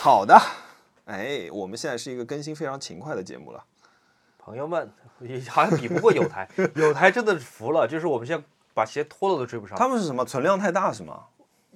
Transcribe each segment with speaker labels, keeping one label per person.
Speaker 1: 好的，哎，我们现在是一个更新非常勤快的节目了。
Speaker 2: 朋友们，也好像比不过有台，有台真的是服了，就是我们现在把鞋脱了都追不上。
Speaker 1: 他们是什么？存量太大是吗？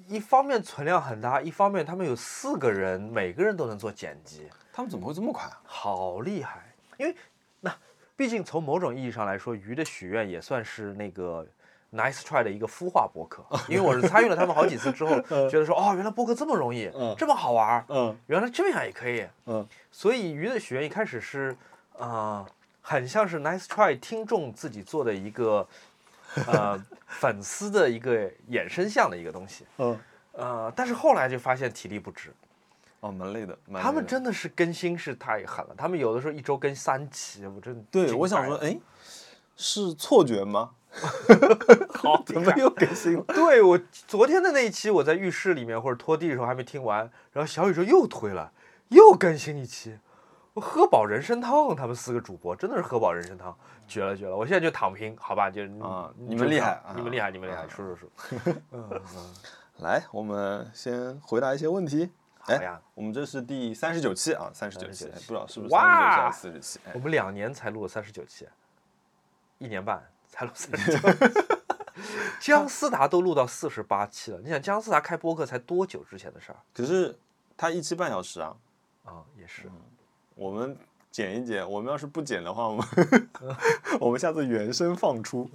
Speaker 2: 一方面存量很大，一方面他们有四个人，每个人都能做剪辑，
Speaker 1: 他们怎么会这么快啊？
Speaker 2: 好厉害！因为那毕竟从某种意义上来说，鱼的许愿也算是那个 Nice Try 的一个孵化博客，
Speaker 1: 哦
Speaker 2: 因为我是参与了他们好几 次之后，觉得说哦，原来播客这么容易，
Speaker 1: 嗯
Speaker 2: 这么好玩儿，
Speaker 1: 嗯
Speaker 2: 原来这样也可以。
Speaker 1: 嗯
Speaker 2: 所以鱼的许愿一开始是，啊、很像是 Nice Try 听众自己做的一个，呃，粉丝的一个衍生项的一个东西。
Speaker 1: 嗯，
Speaker 2: 呃，但是后来就发现体力不支，
Speaker 1: 哦，蛮累的。蛮累的
Speaker 2: 他们真的是更新是太狠了，他们有的时候一周更三期，我真
Speaker 1: 对，
Speaker 2: 惊
Speaker 1: 我想
Speaker 2: 呆
Speaker 1: 说，
Speaker 2: 了，
Speaker 1: 哎，是错觉 吗？
Speaker 2: 好
Speaker 1: 怎么又更新 了？
Speaker 2: 对我昨天的那一期，我在浴室里面或者拖地的时候还没听完，然后小宇宙又推了，又更新一期，我喝饱人参汤，他们四个主播真的是喝饱人参汤，绝了绝了！我现在就躺平，好吧，就
Speaker 1: 啊
Speaker 2: 嗯
Speaker 1: 你们
Speaker 2: 追不
Speaker 1: 厉
Speaker 2: 上
Speaker 1: 害啊
Speaker 2: 你们厉害，你们厉害，
Speaker 1: 啊
Speaker 2: 说说说，
Speaker 1: 来，我们先回答一些问题。
Speaker 2: 好
Speaker 1: 哎，
Speaker 2: 呀，
Speaker 1: 我们这是第三十九期啊，三十九期，
Speaker 2: 39
Speaker 1: 哎
Speaker 2: 期
Speaker 1: 不知道是不是三十九期
Speaker 2: 哇
Speaker 1: 还是四十期？哎
Speaker 2: 我们两年才录了三十九期，一年半才录三十九。 姜思达都录到四十八期了，你想姜思达开播客才多久之前的事儿
Speaker 1: 可是它一期半小时啊，
Speaker 2: 啊、也是，
Speaker 1: 嗯我们剪一剪，我们要是不剪的话，我们 我们下次原声放出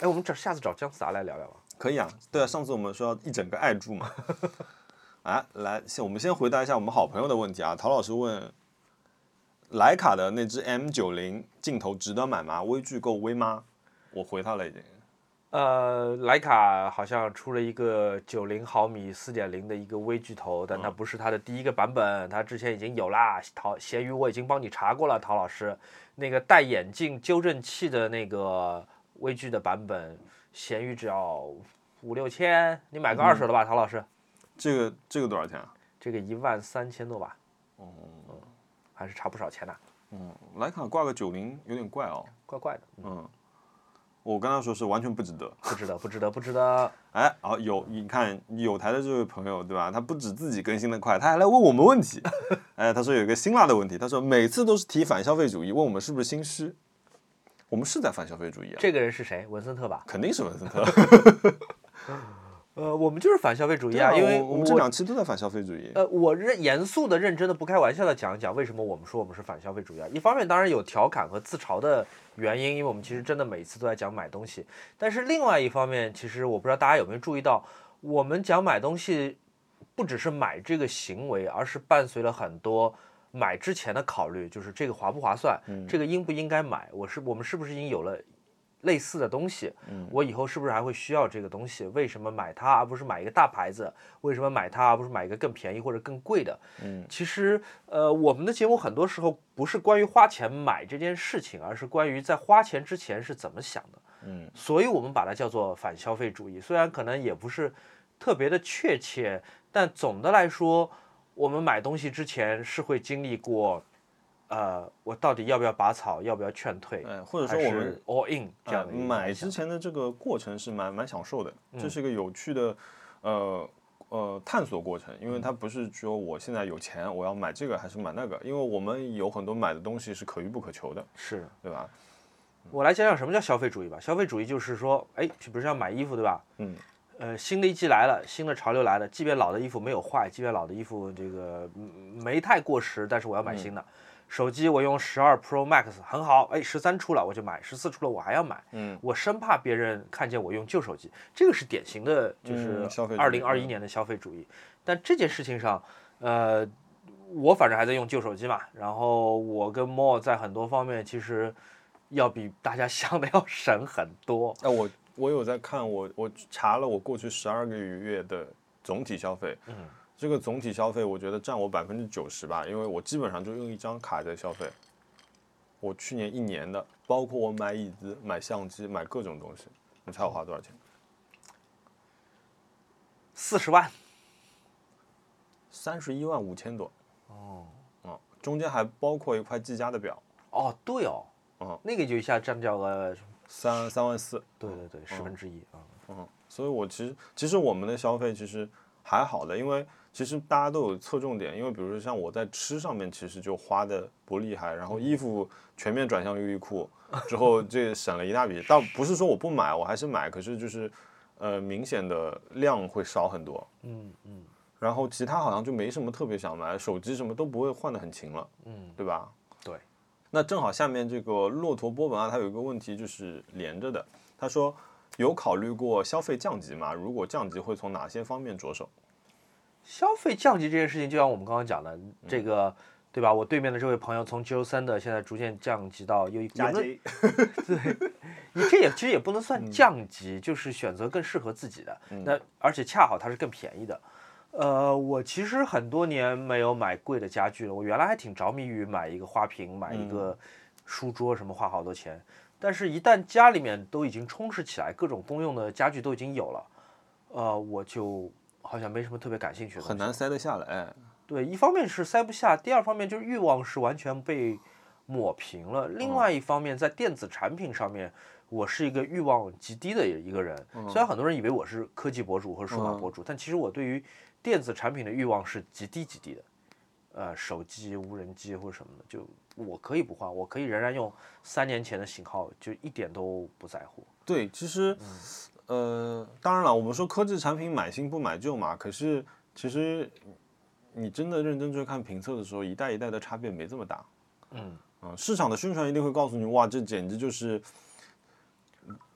Speaker 2: 哎，我们找下次找姜思达来聊聊吧。
Speaker 1: 可以啊。对啊，上次我们说要一整个爱住嘛。 啊，来，先我们先回答一下我们好朋友的问题啊。陶老师问，徕卡的那只 M 九零镜头值得买吗？微距够微吗？我回他了已经。
Speaker 2: 呃，徕卡好像出了一个九零毫米四点零的一个微距头，但它不是它的第一个版本，它之前已经有啦。陶闲鱼我已经帮你查过了，陶老师，那个带眼镜纠正器的那个微距的版本，闲鱼只要五六千，你买个二手的吧，陶老师，
Speaker 1: 这个这个多少钱啊？
Speaker 2: 这个一万三千多吧，嗯，还是差不少钱呢、
Speaker 1: 嗯，徕卡挂个九零有点怪哦。
Speaker 2: 怪怪的，
Speaker 1: 嗯，我跟他说是完全不值得。
Speaker 2: 不值得，不值得，不值得。
Speaker 1: 哎，好有你看有台的这位朋友对吧？他不止自己更新的快，他还来问我们问 题。哎，他说有一个辛辣的问题，他说每次都是提反消费主义，问我们是不是心虚。我们是在反消费主义啊，
Speaker 2: 这个人是谁？文森特吧？
Speaker 1: 肯定是文森 特。
Speaker 2: 呃，我们就是反消费主 义
Speaker 1: 对啊
Speaker 2: 因为
Speaker 1: 我我们这两期都在反消费主义。
Speaker 2: 呃，我认严肃的、认真的、不开玩笑的讲一讲，为什么我们说我们是反消费主义啊？一方面当然有调侃和自嘲的原因，因为我们其实真的每次都在讲买东西。但是另外一方面，其实我不知道大家有没有注意到，我们讲买东西，不只是买这个行为，而是伴随了很多买之前的考虑，就是这个划不划算，这个应不应该买，我是我们是不是已经有了。类似的东西，我以后是不是还会需要这个东西？为什么买它而不是买一个大牌子？为什么买它而不是买一个更便宜或者更贵的？
Speaker 1: 嗯，
Speaker 2: 其实呃，我们的节目很多时候不是关于花钱买这件事情，而是关于在花钱之前是怎么想的。
Speaker 1: 嗯，
Speaker 2: 所以我们把它叫做反消费主义，虽然可能也不是特别的确切，但总的来说，我们买东西之前是会经历过，呃，我到底要不要拔草，要不要劝退，
Speaker 1: 哎，或者
Speaker 2: 还
Speaker 1: 说我们
Speaker 2: 是 all in 这样
Speaker 1: 呃
Speaker 2: 的一个嗯
Speaker 1: 买
Speaker 2: 方
Speaker 1: 之
Speaker 2: 向
Speaker 1: 前的这个过程是蛮蛮享受的，这是一个有趣的，呃呃探索过程，因为
Speaker 2: 嗯
Speaker 1: 它不是说我现在有钱我要买这个还是买那个，因为我们有很多买的东西是可遇不可求的，
Speaker 2: 是
Speaker 1: 对吧？
Speaker 2: 我来讲讲什么叫消费主义吧。消费主义就是说，哎，比如像买衣服，对吧？
Speaker 1: 嗯。
Speaker 2: 呃，新的一季来了，新的潮流来了，即便老的衣服没有坏，即便老的衣服这个嗯没太过时，但是我要
Speaker 1: 嗯
Speaker 2: 买新的。手机我用十二 Pro Max 很好，哎，十三出了我就买，十四出了我还要买。
Speaker 1: 嗯，
Speaker 2: 我生怕别人看见我用旧手机，这个是典型的，就是
Speaker 1: 嗯消费主
Speaker 2: 二
Speaker 1: 义
Speaker 2: 零二一年的消费主义。但这件事情上，呃，我反正还在用旧手机嘛，然后我跟 Mo 在很多方面其实要比大家想的要省很多。
Speaker 1: 哎，我我有在看，我我查了我过去十二个月的总体消费，嗯，这个总体消费我觉得占我百分之九十吧，因为我基本上就用一张卡在消费。我去年一年的，包括我买椅子、买相机、买各种东西，你猜我花多少钱？
Speaker 2: 四十万，
Speaker 1: 三十一万五千多。哦，嗯，中间还包括一块技嘉的表，
Speaker 2: 哦，对哦，
Speaker 1: 嗯
Speaker 2: 那个就一下占掉了，
Speaker 1: 三三万四。
Speaker 2: 对对
Speaker 1: 嗯
Speaker 2: 对，十分之一啊。
Speaker 1: 嗯，所以我其实其实我们的消费其实还好的，因为其实大家都有侧重点，因为比如说像我在吃上面，其实就花的不厉害，然后衣服全面转向优衣库之后，这省了一大笔。倒不是说我不买，我还是买，可是就是呃明显的量会少很多。
Speaker 2: 嗯嗯
Speaker 1: 然后其他好像就没什么特别想买，手机什么都不会换的很勤了，
Speaker 2: 嗯，
Speaker 1: 对吧？
Speaker 2: 对。
Speaker 1: 那正好下面这个骆驼波本啊，他有一个问题就是连着的，他说有考虑过消费降级吗？如果降级会从哪些方面着手？
Speaker 2: 消费降级这件事情，就像我们刚刚讲的，这个对吧？我对面的这位朋友从 G O 三的现在逐渐降级到优衣库，有没有你这也其实也不能
Speaker 1: 嗯
Speaker 2: 算降级，就是选择更适合自己的。那而且恰好它是更便宜的。呃，我其实很多年没有买贵的家具了。我原来还挺着迷于买一个花瓶、买一
Speaker 1: 嗯
Speaker 2: 个书桌什么，花好多钱。但是，一旦家里面都已经充实起来，各种公用的家具都已经有了，呃，我就好像没什么特别感兴趣的。
Speaker 1: 很难塞得下来。哎
Speaker 2: 对，一方面是塞不下，第二方面就是欲望是完全被抹平了。另外一方面，在电子产品上面，我是一个欲望极低的一个人。虽然很多人以为我是科技博主或者数码博主，但其实我对于电子产品的欲望是极低极低的。呃，手机、无人机或者什么的，就我可以不换，我可以仍然用三年前的型号，就一点都不在乎。
Speaker 1: 对，其实，呃，当然了，我们说科技产品买新不买旧嘛，可是其实你真的认真去看评测的时候，一代一代的差别没这么大。
Speaker 2: 嗯
Speaker 1: 嗯，市场的宣传一定会告诉你，哇，这简直就是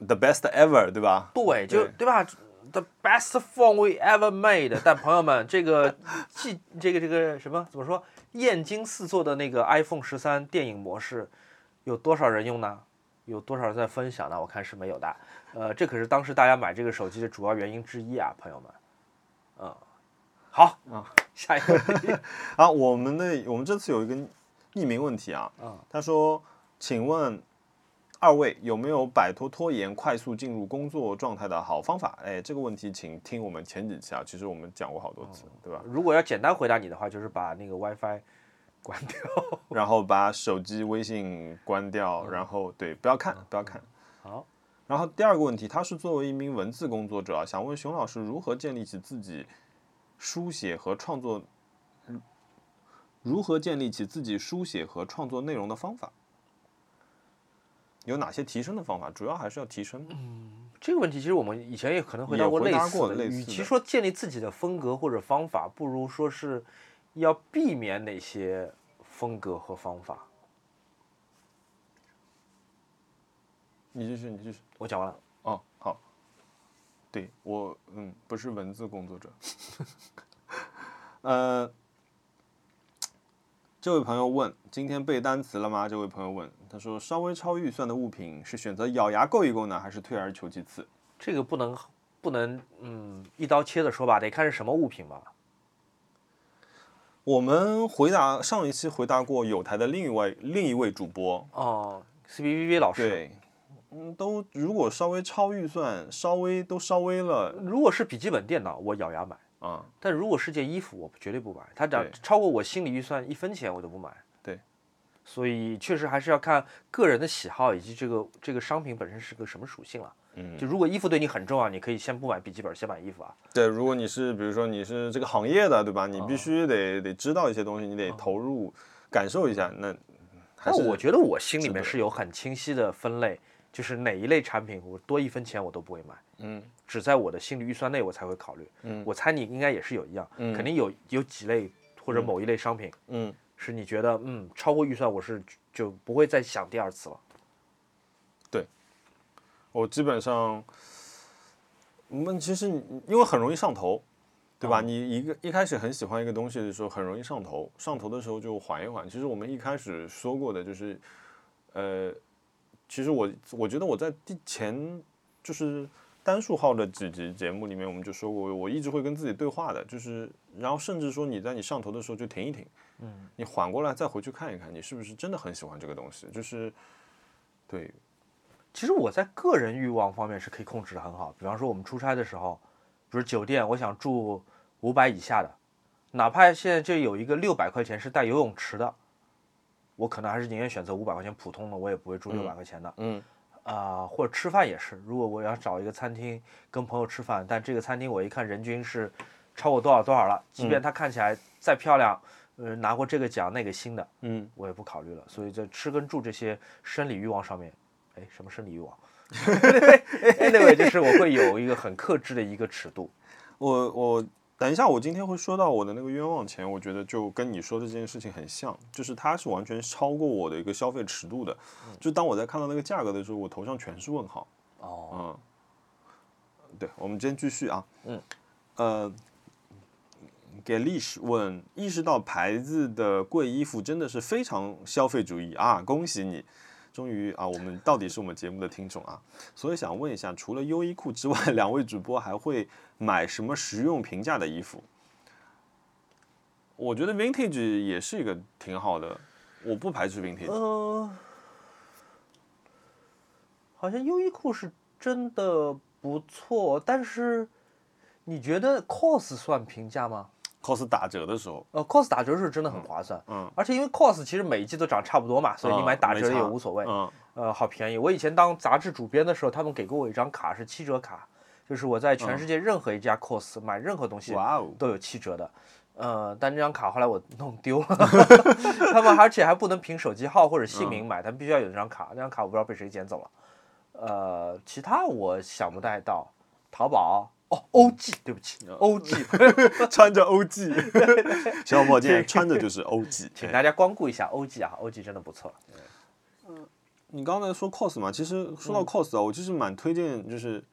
Speaker 1: the best ever，对吧？
Speaker 2: 对，就
Speaker 1: 对
Speaker 2: 对吧？The best phone we ever made。但朋友们，这个既这个这个什么怎么说？燕京四座的那个 iPhone 十三电影模式，有多少人用呢？有多少人在分享呢？我看是没有的。呃，这可是当时大家买这个手机的主要原因之一啊，朋友们。嗯，好，
Speaker 1: 啊
Speaker 2: 下一个问题。
Speaker 1: 啊，我们的我们这次有一个匿名问题啊，
Speaker 2: 嗯
Speaker 1: 他说，请问二位有没有摆脱拖延、快速进入工作状态的好方法？哎，这个问题请听我们前几期啊，其实我们讲过好多次，对吧？
Speaker 2: 如果要简单回答你的话，就是把那个 WiFi 关掉。
Speaker 1: 然后把手机、微信关掉，然后对，不要看，不要看。
Speaker 2: 好，
Speaker 1: 然后第二个问题，他是作为一名文字工作者啊，想问熊老师如何建立起自己书写和创作，如何建立起自己书写和创作内容的方法，有哪些提升的方法？主要还是要提升。
Speaker 2: 这个问题其实我们以前也可能回答
Speaker 1: 也
Speaker 2: 过
Speaker 1: 回
Speaker 2: 类
Speaker 1: 答
Speaker 2: 似
Speaker 1: 过
Speaker 2: 的。
Speaker 1: 类
Speaker 2: 与
Speaker 1: 似
Speaker 2: 其
Speaker 1: 的
Speaker 2: 说建立自己的风格或者方法，不如说是要避免哪些风格和方法。
Speaker 1: 你继续，你继续。
Speaker 2: 我讲完了。
Speaker 1: 哦，好。对我，嗯，不是文字工作者。呃，这位朋友问：今天背单词了吗？这位朋友问，他说：稍微超预算的物品是选择咬牙够一够呢，还是退而求其次？
Speaker 2: 这个不能不能嗯一刀切的说吧，得看是什么物品吧。
Speaker 1: 我们回答上一期回答过有台的另一位另一位主播，
Speaker 2: 哦，C B B B 老师，
Speaker 1: 对，嗯，都如果稍微超预算，稍微都稍微了
Speaker 2: 如果是笔记本电脑，我咬牙买；
Speaker 1: 啊，
Speaker 2: 但如果是件衣服，我绝对不买。它只要
Speaker 1: 对
Speaker 2: 超过我心理预算一分钱，我都不买。
Speaker 1: 对。
Speaker 2: 所以确实还是要看个人的喜好以及这个这个商品本身是个什么属性了。
Speaker 1: 嗯，
Speaker 2: 就如果衣服对你很重要，你可以先不买笔记本，先买衣服啊。
Speaker 1: 对，如果你是比如说你是这个行业的，对吧？你必须得、得知道一些东西，你得投入、感受一下。那还
Speaker 2: 但
Speaker 1: 是
Speaker 2: 我觉得我心里
Speaker 1: 值
Speaker 2: 面
Speaker 1: 得
Speaker 2: 是有很清晰的分类，就是哪一类产品我多一分钱我都不会买，
Speaker 1: 嗯
Speaker 2: 只在我的心理预算内我才会考虑。
Speaker 1: 嗯
Speaker 2: 我猜你应该也是有一样，
Speaker 1: 嗯
Speaker 2: 肯定有有几类或者某一类商品、
Speaker 1: 嗯，
Speaker 2: 是你觉得嗯超过预算我是就不会再想第二次了。
Speaker 1: 我基本上，那其实你因为很容易上头，对吧？你一个一开始很喜欢一个东西的时候，很容易上头，上头的时候就缓一缓。其实我们一开始说过的就是，呃，其实我我觉得我在第前就是单数号的几集节目里面，我们就说过，我一直会跟自己对话的，就是然后甚至说你在你上头的时候就停一停，嗯，你缓过来再回去看一看，你是不是真的很喜欢这个东西，就是对，
Speaker 2: 其实我在个人欲望方面是可以控制的很好。比方说我们出差的时候，比如酒店，我想住五百以下的，哪怕现在这有一个六百块钱是带游泳池的，我可能还是宁愿选择五百块钱普通的，我也不会住六百块钱的。
Speaker 1: 嗯
Speaker 2: 啊、或者吃饭也是，如果我要找一个餐厅跟朋友吃饭，但这个餐厅我一看人均是超过多少多少了，即
Speaker 1: 嗯
Speaker 2: 便它看起来再漂亮，呃，拿过这个奖那个新的，
Speaker 1: 嗯，
Speaker 2: 我也不考虑了。所以在吃跟住这些生理欲望上面，哎，什么生理欲望 ？anyway，就是我会有一个很克制的一个尺度。
Speaker 1: 我我等一下，我今天会说到我的那个冤枉钱，我觉得就跟你说的这件事情很像，就是它是完全超过我的一个消费尺度的。就当我在看到那个价格的时候，我头上全是问号。
Speaker 2: 哦，
Speaker 1: 嗯对，我们今天继续啊。
Speaker 2: 嗯。
Speaker 1: 呃，给历史问，意识到牌子的贵衣服真的是非常消费主义啊！恭喜你，终于啊，我们到底是我们节目的听众啊。所以想问一下，除了优衣库之外，两位主播还会买什么实用平价的衣服？我觉得 vintage 也是一个挺好的，我不排斥 vintage。
Speaker 2: 呃，好像优衣库是真的不错，但是你觉得 COS 算平价吗？
Speaker 1: cos 打折的时候，
Speaker 2: 呃，COS 打折是真的很划算，
Speaker 1: 嗯，
Speaker 2: 而且因为 COS 其实每一季都涨差不多嘛，所以你
Speaker 1: 嗯
Speaker 2: 买打
Speaker 1: 没
Speaker 2: 折的也
Speaker 1: 差
Speaker 2: 无所谓，
Speaker 1: 嗯
Speaker 2: 呃，好便宜。我以前当杂志主编的时候，他们给过我一张卡是七折卡，就是我在全世界任何一家 COS 买任何东
Speaker 1: 嗯
Speaker 2: 西
Speaker 1: 哇哦，
Speaker 2: 都有七折的，呃，但这张卡后来我弄丢了， 他们而且还不能凭手机号或者姓
Speaker 1: 嗯
Speaker 2: 名买，他们必须要有那张卡，那张卡我不知道被谁捡走了。呃，其他我想不太到，淘宝哦，OG，对不起，OG，
Speaker 1: 哦 穿着 OG，小宝竟然穿着就是 OG。
Speaker 2: 请大家光顾一下 OG 啊，OG 真的不错。
Speaker 1: 你刚才说 cos 嘛，其实说到 cos 啊，我就是蛮推荐就是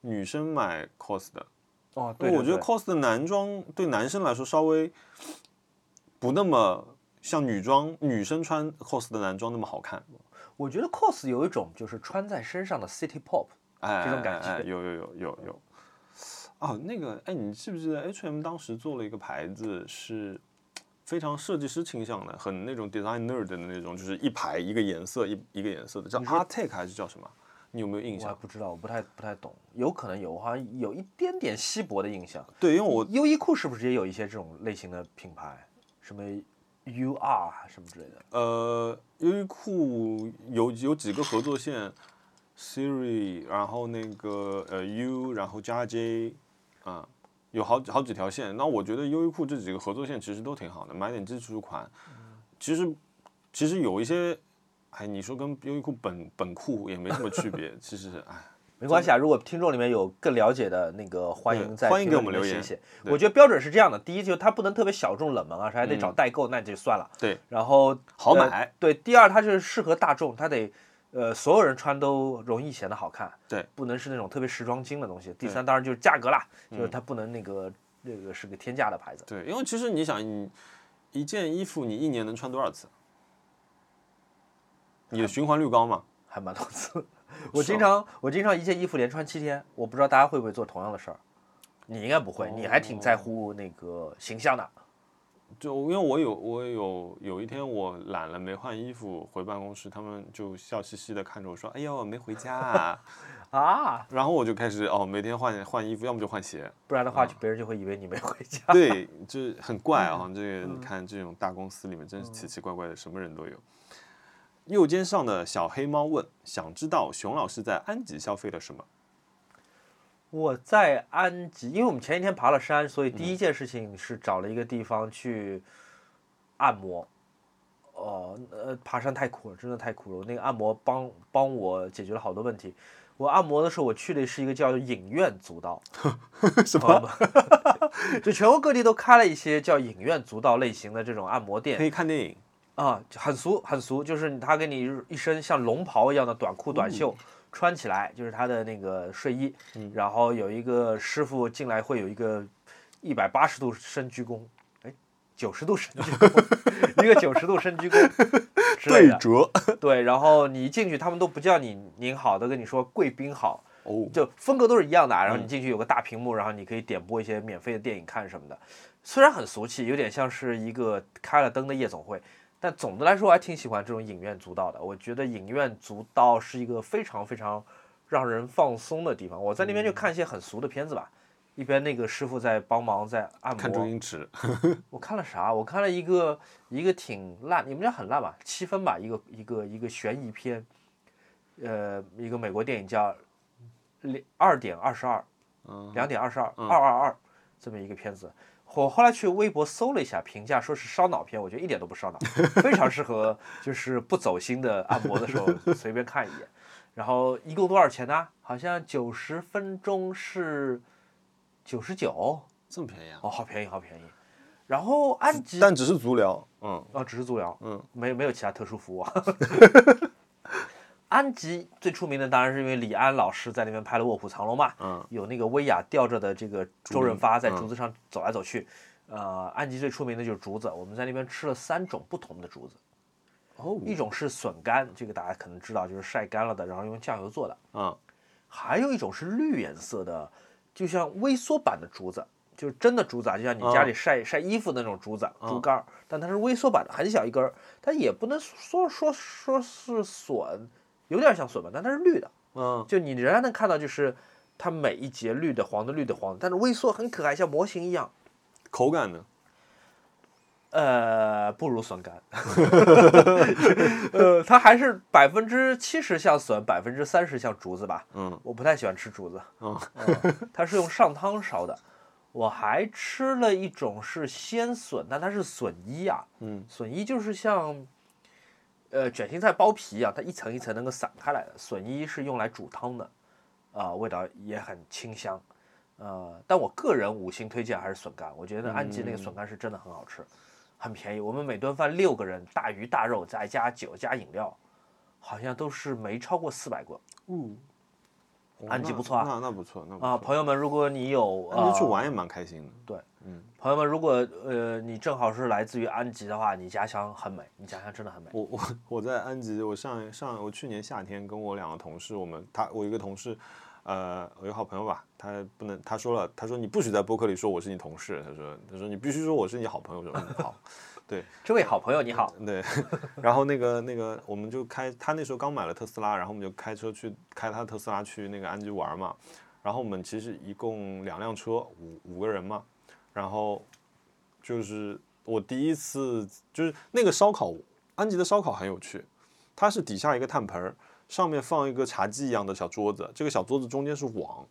Speaker 1: 女生买 cos 的，
Speaker 2: 哦，
Speaker 1: 因
Speaker 2: 对
Speaker 1: 为
Speaker 2: 对
Speaker 1: 我觉得
Speaker 2: 对
Speaker 1: cos 的男装对男生来说稍微不那么像女装，女生穿 cos 的男装那么好看。
Speaker 2: 我觉得 cos 有一种就是穿在身上的 city pop，
Speaker 1: 哎，
Speaker 2: 这种感觉
Speaker 1: 哎哎有有有有有。哦，那个，哎，你记不记得 H&M 当时做了一个牌子是非常设计师倾向的，很那种 designer 的那种，就是一排一个颜色一一个颜色的，叫 Art Tech 还是叫什么？你有没有印
Speaker 2: 我还
Speaker 1: 象？
Speaker 2: 不知道，我不太不太懂，有可能有，我好像有一点点稀薄的印象。
Speaker 1: 对，因为我
Speaker 2: 优衣库是不是也有一些这种类型的品牌？什么 UR 啊什么之类的？
Speaker 1: 呃，优衣库有有几个合作线，Siri，然后那个呃 U，然后加 J，啊、有好好几条线。那我觉得优衣库这几个合作线其实都挺好的，买点基础款。其实其实有一些，哎，你说跟优衣库本本库也没什么区别。其实，哎，
Speaker 2: 没关系啊，如果听众里面有更了解的那个，欢迎
Speaker 1: 对
Speaker 2: 在
Speaker 1: 欢迎
Speaker 2: 评
Speaker 1: 给
Speaker 2: 论
Speaker 1: 我
Speaker 2: 里
Speaker 1: 们
Speaker 2: 面
Speaker 1: 留
Speaker 2: 写
Speaker 1: 言
Speaker 2: 写。
Speaker 1: 对
Speaker 2: 我觉得标准是这样的：第一，就是它不能特别小众冷门啊，还得找代购，那就算了。
Speaker 1: 嗯对，
Speaker 2: 然后
Speaker 1: 好
Speaker 2: 呃
Speaker 1: 买
Speaker 2: 对，第二，它就是适合大众，它得呃所有人穿都容易显得好看。
Speaker 1: 对，
Speaker 2: 不能是那种特别时装精的东西。第
Speaker 1: 对嗯
Speaker 2: 三，当然就是价格啦，就是它不能那个那个是个天价的牌子。
Speaker 1: 对，因为其实你想，你一件衣服你一年能穿多少次？你的循环率高嘛？
Speaker 2: 还蛮多次。 我
Speaker 1: 是
Speaker 2: 经常我经常一件衣服连穿七天，我不知道大家会不会做同样的事儿。你应该不会，你还挺在乎那个形象的。
Speaker 1: 就因为我有我有有一天我懒了没换衣服回办公室，他们就笑嘻嘻的看着我说：“哎呦，没回家啊
Speaker 2: 啊！”，
Speaker 1: 然后我就开始哦，每天换换衣服，要么就换鞋。
Speaker 2: 不然的话，就别人就会以为你没回家。
Speaker 1: 对，就是很怪啊、
Speaker 3: 嗯
Speaker 1: 这个你看这种大公司里面真是奇奇怪怪的，什么人都有。右肩上的小黑猫问：想知道熊老师在安吉消费了什么？
Speaker 2: 我在安吉，因为我们前一天爬了山，所以第一件事情是找了一个地方去按摩。哦，呃，爬山太苦了，真的太苦了。我那个按摩帮帮我解决了好多问题。我按摩的时候，我去的是一个叫影院足道，
Speaker 1: 什
Speaker 2: 朋友？们， 就全国各地都开了一些叫影院足道类型的这种按摩
Speaker 1: 可
Speaker 2: 店
Speaker 1: 以看电影。
Speaker 2: 啊，就很俗很俗，就是他给你一身像龙袍一样的短裤短袖穿起来，就是他的那个睡衣，然后有一个师傅进来会有一个一百八十度深鞠躬，哎，九十度深鞠躬，一个九十度深鞠躬之类 的，
Speaker 1: 折
Speaker 2: 对，然后你一进去，他们都不叫你您好，都跟你说贵宾好。
Speaker 1: 哦，
Speaker 2: 就风格都是一样的啊。然后你进去有个大屏幕，然后你可以点播一些免费的电影看什么的。虽然很俗气，有点像是一个开了灯的夜总会，但总的来说我还挺喜欢这种影院足道的。我觉得影院足道是一个非常非常让人放松的地方。我在那边就看一些很俗的片子吧。一边那个师傅在帮忙在按
Speaker 1: 看周
Speaker 2: 摩，
Speaker 1: 星驰。
Speaker 2: 我看了啥？我看了一个一个挺烂，你们讲很烂吧？七分吧，一个一个一个悬疑片，呃，一个美国电影叫《二点二十二》，
Speaker 1: 嗯，
Speaker 2: 两点二十二，二二二，这么一个片子。我后来去微博搜了一下，评价说是烧脑片，我觉得一点都不烧脑，非常适合就是不走心的按摩的时候随便看一眼。然后一共多少钱呢？好像九十分钟是九十九，
Speaker 3: 这么便宜啊？
Speaker 2: 哦，好便宜，好便宜。然后安吉
Speaker 1: 但只是足疗，嗯，
Speaker 2: 啊，只是足疗，
Speaker 1: 嗯，
Speaker 2: 没没有其他特殊服务啊。 安吉最出名的当然是因为李安老师在那边拍了《卧虎藏龙》嘛，
Speaker 1: 嗯，
Speaker 2: 有那个威亚吊着的这个周润发在竹子上走来走去。呃，安吉最出名的就是竹子，我们在那边吃了三种不同的竹子，
Speaker 1: 哦，
Speaker 2: 一种是笋干，这个大家可能知道，就是晒干了的，然后用酱油做的；
Speaker 1: 嗯，
Speaker 2: 还有一种是绿颜色的，就像微缩版的竹子，就是真的竹子啊，就像你家里晒、晒衣服那种竹子，竹竿儿，但它是微缩版的，很小一根儿，它也不能说说说是笋，有点像笋吧，但它是绿的，
Speaker 1: 嗯，
Speaker 2: 就你仍然能看到就是它每一节绿的、黄的、绿的、黄的，但是微缩很可爱，像模型一样。
Speaker 1: 口感呢？
Speaker 2: 呃，不如笋干， 呃，它还是百分之七十像笋，百分之三十像竹子吧。
Speaker 1: 嗯，
Speaker 2: 我不太喜欢吃竹子，
Speaker 1: 嗯
Speaker 2: 呃它是用上汤烧的。我还吃了一种是鲜笋，但它是笋衣啊，
Speaker 1: 嗯，
Speaker 2: 笋衣就是像，呃，卷心菜剥皮啊，它一层一层能够散开来的。笋衣是用来煮汤的，啊、味道也很清香，呃，但我个人五星推荐还是笋干，我觉得安
Speaker 1: 嗯
Speaker 2: 吉那个笋干是真的很好吃，很便宜。我们每顿饭六个人，大鱼大肉再加酒加饮料，好像都是没超过四百个。
Speaker 1: 嗯，哦
Speaker 2: 安吉不错啊
Speaker 1: 那那不错，那不
Speaker 2: 啊，
Speaker 1: 错，
Speaker 2: 朋友们，如果你有
Speaker 1: 嗯安吉去
Speaker 2: 呃
Speaker 1: 玩也蛮开心的，
Speaker 2: 朋友们，如果呃你正好是来自于安吉的话，你家乡很美，你家乡真的很美。
Speaker 1: 我我我在安吉，我上上我去年夏天跟我两个同事，我们他我一个同事，呃，我一个好朋友吧，他不能他说了，他说你不许在播客里说我是你同事，他说他说你必须说我是你好朋友，我说嗯好，
Speaker 2: 这位好朋友你好，
Speaker 1: 对，然后那个那个我们就开他那时候刚买了特斯拉，然后我们就开车去开他的特斯拉去那个安吉玩嘛，然后我们其实一共两辆车，五五个人嘛，然后就是我第一次就是那个烧烤，安吉的烧烤很有趣，它是底下一个炭盆儿，上面放一个茶几一样的小桌子，这个小桌子中间是网，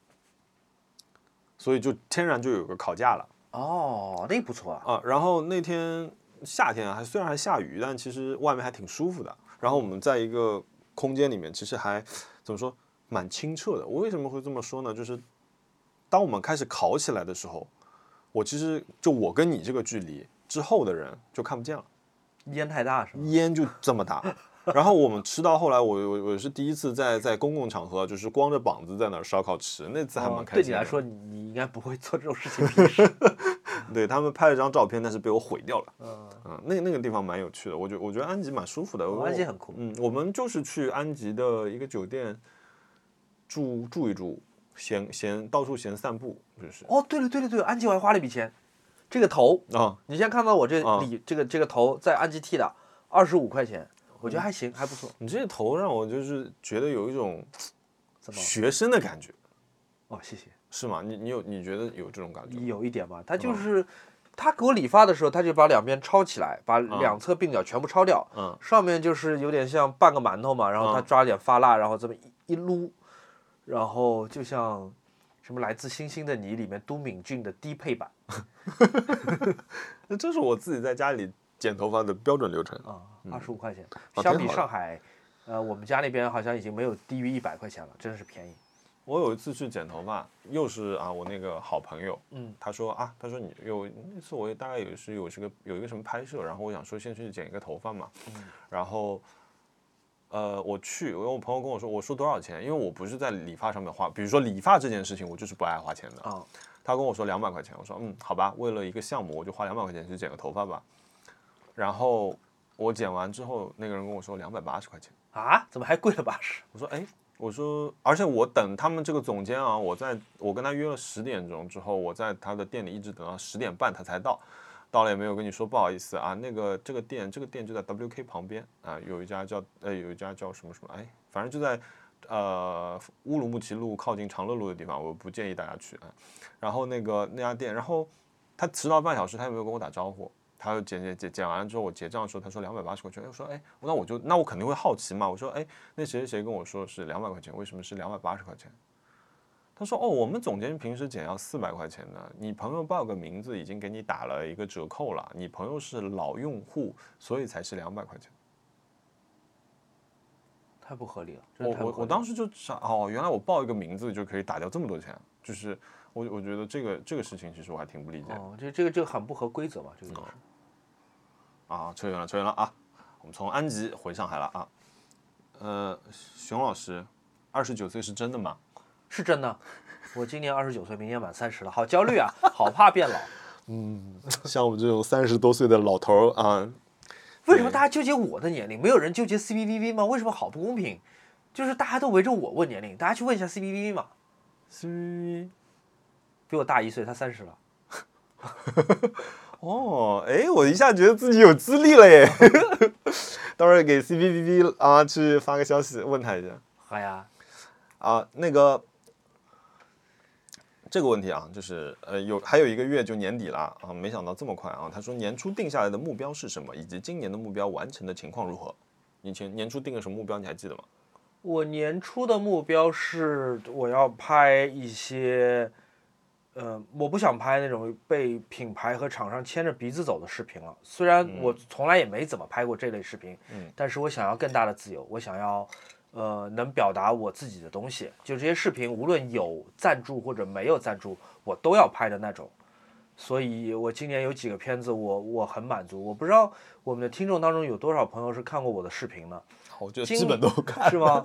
Speaker 1: 所以就天然就有个烤架了。
Speaker 2: 哦，那不错啊，
Speaker 1: 啊，然后那天夏天啊还虽然还下雨，但其实外面还挺舒服的。然后我们在一个空间里面，其实还怎么说蛮清澈的。我为什么会这么说呢？就是当我们开始烤起来的时候，我其实就我跟你这个距离之后的人就看不见了。
Speaker 2: 烟太大是吗？
Speaker 1: 烟就这么大。然后我们吃到后来我，我我是第一次在在公共场合，就是光着膀子在那儿烧烤吃，那次还蛮
Speaker 2: 哦
Speaker 1: 开
Speaker 2: 对
Speaker 1: 心的。
Speaker 2: 你来说，你你应该不会做这种事情。平时，
Speaker 1: 对他们拍了张照片，但是被我毁掉了。
Speaker 2: 嗯，
Speaker 1: 嗯，那那个地方蛮有趣的，我觉我觉得安吉蛮舒服的，我
Speaker 2: 哦安吉很酷
Speaker 1: 嗯，我们就是去安吉的一个酒店住住一住，闲闲到处闲散步，就是
Speaker 2: 哦，对了对了对了，安吉我还花了一笔钱，这个头，
Speaker 1: 啊，
Speaker 2: 你现在看到我这
Speaker 1: 啊
Speaker 2: 里、这个这个头在安吉剃的，二十五块钱，我
Speaker 1: 嗯
Speaker 2: 觉得还行，还不错。
Speaker 1: 你这头让我就是觉得有一种
Speaker 2: 怎么？
Speaker 1: 学生的感觉，
Speaker 2: 哦，谢谢。
Speaker 1: 是吗？你你有你觉得有这种感觉吗？
Speaker 2: 有一点吧，他
Speaker 1: 嗯
Speaker 2: 就是、他给我理发的时候，他就把两边抄起来，把两侧鬓角全部抄掉，
Speaker 1: 嗯
Speaker 2: 上面就是有点像半个馒头嘛，然后他抓点发蜡，然后这么一一撸，然后就像什么来自星星的你里面都敏俊的低配版
Speaker 1: 那这是我自己在家里剪头发的标准流程。
Speaker 2: 啊，二十五块钱，
Speaker 1: 啊
Speaker 2: 相
Speaker 1: 挺
Speaker 2: 比
Speaker 1: 好的
Speaker 2: 上海，呃，我们家那边好像已经没有低于一百块钱了，真是便宜。
Speaker 1: 我有一次去剪头发，又是啊，我那个好朋友，
Speaker 2: 嗯，
Speaker 1: 他说啊，他说你有那次我也大概有是有这个有一个什么拍摄，然后我想说先去剪一个头发嘛，然后呃我去，因为我朋友跟我说我说多少钱，因为我不是在理发上面花，比如说理发这件事情，我就是不爱花钱的
Speaker 2: 啊。
Speaker 1: 他跟我说两百块钱，我说嗯好吧，为了一个项目我就花两百块钱去剪个头发吧，然后我剪完之后，那个人跟我说两百八十块钱。
Speaker 2: 啊？怎么还贵了八十？
Speaker 1: 我说哎，我说，而且我等他们这个总监啊，我在我跟他约了十点钟之后，我在他的店里一直等到十点半他才到，到了也没有跟你说不好意思啊，那个这个店这个店就在 WK 旁边啊，有一家叫呃有一家叫什么什么哎，反正就在呃乌鲁木齐路靠近长乐路的地方，我不建议大家去啊。然后那个那家店，然后他迟到半小时，他也没有跟我打招呼。他就剪剪剪剪完了之后，我结账的时候，他说两百八十块钱，哎我说哎，那我就那我肯定会好奇嘛，我说哎，那谁谁谁跟我说是两百块钱，为什么是两百八十块钱？他他说：“哦，我们总监平时减要四百块钱的，你朋友报个名字已经给你打了一个折扣了，你朋友是老用户，所以才是两百块钱。”
Speaker 2: 太不合理了。真
Speaker 1: 我
Speaker 2: 的太不
Speaker 1: 我
Speaker 2: 合
Speaker 1: 我
Speaker 2: 理
Speaker 1: 当时就想，哦，原来我报一个名字就可以打掉这么多钱，就是我我觉得这个这个事情其实我还嗯挺不理解
Speaker 2: 了哦，这这个这个很不合规则嘛，这个东西
Speaker 1: 啊。扯远了，扯远了啊！我们从安吉回上海了啊。呃，熊老师，二十九岁是真的吗？
Speaker 2: 是真的。我今年二十九岁，明年满三十了，好焦虑啊，好怕变老。
Speaker 1: 像我这种三十多岁的老头儿啊，
Speaker 2: 为什么大家纠结我的年龄？没有人纠结 CBVV 吗？为什么好不公平？就是大家都围着我问年龄，大家去问一下 CBVV 嘛，比我大一岁，他三十了。
Speaker 1: 哦，哎，我一下觉得自己有资历了耶！ 到时候给 C B B B 啊去发个消息问他一下
Speaker 2: 哎呀，
Speaker 1: 啊。那个这个问题啊，就是呃有还有一个月就年底了啊，没想到这么快啊。他说年初定下来的目标是什么，以及今年的目标完成的情况如何？你前年初定个什么目标，你还记得吗？
Speaker 2: 我年初的目标是我要拍一些，呃，我不想拍那种被品牌和厂商牵着鼻子走的视频了。虽然我从来也没怎么拍过这类视频，
Speaker 1: 嗯
Speaker 2: 但是我想要更大的自由，我想要，呃，能表达我自己的东西。就这些视频，无论有赞助或者没有赞助，我都要拍的那种。所以，我今年有几个片子我，我很满足。我不知道我们的听众当中有多少朋友是看过我的视频呢？
Speaker 1: 我觉得
Speaker 2: 今
Speaker 1: 基本都看。
Speaker 2: 是吗？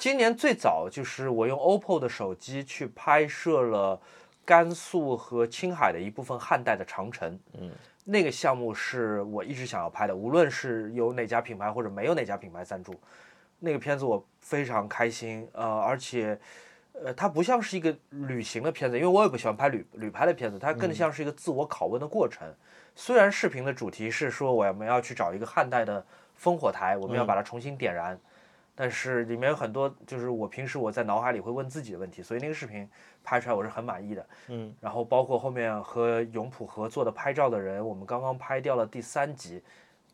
Speaker 2: 今年最早就是我用 OPPO 的手机去拍摄了甘肃和青海的一部分汉代的长城，
Speaker 1: 嗯，
Speaker 2: 那个项目是我一直想要拍的，无论是有哪家品牌或者没有哪家品牌赞助，那个片子我非常开心，呃，而且。呃，它不像是一个旅行的片子，因为我也不喜欢拍旅旅拍的片子，它
Speaker 1: 嗯
Speaker 2: 更像是一个自我拷问的过程。虽然视频的主题是说我们要去找一个汉代的烽火台，我们要
Speaker 1: 嗯
Speaker 2: 把它重新点燃，但是里面有很多就是我平时我在脑海里会问自己的问题，所以那个视频拍出来我是很满意的。
Speaker 1: 嗯，
Speaker 2: 然后包括后面和永璞合作的拍照的人，我们刚刚拍掉了第三集，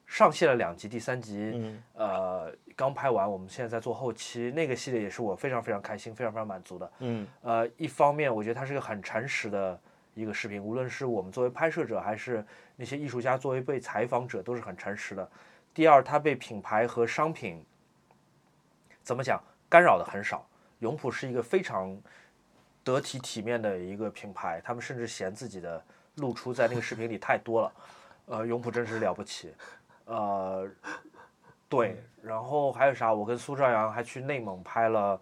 Speaker 2: 上线了两集，第三集、
Speaker 1: 嗯
Speaker 2: 呃刚拍完，我们现在在做后期，那个系列也是我非常非常开心、非常非常满足的。
Speaker 1: 嗯
Speaker 2: 呃，一方面我觉得它是一个很诚实的一个视频，无论是我们作为拍摄者，还是那些艺术家作为被采访者，都是很诚实的。第二，它被品牌和商品怎么讲干扰的很少。永璞是一个非常得体体面的一个品牌，他们甚至嫌自己的露出在那个视频里太多了。呃，永璞真是了不起，呃，对，然后还有啥？我跟苏兆阳还去内蒙拍了，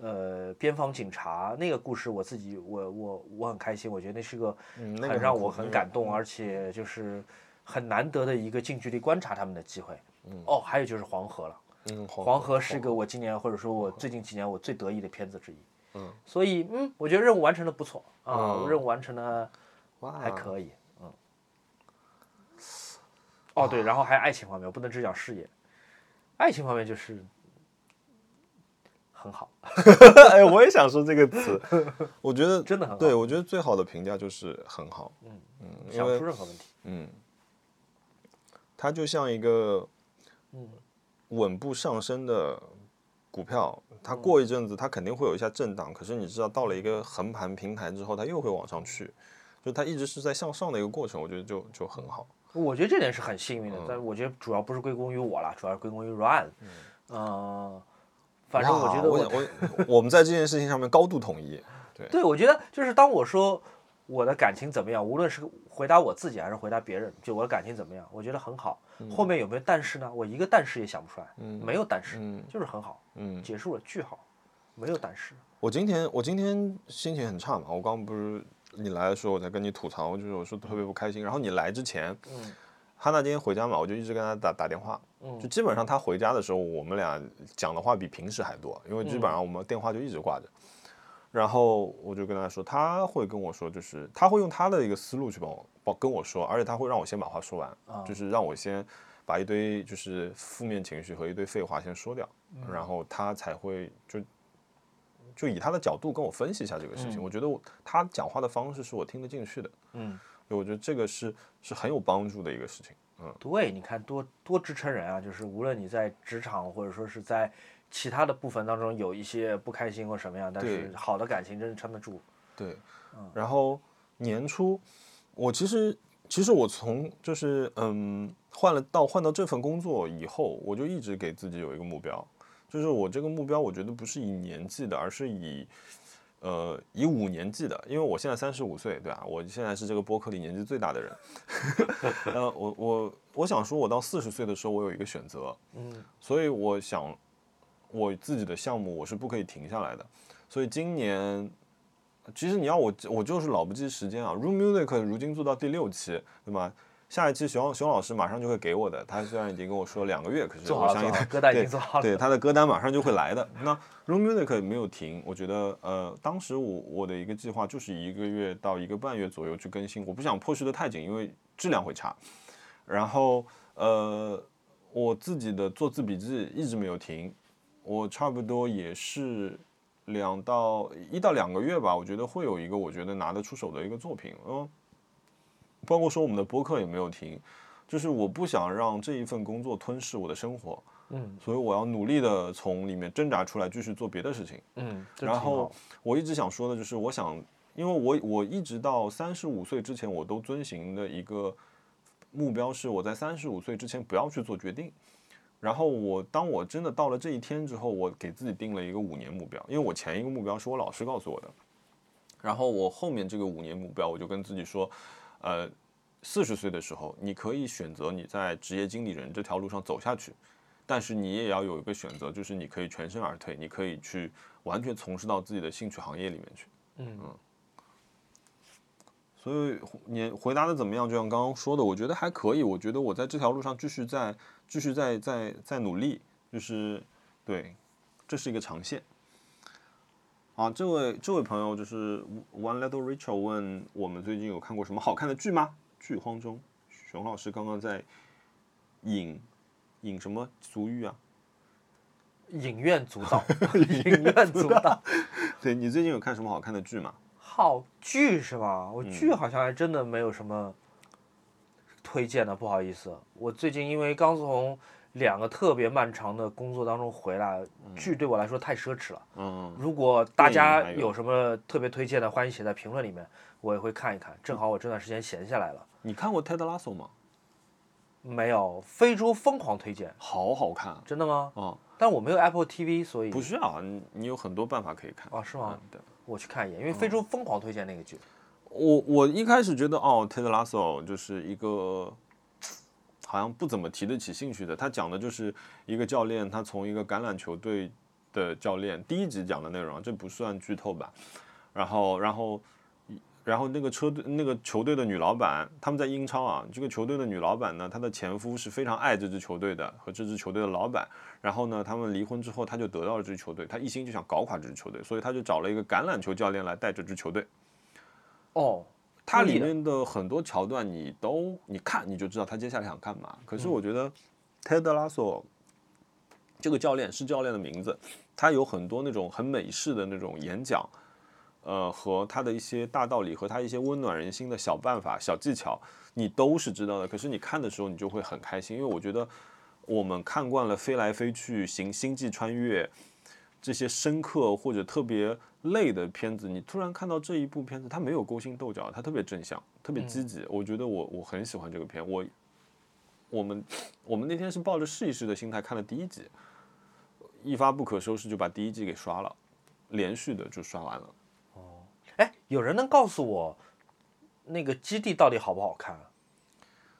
Speaker 2: 呃，边防警察那个故事，我自己我我我很开心，我觉得那是个
Speaker 1: 嗯，那个
Speaker 2: 很让我
Speaker 1: 酷那
Speaker 2: 很
Speaker 1: 个
Speaker 2: 感动，而且就是很难得的一个近距离观察他们的机会。哦，还有就是黄河了。
Speaker 1: 嗯
Speaker 2: 黄河是个我今年或者说我最近几年我最得意的片子之一。
Speaker 1: 嗯，
Speaker 2: 所以嗯，我觉得任务完成的不错啊，
Speaker 1: 嗯
Speaker 2: 任务完成的
Speaker 1: 哇
Speaker 2: 还可以，嗯。哦对，然后还有爱情方面，我不能只讲事业，爱情方面就是很好，
Speaker 1: 哎，我也想说这个词，我觉得
Speaker 2: 真的很好
Speaker 1: 对，我觉得最好的评价就是很好。嗯嗯，因
Speaker 2: 想不
Speaker 1: 为
Speaker 2: 出任何问题。
Speaker 1: 嗯，它就像一个稳步上升的股票，它过一阵子它肯定会有一下震荡，可是你知道到了一个横盘平台之后，它又会往上去，就它一直是在向上的一个过程，我觉得就就很好。
Speaker 2: 我觉得这点是很幸运
Speaker 1: 嗯
Speaker 2: 的，但我觉得主要不是归功于我啦，主要是归功于 Ryan。嗯、反啊正我
Speaker 1: 哇
Speaker 2: 觉得
Speaker 1: 我
Speaker 2: 我
Speaker 1: 想我我们在这件事情上面高度统一。对，
Speaker 2: 对，我觉得就是当我说我的感情怎么样，无论是回答我自己还是回答别人，就我的感情怎么样，我觉得很好。后面有没有但是呢？我一个但是也想不出来，没有但是，
Speaker 1: 嗯嗯
Speaker 2: 就是很好，
Speaker 1: 嗯。
Speaker 2: 结束了，句号，没有但是。
Speaker 1: 我今天我今天心情很差嘛，我刚不是你来的时候我才跟你吐槽，就是我说特别不开心。然后你来之前，
Speaker 2: 嗯
Speaker 1: 哈娜今天回家嘛，我就一直跟她打打电话，就
Speaker 2: 嗯
Speaker 1: 基本上她回家的时候，我们俩讲的话比平时还多，因为基本上我们电话就一直挂着。然后我就跟她说，她会跟我说，就是她会用她的一个思路去帮我帮跟我说，而且她会让我先把话说完，
Speaker 2: 啊
Speaker 1: 就是让我先把一堆就是负面情绪和一堆废话先说掉，
Speaker 2: 嗯
Speaker 1: 然后他才会就就以他的角度跟我分析一下这个事情。我觉得我他讲话的方式是我听得进去的，
Speaker 2: 嗯，
Speaker 1: 所以我觉得这个是是很有帮助的一个事情。
Speaker 2: 对，你看多多支撑人啊，就是无论你在职场或者说是在其他的部分当中有一些不开心或什么样，但是
Speaker 1: 对
Speaker 2: 好的感情真是撑得住。
Speaker 1: 对，然后年初，我其实其实我从就是嗯换了到换到这份工作以后，我就一直给自己有一个目标，就是我这个目标我觉得不是以年纪的，而是以呃以五年计的，因为我现在三十五岁，对吧、我现在是这个播客里年纪最大的人。 呃，我我我想说，我到四十岁的时候，我有一个选择，
Speaker 2: 嗯，
Speaker 1: 所以我想我自己的项目我是不可以停下来的，所以今年。其实你要我，我就是老不记时间啊。Room Music 如今做到第六期，对吗？下一期熊熊老师马上就会给我的。他虽然已经跟我说两个月，可是
Speaker 2: 做
Speaker 1: 我
Speaker 2: 好了，
Speaker 1: 相信他
Speaker 2: 做好 了，歌单已
Speaker 1: 对
Speaker 2: 经做好了。
Speaker 1: 对，他的歌单马上就会来的。那 Room Music 没有停，我觉得呃，当时我我的一个计划就是一个月到一个半月左右去更新，我不想 push 的太紧，因为质量会差。然后呃，我自己的做字笔记一直没有停，我差不多也是两到一到两个月吧，我觉得会有一个我觉得拿得出手的一个作品，嗯，包括说我们的播客也没有停。就是我不想让这一份工作吞噬我的生活，
Speaker 2: 嗯
Speaker 1: 所以我要努力的从里面挣扎出来，继续做别的事情。
Speaker 2: 嗯，这
Speaker 1: 然
Speaker 2: 挺好
Speaker 1: 后我一直想说的就是，我想，因为我我一直到三十五岁之前，我都遵循的一个目标是，我在三十五岁之前不要去做决定。然后我当我真的到了这一天之后，我给自己定了一个五年目标，因为我前一个目标是我老师告诉我的，然后我后面这个五年目标，我就跟自己说，呃，四十岁的时候，你可以选择你在职业经理人这条路上走下去，但是你也要有一个选择，就是你可以全身而退，你可以去完全从事到自己的兴趣行业里面去。
Speaker 2: 嗯
Speaker 1: 所以你回答的怎么样？就像刚刚说的，我觉得还可以。我觉得我在这条路上继续在继续在在在努力，就是对，这是一个长线。啊，这位这位朋友就是 One Little Rachel 问我们最近有看过什么好看的剧吗？剧荒中，熊老师刚刚在引引什么俗语啊？
Speaker 2: 影院主导，影院主导，
Speaker 1: 对你最近有看什么好看的剧吗？
Speaker 2: 好剧是吧？我
Speaker 1: 嗯
Speaker 2: 剧好像还真的没有什么推荐的，不好意思，我最近因为刚从两个特别漫长的工作当中回来，剧对我来说太奢侈了。
Speaker 1: 嗯，
Speaker 2: 如果
Speaker 1: 电
Speaker 2: 大
Speaker 1: 影
Speaker 2: 家
Speaker 1: 还有
Speaker 2: 有什么特别推荐的，欢迎写在评论里面，我也会看
Speaker 1: 嗯
Speaker 2: 一看。正好我这段时间闲下来了，
Speaker 1: 你看过《Ted Lasso》吗？
Speaker 2: 没有非洲疯狂推荐，
Speaker 1: 好好看啊！
Speaker 2: 真的吗？
Speaker 1: 嗯
Speaker 2: 但我没有 Apple TV，所以
Speaker 1: 不需要，啊你你有很多办法可以看。
Speaker 2: 啊是吗
Speaker 1: 嗯？对，
Speaker 2: 我去看一眼，因为非洲疯狂推荐那个剧，
Speaker 1: 我我一开始觉得哦，Ted Lasso 就是一个好像不怎么提得起兴趣的。他讲的就是一个教练，他从一个橄榄球队的教练，第一集讲的内容啊，这不算剧透吧？然后，然后，然后那个车队那个球队的女老板，他们在英超啊，这个球队的女老板呢，她的前夫是非常爱这支球队的和这支球队的老板。然后呢，他们离婚之后，他就得到了这支球队，他一心就想搞垮这支球队，所以他就找了一个橄榄球教练来带这支球队。
Speaker 2: 哦，
Speaker 1: 它
Speaker 2: 故意
Speaker 1: 里
Speaker 2: 的
Speaker 1: 面的很多桥段，你都你看你就知道他接下来想干嘛。可是我觉得 Ted Lasso 这个教练是教练的名字，他有很多那种很美式的那种演讲，呃，和他的一些大道理和他一些温暖人心的小办法、小技巧，你都是知道的。可是你看的时候，你就会很开心，因为我觉得我们看惯了飞来飞去、行星际穿越这些深刻或者特别累的片子，你突然看到这一部片子，它没有勾心斗角，它特别正向，特别
Speaker 2: 嗯
Speaker 1: 积极。我觉得我我很喜欢这个片，我我们我们那天是抱着试一试的心态看了第一集，一发不可收拾就把第一季给刷了，连续的就刷完了。
Speaker 2: 哎，有人能告诉我那个基地到底好不好看？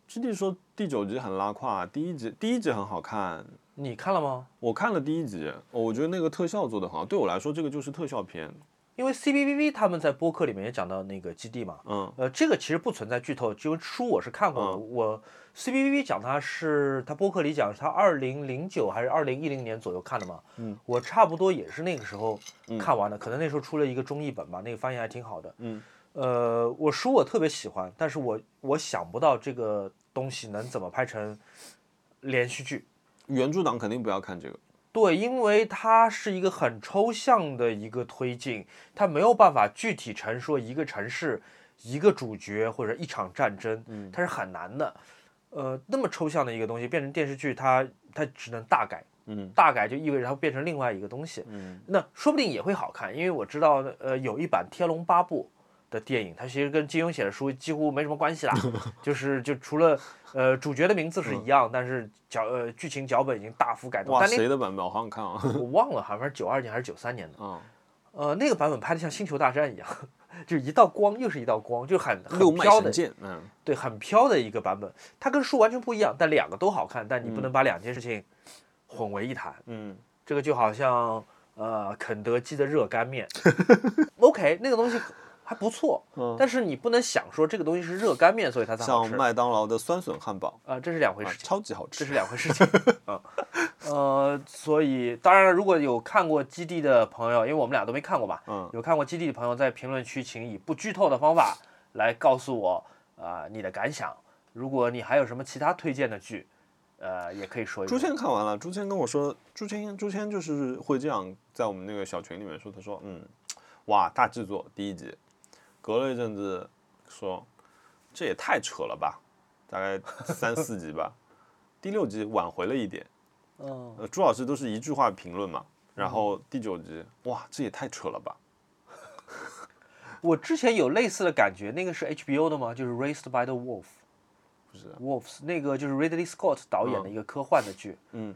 Speaker 1: 师弟说第九集很拉胯，第一集第一集很好看，
Speaker 2: 你看了吗？
Speaker 1: 我看了第一集，我觉得那个特效做的很好，对我来说这个就是特效片。
Speaker 2: 因为 C B B B 他们在播客里面也讲到那个基地嘛，
Speaker 1: 嗯
Speaker 2: 呃，这个其实不存在剧透，因为书我是看过的。我 C B B B 讲它是它播客里讲是它二零零九还是二零一零年左右看的嘛，
Speaker 1: 嗯，
Speaker 2: 我差不多也是那个时候看完的，可能那时候出了一个中译本吧，那个翻译还挺好的。
Speaker 1: 嗯
Speaker 2: 呃，我书我特别喜欢，但是我我想不到这个东西能怎么拍成连续剧。
Speaker 1: 原著党肯定不要看这个。
Speaker 2: 对，因为它是一个很抽象的一个推进，它没有办法具体陈说一个城市、一个主角或者一场战争，
Speaker 1: 嗯
Speaker 2: 它是很难的。呃，那么抽象的一个东西变成电视剧它，它只能大改，
Speaker 1: 嗯
Speaker 2: 大改就意味着它会变成另外一个东西。
Speaker 1: 嗯
Speaker 2: 那说不定也会好看，因为我知道，呃，有一版《天龙八部》的电影，它其实跟金庸写的书几乎没什么关 系啦，就是就除了呃主角的名字是一样，但是脚呃剧情脚本已经大幅改动。
Speaker 1: 哇，
Speaker 2: 但那
Speaker 1: 谁的版本？我好想看啊！
Speaker 2: 我忘了，好像是九二年还是九三年的，
Speaker 1: 啊，
Speaker 2: 呃，那个版本拍的像《星球大战》一样， 就是一道光又是一道光，就很
Speaker 1: 六
Speaker 2: 很
Speaker 1: 脉
Speaker 2: 飘的
Speaker 1: 神，剑，嗯，
Speaker 2: 对，很飘的一个版本。它跟书完全不一样，但两个都好看，但你不能把两件事情混为一谈。
Speaker 1: 嗯，
Speaker 2: 这个就好像呃肯德基的热 干面，OK，那个东西还不错，
Speaker 1: 嗯
Speaker 2: 但是你不能想说这个东西是热干面，所以它才好
Speaker 1: 像
Speaker 2: 吃。啊、呃
Speaker 1: 麦当劳的酸笋汉堡，
Speaker 2: 这是两回
Speaker 1: 啊
Speaker 2: 事情，
Speaker 1: 超级好
Speaker 2: 这
Speaker 1: 吃。
Speaker 2: 是两回事情。嗯， 呃，所以当然，如果有看过《基地》的朋友，因为我们俩都没看过嘛，
Speaker 1: 嗯
Speaker 2: 有看过《基地》的朋友在评论区，请以不剧透的方法来告诉我啊、你的感想。如果你还有什么其他推荐的剧，呃，也可以说一
Speaker 1: 朱
Speaker 2: 说。
Speaker 1: 谦看完了，朱谦跟我说，朱谦朱谦就是会这样在我们那个小群里面说，他说，嗯，哇，大制作第一集，隔了一阵子说，这也太扯了吧，大概三四集吧，第六集挽回了一点，
Speaker 2: 嗯，
Speaker 1: 呃，朱老师都是一句话评论嘛，然后第九集，哇，这也太扯了吧，
Speaker 2: 我之前有类似的感觉，那个是 HBO 的吗？就是《Raised by the Wolf》
Speaker 1: 不是，
Speaker 2: ，Wolves 那个就是 Ridley Scott 导演的一个科幻的剧。
Speaker 1: 嗯，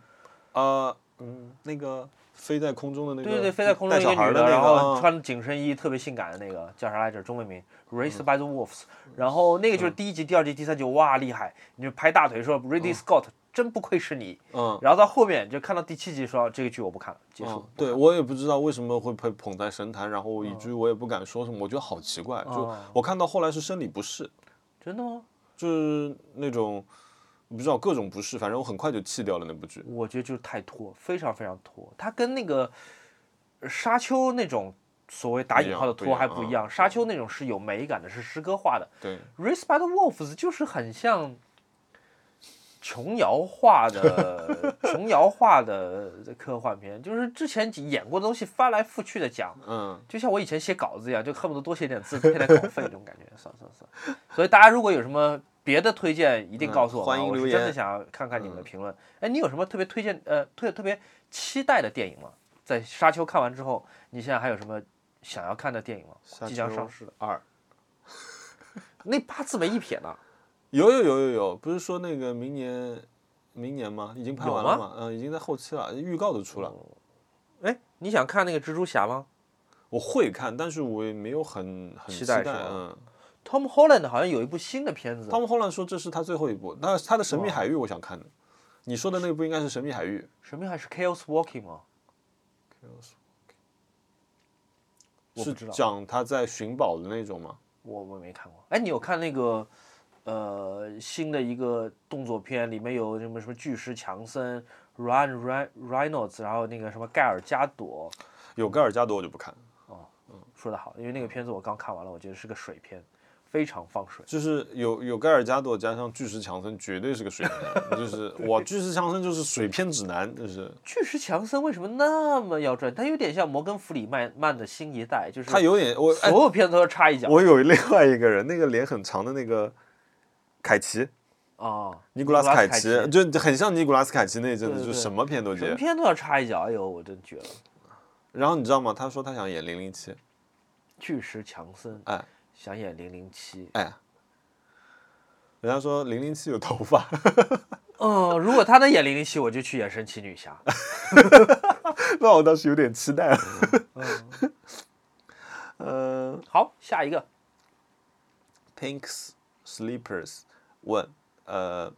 Speaker 1: 呃，嗯，那个飞在空中的那个，
Speaker 2: 对对对，飞在空中
Speaker 1: 带
Speaker 2: 一
Speaker 1: 小
Speaker 2: 个
Speaker 1: 孩
Speaker 2: 女
Speaker 1: 的那个，
Speaker 2: 然后
Speaker 1: 嗯
Speaker 2: 穿紧身衣，特别性感的那个叫啥来着？中文名《Raised by the Wolves》。然后那
Speaker 1: 嗯
Speaker 2: 个就是第一集、第二集、第三集，哇，厉害！你就拍大腿说 Ridley Scott 真不愧是你。
Speaker 1: 嗯。
Speaker 2: 然后到后面就看到第七集说这个剧我不看了，结束
Speaker 1: 嗯。，对我也不知道为什么会被捧在神坛，然后以
Speaker 2: 嗯
Speaker 1: 至于我也不敢说什么，我觉得好奇怪。就
Speaker 2: 哦
Speaker 1: 我看到后来是生理不适，
Speaker 2: 真的吗？
Speaker 1: 就是那种不知道各种不适，反正我很快就弃掉了那部剧。
Speaker 2: 我觉得就是太拖，非常非常拖。它跟那个呃沙丘那种所谓打
Speaker 1: 不一
Speaker 2: 引
Speaker 1: 样
Speaker 2: 号的
Speaker 1: 不一
Speaker 2: 拖还
Speaker 1: 样
Speaker 2: 不一
Speaker 1: 啊
Speaker 2: 样，沙丘那种是有美感的，是诗歌化的。
Speaker 1: 对，
Speaker 2: Race by the Wolves 就是很像琼瑶化的琼瑶化的科幻片，就是之前演过的东西翻来覆去的讲。
Speaker 1: 嗯，
Speaker 2: 就像我以前写稿子一样，就恨不得多写点字骗点稿费这种感觉，算了算了算了。所以大家如果有什么别的推荐，一定告诉我、
Speaker 1: 嗯欢迎留
Speaker 2: 我是
Speaker 1: 言嗯
Speaker 2: 真的想要看看你们的评论。哎、你有什么特别推荐呃特特别期待的电影吗？在《沙丘》看完之后，你现在还有什么想要看的电影吗？
Speaker 1: 沙
Speaker 2: 即将
Speaker 1: 丘
Speaker 2: 上市的
Speaker 1: 二
Speaker 2: 那八字没一撇呢，
Speaker 1: 有有有有有，不是说那个明年明年吗？已经拍完了
Speaker 2: 有吗嗯
Speaker 1: 吗？嗯，已经在后期了，预告都出了。
Speaker 2: 哎，你想看那个蜘蛛侠吗
Speaker 1: 我会看，但是我也没有很很
Speaker 2: 期
Speaker 1: 期
Speaker 2: 待
Speaker 1: 待。
Speaker 2: 是吧
Speaker 1: 嗯，
Speaker 2: ？Tom Holland 好像有一部新的片子，
Speaker 1: 汤姆·霍兰说这是他最后一部，那他的《神秘海域》我想看的。你说的那部应该是《神秘海域》。
Speaker 2: 什么还是 Chaos Walking 吗？我不
Speaker 1: 是
Speaker 2: 知道
Speaker 1: 讲他在寻宝的那种吗？
Speaker 2: 我我没看过。哎，你有看那个呃新的一个动作片，里面有什么什么巨石强森、Ryan Ryan Reynolds，然后那个什么盖尔加朵。
Speaker 1: 有盖尔加朵我就不看，
Speaker 2: 说得好，因为那个片子我刚看完了，我觉得是个水片，非常放水。
Speaker 1: 就是有有盖尔加朵加上巨石强森，绝对是个水片，就是哇，巨石强森就是水片指南，就是
Speaker 2: 巨石强森为什么那么要赚？他有点像摩根弗里曼曼的新一代，就是
Speaker 1: 他有点我哎，
Speaker 2: 所有啊片子都差一脚
Speaker 1: 我有另外一个人，那个脸很长的那个凯奇，
Speaker 2: 啊。
Speaker 1: 尼古拉斯凯
Speaker 2: 奇，
Speaker 1: 奇，就很像尼古拉斯凯奇那一阵
Speaker 2: 对
Speaker 1: 子，
Speaker 2: 对
Speaker 1: 就
Speaker 2: 对
Speaker 1: 什么片都
Speaker 2: 什么
Speaker 1: 接。
Speaker 2: 片都要插一脚，哎呦，我真绝了！
Speaker 1: 然后你知道吗？他说他想演零零七，
Speaker 2: 巨石强森
Speaker 1: 哎
Speaker 2: 想演零零七，
Speaker 1: 哎，人家说零零七有头发，
Speaker 2: 嗯，如果他能演零零七，我就去演神奇女侠。
Speaker 1: 那我倒是有点期待了。
Speaker 2: 嗯，
Speaker 1: 嗯、
Speaker 2: 好，下一个
Speaker 1: Pinks Sleepers 问，呃，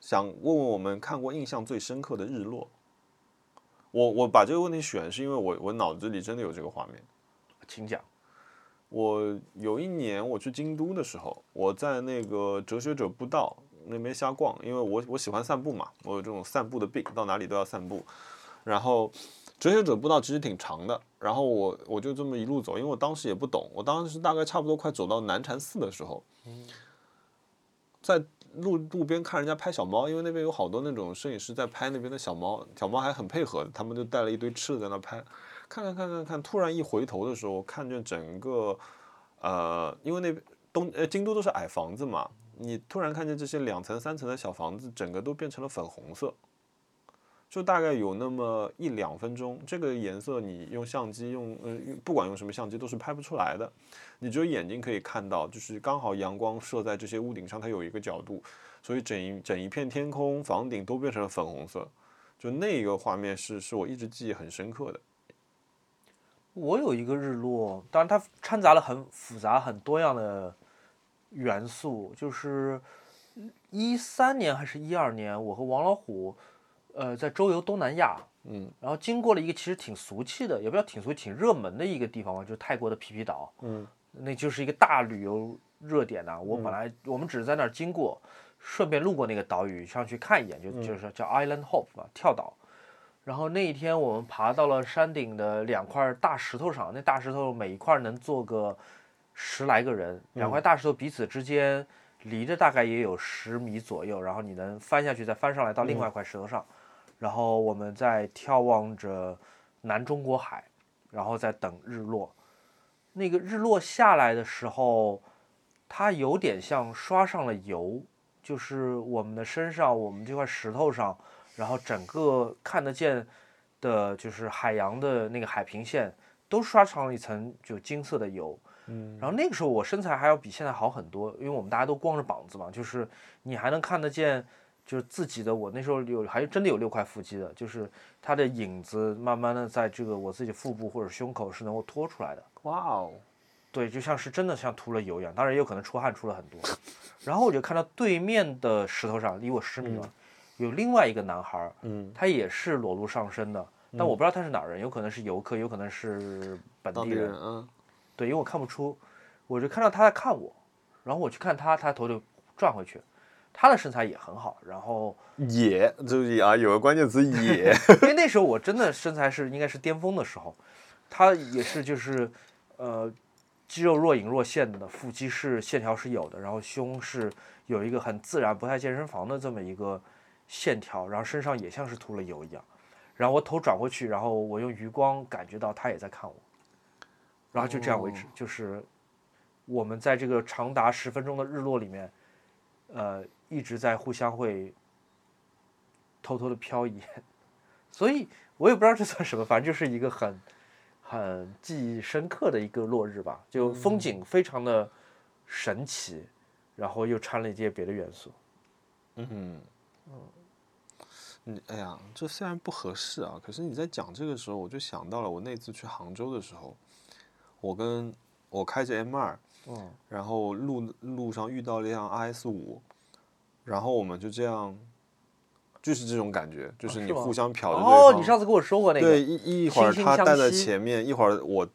Speaker 1: 想问问我们看过印象最深刻的日落。我我把这个问题选是因为我我脑子里真的有这个画面。
Speaker 2: 请讲。
Speaker 1: 我有一年我去京都的时候，我在那个哲学者步道那边瞎逛，因为我我喜欢散步嘛，我有这种散步的病，到哪里都要散步。然后哲学者步道其实挺长的，然后我我就这么一路走，因为我当时也不懂，我当时大概差不多快走到南禅寺的时候，在路路边看人家拍小猫，因为那边有好多那种摄影师在拍那边的小猫，小猫还很配合，他们就带了一堆吃的在那拍，看看看看看，突然一回头的时候，我看见整个呃，因为那边东呃京都都是矮房子嘛，你突然看见这些两层三层的小房子，整个都变成了粉红色，就大概有那么一两分钟，这个颜色你用相机用呃用不管用什么相机都是拍不出来的，你只有眼睛可以看到，就是刚好阳光射在这些屋顶上，它有一个角度，所以整一整一片天空房顶都变成了粉红色，就那个画面是是我一直记忆很深刻的。
Speaker 2: 我有一个日落，当然它掺杂了很复杂、很多样的元素。就是一三年还是一二年，我和王老虎，呃，在周游东南亚，
Speaker 1: 嗯
Speaker 2: 然后经过了一个其实挺俗气的，也不叫挺俗气、挺热门的一个地方吧，就是泰国的皮皮岛，
Speaker 1: 嗯
Speaker 2: 那就是一个大旅游热点呐、我本来我们只是在那儿经过，顺便路过那个岛屿上去看一眼，就就是叫 Island Hop 嘛，跳岛。然后那一天我们爬到了山顶的两块大石头上，那大石头每一块能坐个十来个人，两块大石头彼此之间离着大概也有十米左右，然后你能翻下去再翻上来到另外一块石头上，然后我们再眺望着南中国海，然后再等日落。那个日落下来的时候，它有点像刷上了油，就是我们的身上，我们这块石头上，然后整个看得见的，就是海洋的那个海平线都刷上了一层就金色的油。
Speaker 1: 嗯，
Speaker 2: 然后那个时候我身材还要比现在好很多，因为我们大家都光着膀子嘛，就是你还能看得见，就是自己的我那时候有还真的有六块腹肌的，就是它的影子慢慢的在这个我自己腹部或者胸口是能够拖出来的。
Speaker 1: 哇哦，
Speaker 2: 对，就像是真的像涂了油一样，当然也有可能出汗出了很多。然后我就看到对面的石头上，离我十米嘛，有另外一个男孩儿，
Speaker 1: 嗯，
Speaker 2: 他也是裸露上身的，但我不知道他是哪儿人，有可能是游客，有可能是本
Speaker 1: 当
Speaker 2: 地
Speaker 1: 地
Speaker 2: 人
Speaker 1: 人，嗯
Speaker 2: 对，因为我看不出，我就看到他在看我，然后我去看他，他头就转回去，他的身材也很好，然后
Speaker 1: 野就是啊，有个关键词 野，
Speaker 2: 因为那时候我真的身材是应该是巅峰的时候，他也是就是，呃，肌肉若隐若现的，腹肌是线条是有的，然后胸是有一个很自然不太健身房的这么一个线条，然后身上也像是涂了油一样，然后我头转过去，然后我用余光感觉到他也在看我，然后就这样为止，就是我们在这个长达十分钟的日落里面，呃，一直在互相会偷偷的瞟一眼。所以我也不知道这算什么，反正就是一个很很记忆深刻的一个落日吧，就
Speaker 1: 嗯
Speaker 2: 风景非常的神奇，然后又掺了一些别的元素。
Speaker 1: 嗯，你哎呀，这虽然不合适啊，可是你在讲这个时候，我就想到了我那次去杭州的时候，我跟我开着 M 二，
Speaker 2: 嗯，
Speaker 1: 然后路路上遇到了一辆 RS 五，然后我们就这样，就是这种感觉，就是
Speaker 2: 啊是
Speaker 1: 你
Speaker 2: 吗
Speaker 1: 互相瞟着
Speaker 2: 哦，
Speaker 1: 方
Speaker 2: 你上次跟我说过那
Speaker 1: 对
Speaker 2: 个，
Speaker 1: 一一会儿
Speaker 2: 惺惺
Speaker 1: 他
Speaker 2: 相
Speaker 1: 带在
Speaker 2: 惜
Speaker 1: 前面，一会儿我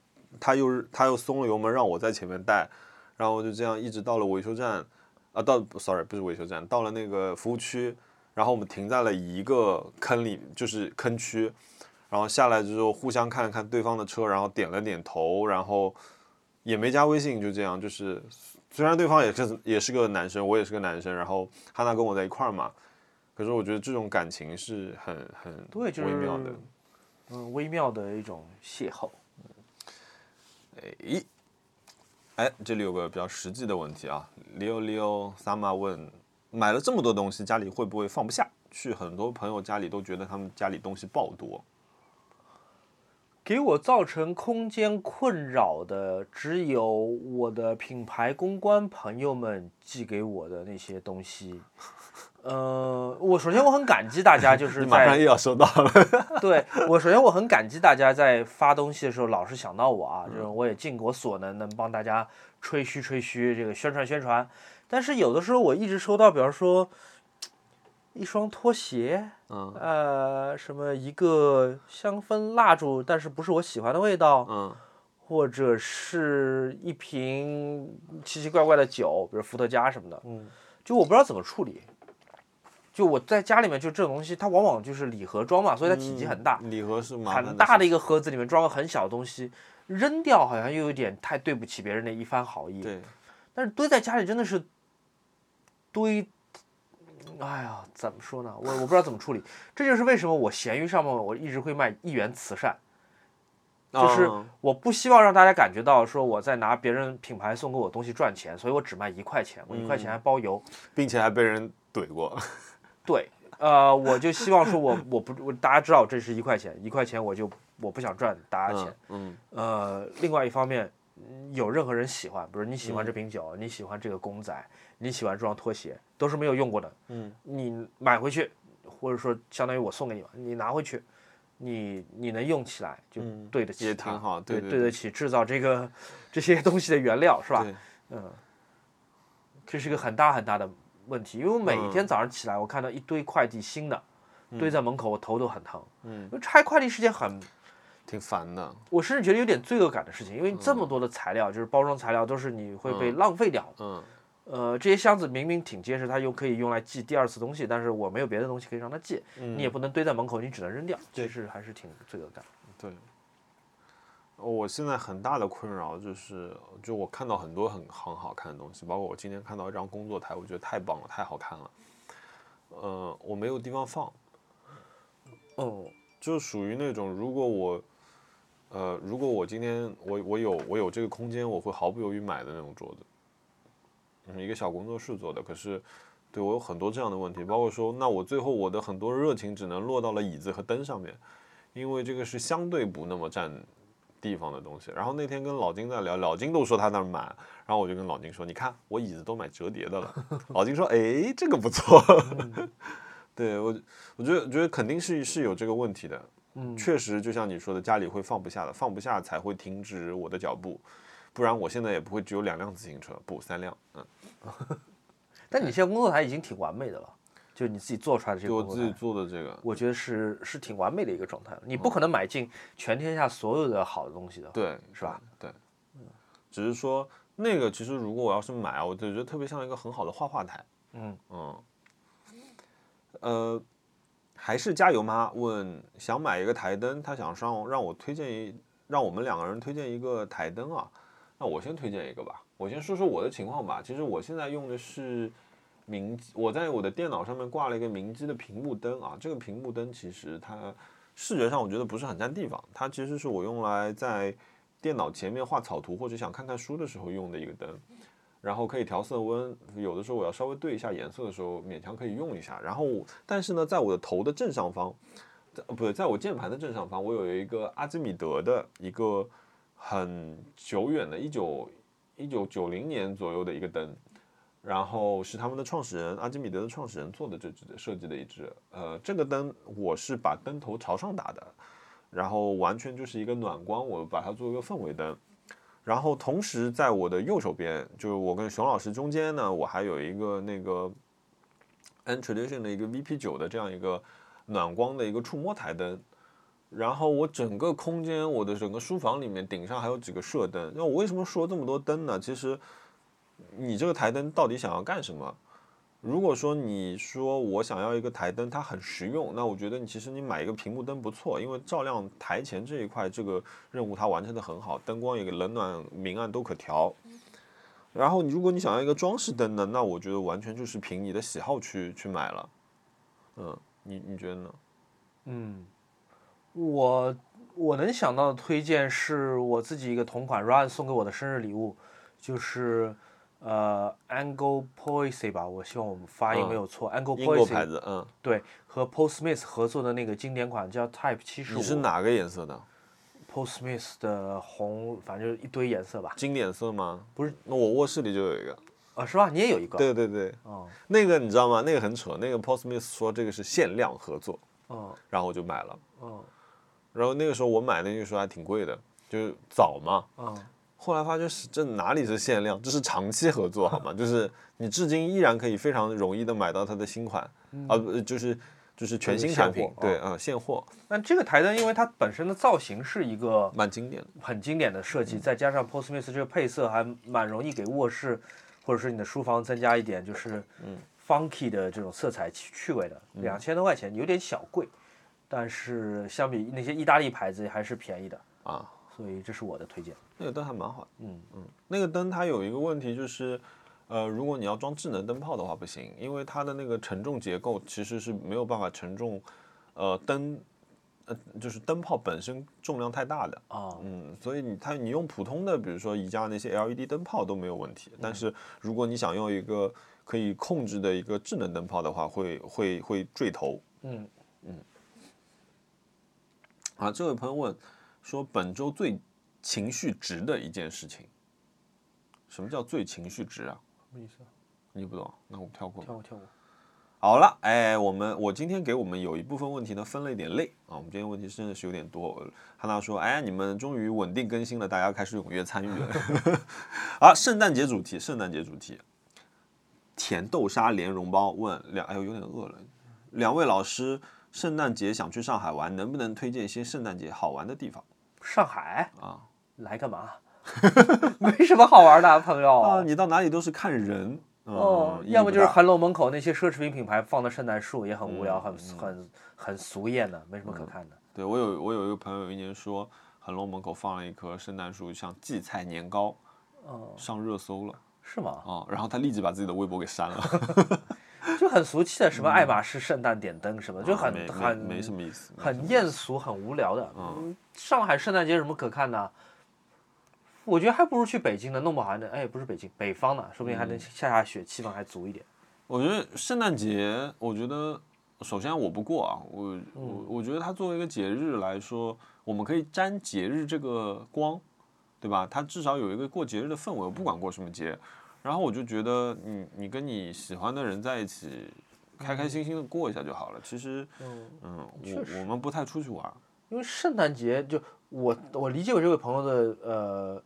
Speaker 1: 他又他又松了油门让我在前面带，然后就这样一直到了维修站，啊到 sorry 不是维修站，到了那个服务区，然后我们停在了一个坑里，就是坑区，然后下来之后互相看了看对方的车，然后点了点头，然后也没加微信，就这样就是。虽然对方也是也是个男生，我也是个男生，然后哈娜跟我在一块儿嘛，可是我觉得这种感情是很很
Speaker 2: 对就是
Speaker 1: 微妙的。
Speaker 2: 嗯，微妙的一种邂逅。
Speaker 1: 诶，哎，这里有个比较实际的问题啊，Leo Leo Sama 问，买了这么多东西，家里会不会放不下？去很多朋友家里都觉得他们家里东西爆多，
Speaker 2: 给我造成空间困扰的，只有我的品牌公关朋友们寄给我的那些东西。呃，我首先我很感激大家，就是
Speaker 1: 你马
Speaker 2: 在
Speaker 1: 上又要收到了。
Speaker 2: 对我，首先我很感激大家在发东西的时候老是想到我啊，就是我也尽我所能能帮大家吹嘘吹嘘，这个宣传宣传。但是有的时候我一直收到，比方说一双拖鞋，
Speaker 1: 嗯
Speaker 2: 呃，什么一个香氛蜡烛，但是不是我喜欢的味道，
Speaker 1: 嗯
Speaker 2: 或者是一瓶奇奇怪怪的酒，比如伏特加什么的，
Speaker 1: 嗯，
Speaker 2: 就我不知道怎么处理。就我在家里面，就这种东西，它往往就是礼盒装嘛，所以它体积很大，
Speaker 1: 嗯礼盒是麻烦
Speaker 2: 很大
Speaker 1: 的
Speaker 2: 的一个盒子里面装个很小的东西，扔掉好像又有点太对不起别人的一番好
Speaker 1: 事，
Speaker 2: 意。
Speaker 1: 对，
Speaker 2: 但是堆在家里真的是堆，哎呀，怎么说呢？我我不知道怎么处理。这就是为什么我闲鱼上面我一直会卖一元慈善，就是
Speaker 1: 嗯
Speaker 2: 我不希望让大家感觉到说我在拿别人品牌送给我东西赚
Speaker 1: 嗯
Speaker 2: 钱，所以我只卖一块钱，我一块钱还包邮。
Speaker 1: 并且还被人怼过，
Speaker 2: 对，呃，我就希望说我，我不，我大家知道这是一块钱，一块钱我就我不想赚大家钱。
Speaker 1: 嗯，
Speaker 2: 呃，另外一方面，嗯有任何人喜欢，比如你喜
Speaker 1: 嗯
Speaker 2: 欢这瓶酒，你喜欢这个公仔，你喜欢这双拖鞋，都是没有用过的。
Speaker 1: 嗯，
Speaker 2: 你买回去，或者说相当于我送给你吧，你拿回去，你你能用起来就
Speaker 1: 嗯
Speaker 2: 对得起它，
Speaker 1: 也挺好对
Speaker 2: 对
Speaker 1: 对
Speaker 2: 对得
Speaker 1: 对
Speaker 2: 起制造这个这些东西的原料是吧？
Speaker 1: 对
Speaker 2: 嗯，这是一个很大很大的问题，因为我每
Speaker 1: 嗯
Speaker 2: 一天早上起来，我看到一堆快递新的、堆在门口，我头都很疼。
Speaker 1: 嗯，
Speaker 2: 拆快递是件很，
Speaker 1: 挺烦的。
Speaker 2: 我甚至觉得有点罪恶感的事情，因为这么多的材料，就是包装材料，都是你会被浪费掉的。
Speaker 1: 嗯，
Speaker 2: 呃，这些箱子明明挺结实，它又可以用来寄第二次东西，但是我没有别的东西可以让它寄，
Speaker 1: 嗯
Speaker 2: 你也不能堆在门口，你只能扔掉，
Speaker 1: 对
Speaker 2: 这是还是挺罪恶感。
Speaker 1: 对。我现在很大的困扰就是，就我看到很多很很好看的东西，包括我今天看到一张工作台，我觉得太棒了，太好看了。呃，我没有地方放，
Speaker 2: 哦，
Speaker 1: 就属于那种如果我，呃，如果我今天我我有我有这个空间，我会毫不犹豫买的那种桌子，嗯，一个小工作室做的。可是，对我有很多这样的问题，包括说，那我最后我的很多热情只能落到了椅子和灯上面，因为这个是相对不那么占地方的东西。然后那天跟老金在聊，老金都说他那儿买，然后我就跟老金说，你看我椅子都买折叠的了。老金说， 哎，这个不错。 对我，我觉得觉得肯定是是有这个问题的，
Speaker 2: 嗯，
Speaker 1: 确实，就像你说的，家里会放不下的，放不下才会停止我的脚步，不然我现在也不会只有两辆自行车，不，三辆。嗯，
Speaker 2: 但你现在工作台已经挺完美的了，就是你自己做出来的这
Speaker 1: 就
Speaker 2: 个
Speaker 1: 我
Speaker 2: 工作
Speaker 1: 自己
Speaker 2: 台。
Speaker 1: 做的这个，
Speaker 2: 我觉得是是挺完美的一个状态了。你不可能买进全天下所有的好的东西的。，
Speaker 1: 对，
Speaker 2: 是吧？
Speaker 1: 对，只是说那个，其实如果我要是买啊，我就觉得特别像一个很好的画画台。
Speaker 2: 嗯
Speaker 1: 嗯，呃，还是加油妈问想买一个台灯，她想让让我推荐一让我们两个人推荐一个台灯啊。那我先推荐一个吧，我先说说我的情况吧。其实我现在用的是明基，我在我的电脑上面挂了一个明基的屏幕灯啊。这个屏幕灯其实它视觉上我觉得不是很占地方，它其实是我用来在电脑前面画草图或者想看看书的时候用的一个灯。然后可以调色温，有的时候我要稍微对一下颜色的时候，勉强可以用一下。然后我，但是呢，在我的头的正上方，在呃不对，在我键盘的正上方，我有一个阿基米德的一个很久远的，一九一九九零年左右的一个灯，然后是他们的创始人阿基米德的创始人做的这只设计的一只。呃，这个灯我是把灯头朝上打的，然后完全就是一个暖光，我把它做一个氛围灯。然后同时在我的右手边，就是我跟熊老师中间呢，我还有一个那个 N Tradition 的一个 VP 九的这样一个暖光的一个触摸台灯。然后我整个空间，我的整个书房里面顶上还有几个射灯。那我为什么说这么多灯呢？其实你这个台灯到底想要干什么？如果说你说我想要一个台灯，它很实用，那我觉得你其实你买一个屏幕灯不错，因为照亮台前这一块这个任务它完成的很好，灯光也冷暖明暗都可调。然后你如果你想要一个装饰灯呢，那我觉得完全就是凭你的喜好去去买了。嗯，你你觉得呢？
Speaker 2: 嗯，我我能想到的推荐是我自己一个同款 Ryan 送给我的生日礼物，就是呃 Angle Poise 吧，我希望我们发音没有错。Angle
Speaker 1: 嗯英国
Speaker 2: Poise
Speaker 1: 牌子，嗯，
Speaker 2: 对，和 Paul Smith 合作的那个经典款叫 Type 七十五。
Speaker 1: 你是哪个颜色的？
Speaker 2: Paul Smith 的红，反正就是一堆颜色吧。
Speaker 1: 经典色吗？
Speaker 2: 不是，
Speaker 1: 那我卧室里就有一个。
Speaker 2: 啊，是吧？你也有一个。。
Speaker 1: 对对对，
Speaker 2: 哦、
Speaker 1: 那个你知道吗？那个很扯，那个 Paul Smith 说这个是限量合作，
Speaker 2: 嗯
Speaker 1: 然后我就买了。
Speaker 2: 嗯
Speaker 1: 然后那个时候我买那个时候还挺贵的，就是早嘛，
Speaker 2: 嗯
Speaker 1: 后来发觉是这哪里是限量，这是长期合作好吗？ 就是你至今依然可以非常容易的买到它的新款，啊，不就是就是全新产品
Speaker 2: 现，货
Speaker 1: 对，啊，现货，
Speaker 2: 那这个台灯，因为它本身的造型是一个
Speaker 1: 蛮经典的。
Speaker 2: 很经典的设计，再加上 Paul Smith 这个配色，还蛮容易给卧室或者是你的书房增加一点就是嗯 funky 的这种色彩趣趣味的。两千多块钱有点小贵，但是相比那些意大利牌子还是便宜的
Speaker 1: 啊。
Speaker 2: 所以这是我的推荐。
Speaker 1: 那个灯还蛮好的，
Speaker 2: 嗯
Speaker 1: 嗯，那个灯它有一个问题就是，呃，如果你要装智能灯泡的话不行，因为它的那个承重结构其实是没有办法承重，呃，灯，呃，就是灯泡本身重量太大的，
Speaker 2: 啊、
Speaker 1: 嗯，所以你它你 E 用普通的，比如说宜家那些 LED 灯泡都没有问题，但是如果你想用一个可以控制的一个智能灯泡的话，会会会坠头。
Speaker 2: 嗯
Speaker 1: 啊，这位朋友问说，本周最情绪值的一件事情，什么叫最情绪值啊？
Speaker 2: 什么意思啊？
Speaker 1: 你不懂，那我们跳过吧。
Speaker 2: 跳舞跳舞。
Speaker 1: 好了，哎，我们我今天给我们有一部分问题呢分了一点类啊，我们今天问题真的是有点多。汉娜说，哎，你们终于稳定更新了，大家开始踊跃参与了。 好，圣诞节主题，圣诞节主题，甜豆沙莲蓉包问两，哎呦，有点饿了。两位老师，圣诞节想去上海玩，能不能推荐一些圣诞节好玩的地方
Speaker 2: 上海
Speaker 1: 啊？
Speaker 2: 来干嘛？ 没什么好玩的、啊，朋友。
Speaker 1: 啊，你到哪里都是看人，嗯、
Speaker 2: 哦，
Speaker 1: 意义
Speaker 2: 要么
Speaker 1: 不
Speaker 2: 就是
Speaker 1: 大
Speaker 2: 韩楼门口那些奢侈品品牌放的圣诞树也很无聊，很很很俗艳的，没什么可看的。
Speaker 1: 对我有我有一个朋友有一年说，恒隆门口放了一棵圣诞树，像荠菜年糕，
Speaker 2: 哦，
Speaker 1: 上热搜了
Speaker 2: 是吗？
Speaker 1: 啊、然后他立即把自己的微博给删了，
Speaker 2: 就很俗气的，什么爱马仕圣诞点灯什么的，就很
Speaker 1: 嗯啊没没
Speaker 2: 很
Speaker 1: 没什么意思，没什么
Speaker 2: 很
Speaker 1: 意
Speaker 2: 艳俗、很无聊的。嗯，上海圣诞节有什么可看的？我觉得还不如去北京呢，弄不好还能哎，不是北京，北方呢，说不定还
Speaker 1: 嗯
Speaker 2: 能下下雪，气氛还足一点。
Speaker 1: 思。我觉得圣诞节，我觉得首先我不过啊，
Speaker 2: 嗯
Speaker 1: 我我我觉得它作为一个节日来说，我们可以沾节日这个光，对吧？它至少有一个过节日的氛围，我不管过什么节。然后我就觉得你你跟你喜欢的人在一起，开开心心的过一下就好了。其实，
Speaker 2: 嗯，
Speaker 1: 嗯，
Speaker 2: 确
Speaker 1: 我我们不太出去玩儿，
Speaker 2: 因为圣诞节就我我理解我这位朋友的呃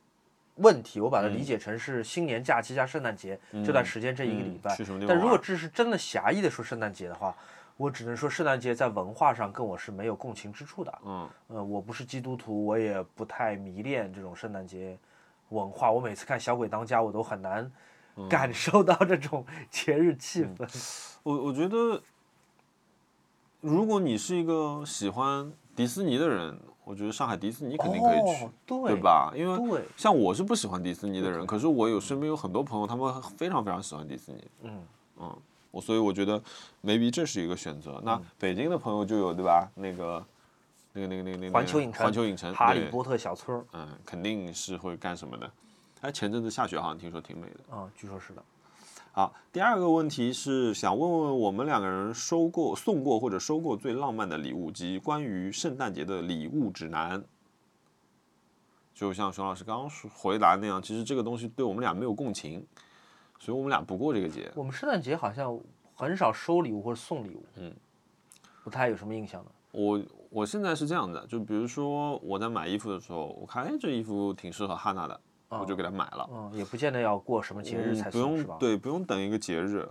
Speaker 2: 问题，我
Speaker 1: 嗯
Speaker 2: 把它理解成是新年假期加圣诞节、这段时间这一个礼
Speaker 1: 嗯
Speaker 2: 拜。
Speaker 1: 去什么地方
Speaker 2: 但如果
Speaker 1: 玩
Speaker 2: 这是真的狭义的说圣诞节的话，我只能说圣诞节在文化上跟我是没有共情之处的。
Speaker 1: 嗯
Speaker 2: 呃，我不是基督徒，我也不太迷恋这种圣诞节文化。我每次看《小鬼当家》，我都很难
Speaker 1: 嗯
Speaker 2: 感受到这种 节日气氛。
Speaker 1: 我我觉得，如果你是一个喜欢迪士尼的人，我觉得上海迪士尼肯定可以去，
Speaker 2: 哦、对
Speaker 1: 对？吧？因为
Speaker 2: 对，
Speaker 1: 像我是不喜欢迪士尼的人，可是我有身边有很多朋友，他们非常非常喜欢迪士尼，
Speaker 2: 嗯，
Speaker 1: 嗯，我所以我觉得 maybe 这是一个选择。
Speaker 2: 嗯
Speaker 1: 那北京的朋友就有对吧？那个。那个、那个、那个、那个
Speaker 2: 环球影城
Speaker 1: 环球影城，
Speaker 2: 哈利
Speaker 1: 对
Speaker 2: 波特小村儿
Speaker 1: 嗯，肯定是会干什么的。哎，前阵子下雪好像听说挺美的。
Speaker 2: 啊、据说是的。
Speaker 1: 好，第二个问题是想问问我们两个人收过、送过或者收过最浪漫的礼物及关于圣诞节的礼物指南。就像熊老师刚刚说回答那样，其实这个东西对我们俩没有共情，所以我们俩不过这个节。
Speaker 2: 我们圣诞节好像很少收礼物或者送礼物，
Speaker 1: 嗯，
Speaker 2: 不太有什么印象的。
Speaker 1: 我我现在是这样的，就比如说我在买衣服的时候，我看哎这衣服挺适合汉娜的，我就给她买了。
Speaker 2: 嗯，也不见得要过什么节日
Speaker 1: 嗯
Speaker 2: 才
Speaker 1: 不
Speaker 2: 送，是
Speaker 1: 用
Speaker 2: 吧？
Speaker 1: 对，不用等一个节日。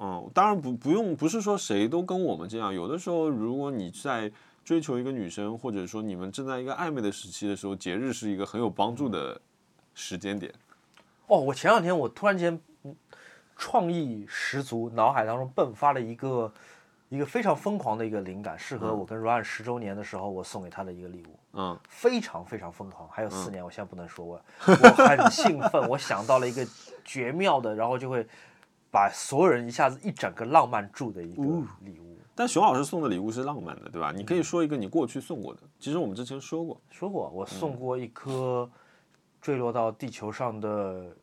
Speaker 1: 嗯，当然不不用，不是说谁都跟我们这样。有的时候，如果你在追求一个女生，或者说你们正在一个暧昧的时期的时候，节日是一个很有帮助的时间点。
Speaker 2: 哦，我前两天我突然间嗯创意十足，脑海当中迸发了一个一个非常疯狂的一个灵感，适合我跟 Ryan 十周年的时候我送给他的一个礼物，
Speaker 1: 嗯，
Speaker 2: 非常非常疯狂。还有四年，我现在不能说我我很兴奋，我想到了一个绝妙的，然后就会把所有人一下子一整个浪漫住的一个礼物。
Speaker 1: 但熊老师送的礼物是浪漫的，对吧？你
Speaker 2: 嗯
Speaker 1: 可以说一个你过去送过的，其实我们之前说过，
Speaker 2: 说过，我送过一颗坠落到地球上的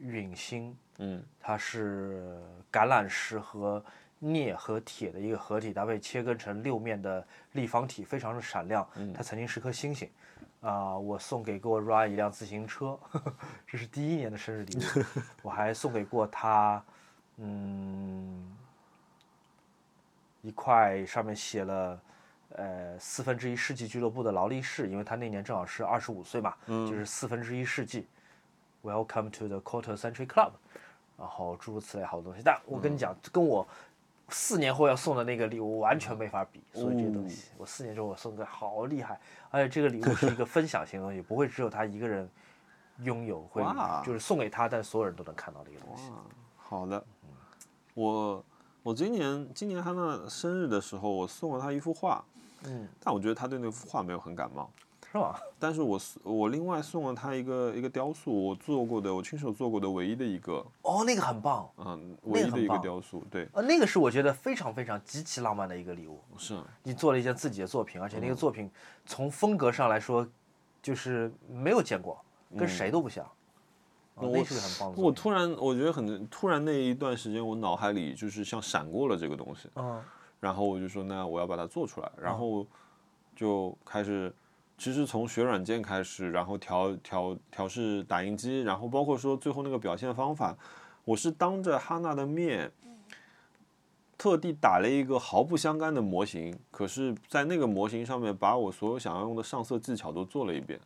Speaker 2: 陨星。
Speaker 1: 嗯
Speaker 2: 它是橄榄石和镍和铁的一个合体，它被切割成六面的立方体，非常的闪亮。它曾经是颗星星。啊、我送给过 Ryan 一辆自行车，这是第一年的生日礼物。我还送给过他，嗯，一块上面写了。呃，四分之一世纪俱乐部的劳力士，因为他那年正好是二十五岁嘛，就是四分之一世纪。Welcome to the Quarter Century Club，然后诸如此类好多东西。但我跟你讲，跟我四年后要送的那个礼物完全没法比，所以这些东西，我四年之后我送个好厉害，而且这个礼物是一个分享型的东西，不会只有他一个人拥有，会
Speaker 1: 哇
Speaker 2: 就是送给他，但所有人都能看到的一个东西。
Speaker 1: 好的。我我今年今年他那生日的时候，我送了他一幅画，
Speaker 2: 嗯，
Speaker 1: 但我觉得他对那幅画没有很感冒。
Speaker 2: 是吗？
Speaker 1: 但是我送我另外送了他一个一个雕塑，我做过的，我亲手做过的唯一的一个，
Speaker 2: 哦，那个很棒。
Speaker 1: 嗯，
Speaker 2: 那
Speaker 1: 唯
Speaker 2: 个
Speaker 1: 一的
Speaker 2: 很
Speaker 1: 一个
Speaker 2: 棒
Speaker 1: 雕塑，对，
Speaker 2: 呃，那个是我觉得非常非常极其浪漫的一个礼物。
Speaker 1: 是啊，
Speaker 2: 你做了一件自己的作品，而且那个作品嗯从风格上来说，就是没有见过，跟谁都不像。啊那是个很棒的作品。
Speaker 1: 我突然我觉得很突然那一段时间，我脑海里就是像闪过了这个东西，
Speaker 2: 嗯
Speaker 1: 然后我就说那我要把它做出来，然后就开始，其实从学软件开始，然后调调调试打印机，然后包括说最后那个表现方法，我是当着哈娜的面。特地打了一个毫不相干的模型，可是，在那个模型上面，把我所有想要用的上色技巧都做了一遍。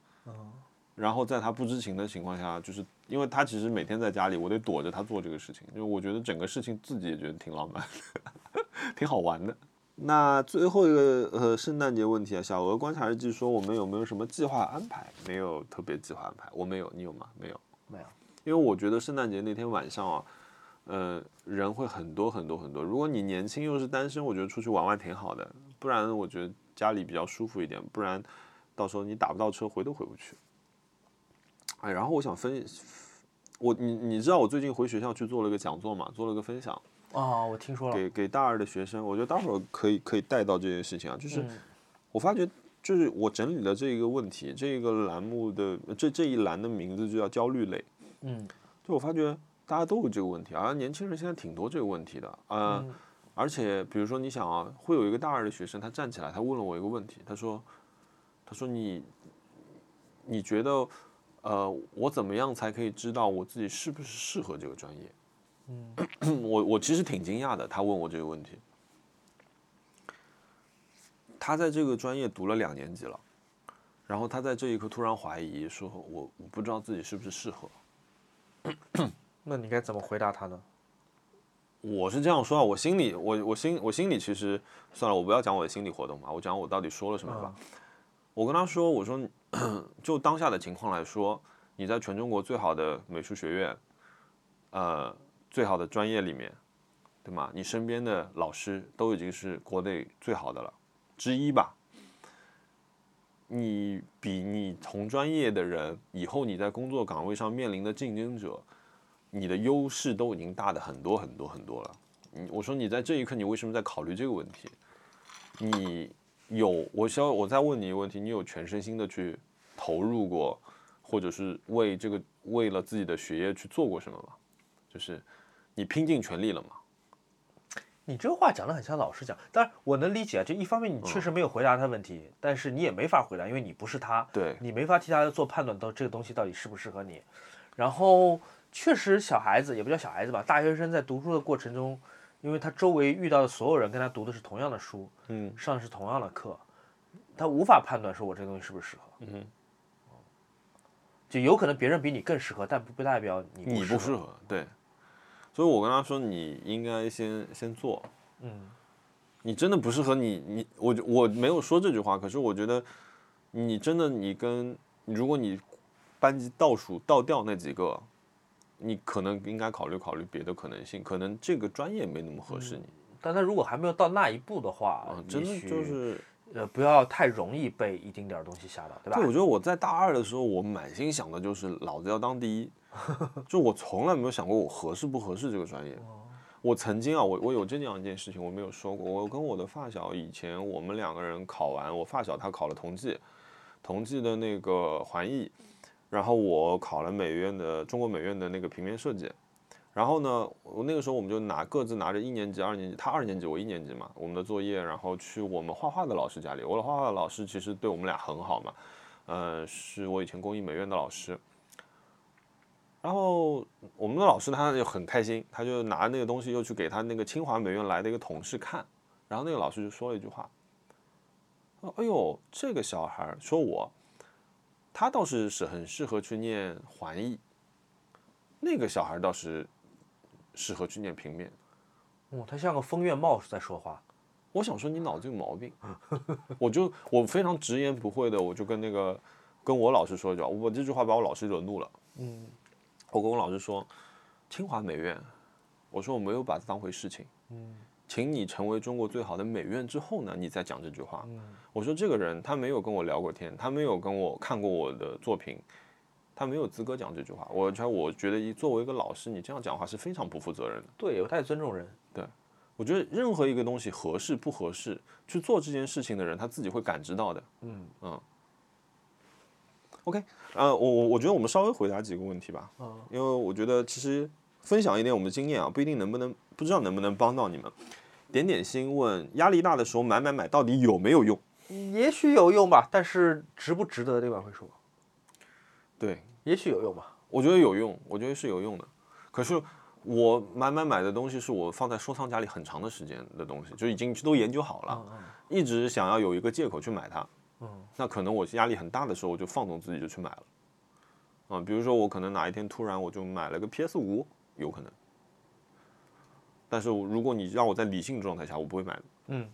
Speaker 1: 然后在他不知情的情况下，就是因为他其实每天在家里，我得躲着他做这个事情。就我觉得整个事情自己也觉得挺浪漫的，挺好玩的。那最后一个呃圣诞节问题啊，小鹅观察日记说我们有没有什么计划安排？没有特别计划安排，我没有，你有吗？没有，
Speaker 2: 没有。
Speaker 1: 因为我觉得圣诞节那天晚上啊，呃，人会很多很多很多。如果你年轻又是单身，我觉得出去玩玩挺好的，不然我觉得家里比较舒服一点，不然到时候你打不到车回都回不去。哎，然后我想分，我你你知道我最近回学校去做了个讲座嘛，做了个分享，
Speaker 2: 啊，我听说了，
Speaker 1: 给给大二的学生，我觉得待会儿可以可以带到这件事情啊，就是
Speaker 2: 嗯
Speaker 1: 我发觉就是我整理了这个问题，这个栏目的这这一栏的名字就叫焦虑类，
Speaker 2: 嗯
Speaker 1: 就我发觉大家都有这个问题，而年轻人现在挺多这个问题的，呃，
Speaker 2: 嗯
Speaker 1: 而且比如说你想啊，会有一个大二的学生，他站起来，他问了我一个问题，他说，他说你，你觉得，呃，我怎么样才可以知道我自己是不是适合这个专业？
Speaker 2: 嗯，
Speaker 1: 我我其实挺惊讶的，他问我这个问题。他在这个专业读了两年级了，然后他在这一刻突然怀疑，说我我不知道自己是不是适合。
Speaker 2: 那你该怎么回答他呢？
Speaker 1: 我是这样说啊，我心里，我我心我心里其实算了，我不要讲我的心理活动嘛，我讲我到底说了什么
Speaker 2: 啊
Speaker 1: 吧。我跟他说，我说 就当下的情况来说，你在全中国最好的美术学院，呃，最好的专业里面，对吗？你身边的老师都已经是国内最好的了之一吧。你比你同专业的人，以后你在工作岗位上面临的竞争者，你的优势都已经大的很多很多很多了。你我说你在这一刻，你为什么在考虑这个问题？你有我需要我再问你一个问题，你有全身心的去投入过，或者是为这个为了自己的学业去做过什么吗？就是你拼尽全力了吗？
Speaker 2: 你这话讲的很像老师讲，当然我能理解啊，就一方面你确
Speaker 1: 嗯
Speaker 2: 实没有回答他的问题，但是你也没法回答，因为你不是他，
Speaker 1: 对
Speaker 2: 你没法替他做判断，到这个东西到底适不适合你。然后确实小孩子也不叫小孩子吧，大学生在读书的过程中，因为他周围遇到的所有人跟他读的是同样的书，
Speaker 1: 嗯，
Speaker 2: 上的是同样的课，他无法判断说我这个东西适不适合，
Speaker 1: 嗯，
Speaker 2: 就有可能别人比你更适合，但不不代表你
Speaker 1: 你
Speaker 2: 不
Speaker 1: 不
Speaker 2: 适
Speaker 1: 适
Speaker 2: 合。
Speaker 1: 合，对。所以我跟他说，你应该先先做，
Speaker 2: 嗯
Speaker 1: 你真的不适合你，你我我没有说这句话，可是我觉得你真的你跟如果你班级倒数倒掉那几个，你可能应该考虑考虑别的可能性，可能这个专业没那么合适你
Speaker 2: 但他如果还没有到那一步哦的话，
Speaker 1: 啊，真的
Speaker 2: 嗯也许
Speaker 1: 就是
Speaker 2: 呃，不要太容易被一丁点儿东西吓到，对吧？
Speaker 1: 对，我觉得我在大二的时候，我满心想的就是老子要当第一， 就我从来没有想过我合适不合适这个专业。
Speaker 2: 哦
Speaker 1: 我曾经啊，我我有这样一件事情我没有说过，我跟我的发小以前我们两个人考完，我发小他考了同济，同济的那个环艺，然后我考了美院的中国美院的那个平面设计。然后呢，我那个时候我们就拿各自拿着一年级、二年级，他二年级，我一年级嘛，我们的作业，然后去我们画画的老师家里。我的画画的老师其实对我们俩很好嘛，呃，是我以前工艺美院的老师。然后我们的老师他就很开心，他就拿那个东西又去给他那个清华美院来的一个同事看，然后那个老师就说了一句话，他说：“哎呦，这个小孩儿说我，他倒是是很适合去念环艺，那个小孩儿倒是适合去念平面。”
Speaker 2: 哦，他像个风月帽在说话。
Speaker 1: 我想说你脑子有毛病，
Speaker 2: 啊
Speaker 1: 我就我非常直言不讳的，我就跟那个跟我老师说一句话，我这句话把我老师惹怒了。
Speaker 2: 嗯，
Speaker 1: 我跟我老师说，清华美院，我说我没有把它当回事情。
Speaker 2: 嗯，
Speaker 1: 请你成为中国最好的美院之后呢，你再讲这句话。
Speaker 2: 嗯
Speaker 1: 我说这个人他没有跟我聊过天，他没有跟我看过我的作品，他没有资格讲这句话。我觉得我觉得一作为一个老师，你这样讲话是非常不负责任的。
Speaker 2: 对，不太尊重人。
Speaker 1: 我觉得任何一个东西合适不合适，去做这件事情的人，他自己会感知到的。
Speaker 2: 嗯
Speaker 1: 嗯。 OK，呃，我我我觉得我们稍微回答几个问题吧，
Speaker 2: 嗯
Speaker 1: 因为我觉得其实分享一点我们的经验啊，不一定能不能不知道能不能帮到你们。点点心问：压力大的时候买买买到底有没有用？
Speaker 2: 也许有用吧，但是值不值得另外一回事吧。
Speaker 1: 对，
Speaker 2: 也许有用吧。
Speaker 1: 我觉得有用，我觉得是有用的。可是我买买买的东西是我放在收藏夹里很长的时间的东西，就已经都研究好了，一直想要有一个借口去买它。
Speaker 2: 嗯，
Speaker 1: 那可能我压力很大的时候，我就放纵自己就去买了。嗯，比如说我可能哪一天突然我就买了个 PS 五，有可能。但是我如果你让我在理性状态下，我不会买的。
Speaker 2: 嗯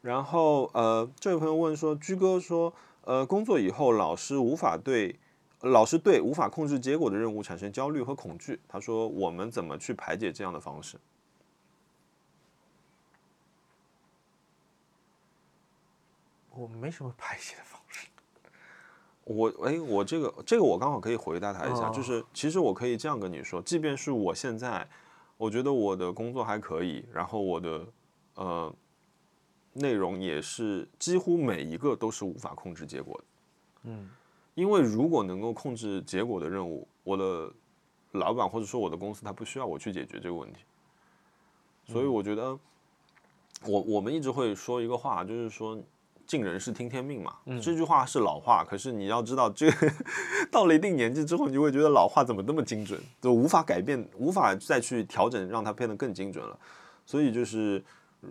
Speaker 1: 然后呃，这位朋友问说，居哥说，呃，工作以后老师无法对老师对无法控制结果的任务产生焦虑和恐惧。他说，我们怎么去排解这样的方式？
Speaker 2: 我没什么排解的方式。
Speaker 1: 我哎，我这个这个我刚好可以回答他一下，
Speaker 2: 哦
Speaker 1: 就是其实我可以这样跟你说，即便是我现在，我觉得我的工作还可以，然后我的呃内容也是几乎每一个都是无法控制结果的，
Speaker 2: 嗯
Speaker 1: 因为如果能够控制结果的任务，我的老板或者说我的公司他不需要我去解决这个问题，所以我觉得我我们一直会说一个话，就是说尽人事听天命嘛。这句话是老话，可是你要知道，这个到了一定年纪之后，你就会觉得老话怎么那么精准，就无法改变，无法再去调整，让它变得更精准了。所以就是。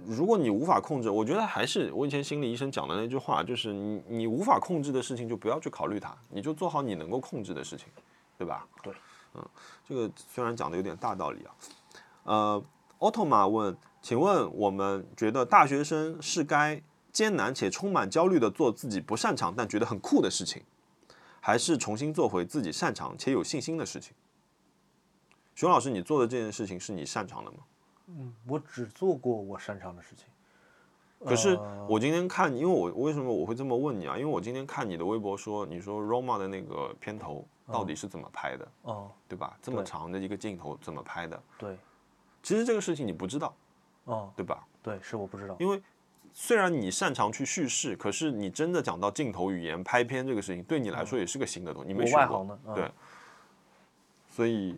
Speaker 1: 如果你无法控制，我觉得还是我以前心理医生讲的那句话，就是你你无法控制的事情就不要去考虑它，你就做好你能够控制的事情，对吧？
Speaker 2: 对，
Speaker 1: 嗯，这个虽然讲的有点大道理啊，呃，奥特曼问，请问我们觉得大学生是该艰难且充满焦虑的做自己不擅长但觉得很酷的事情，还是重新做回自己擅长且有信心的事情？熊老师，你做的这件事情是你擅长的吗？
Speaker 2: 嗯我只做过我擅长的事情。呃
Speaker 1: 可是
Speaker 2: 啊
Speaker 1: 我今天看，因为我为什么我会这么问你啊？因为我今天看你的微博说，你说 Roma 的那个片头到
Speaker 2: 嗯
Speaker 1: 底是怎么拍的，
Speaker 2: 哦，
Speaker 1: 对吧？这么长的一个镜头怎么拍的？
Speaker 2: 对，
Speaker 1: 其实这个事情你不知道，
Speaker 2: 哦，
Speaker 1: 对吧？
Speaker 2: 对，是我不知道。
Speaker 1: 因为虽然你擅长去叙事，可是你真的讲到镜头语言、拍片这个事情，对你来说也是个新的东西，你没
Speaker 2: 我
Speaker 1: 学
Speaker 2: 嗯外
Speaker 1: 过
Speaker 2: 行。的，嗯
Speaker 1: 对所以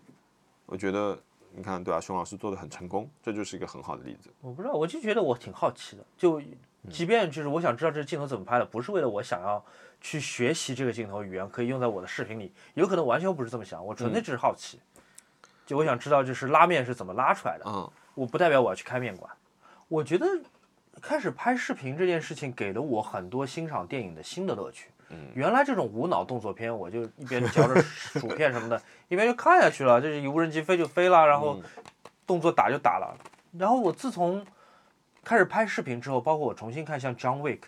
Speaker 1: 我觉得，你看，对吧？熊老师做的很成功，这就是一个很好的例子。
Speaker 2: 我不知道，我就觉得我挺好奇的，就即便就是我想知道这镜头怎么拍的，不是为了我想要去学习这个镜头语言可以用在我的视频里，有可能完全不是这么想，我纯粹只是好奇，就我想知道就是拉面是怎么拉出来的，
Speaker 1: 嗯，
Speaker 2: 我不代表我要去开面馆。我觉得开始拍视频这件事情给了我很多欣赏电影的新的乐趣。原来这种无脑动作片，我就一边嚼着薯片什么的，一边就看下去了，就是无人机飞就飞了，然后动作打就打了。然后我自从开始拍视频之后，包括我重新看像《John Wick》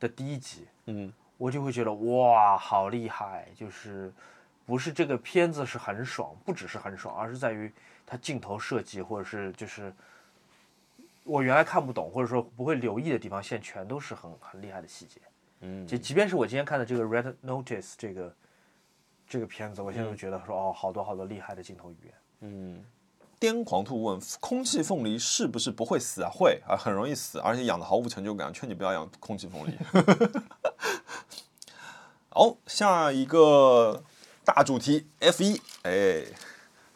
Speaker 2: 的第一集，
Speaker 1: 嗯，
Speaker 2: 我就会觉得哇，好厉害！就是不是这个片子是很爽，不只是很爽，而是在于它镜头设计，或者是就是我原来看不懂，或者说不会留意的地方，现在全都是很很厉害的细节。
Speaker 1: 嗯
Speaker 2: 就即便是我今天看的这个《Red Notice》这个这个片子，我现在都觉得说、哦，好多好多厉害的镜头语言。
Speaker 1: 嗯，癫狂兔问：空气凤梨是不是不会死啊？会啊，很容易死，而且养的毫无成就感，劝你不要养空气凤梨。 好，下一个大主题 F 一，哎，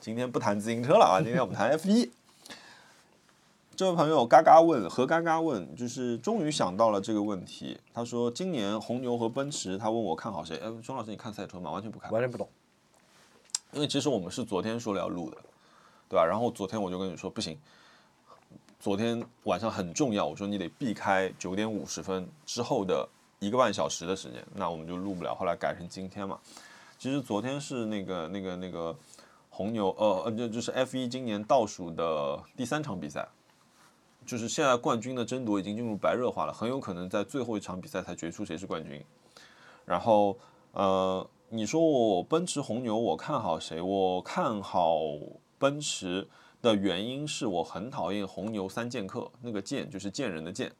Speaker 1: 今天不谈自行车了啊，今天我们谈 F 一。这位朋友嘎嘎问何嘎嘎问，就是终于想到了这个问题。他说今年红牛和奔驰，他问我看好谁？哎，钟老师你看赛车吗？完全不看，
Speaker 2: 完全不懂。
Speaker 1: 因为其实我们是昨天说了要录的，对吧？然后昨天我就跟你说不行，昨天晚上很重要，我说你得避开九点五十分之后的一个半小时的时间，那我们就录不了。后来改成今天嘛。其实昨天是那个那个那个红牛，呃，呃就就是 F 一今年倒数的第三场比赛，就是现在冠军的争夺已经进入白热化了，很有可能在最后一场比赛才决出谁是冠军。然后呃，你说我奔驰红牛，我看好谁？我看好奔驰的原因是我很讨厌红牛三剑客，那个剑 就是贱人的贱。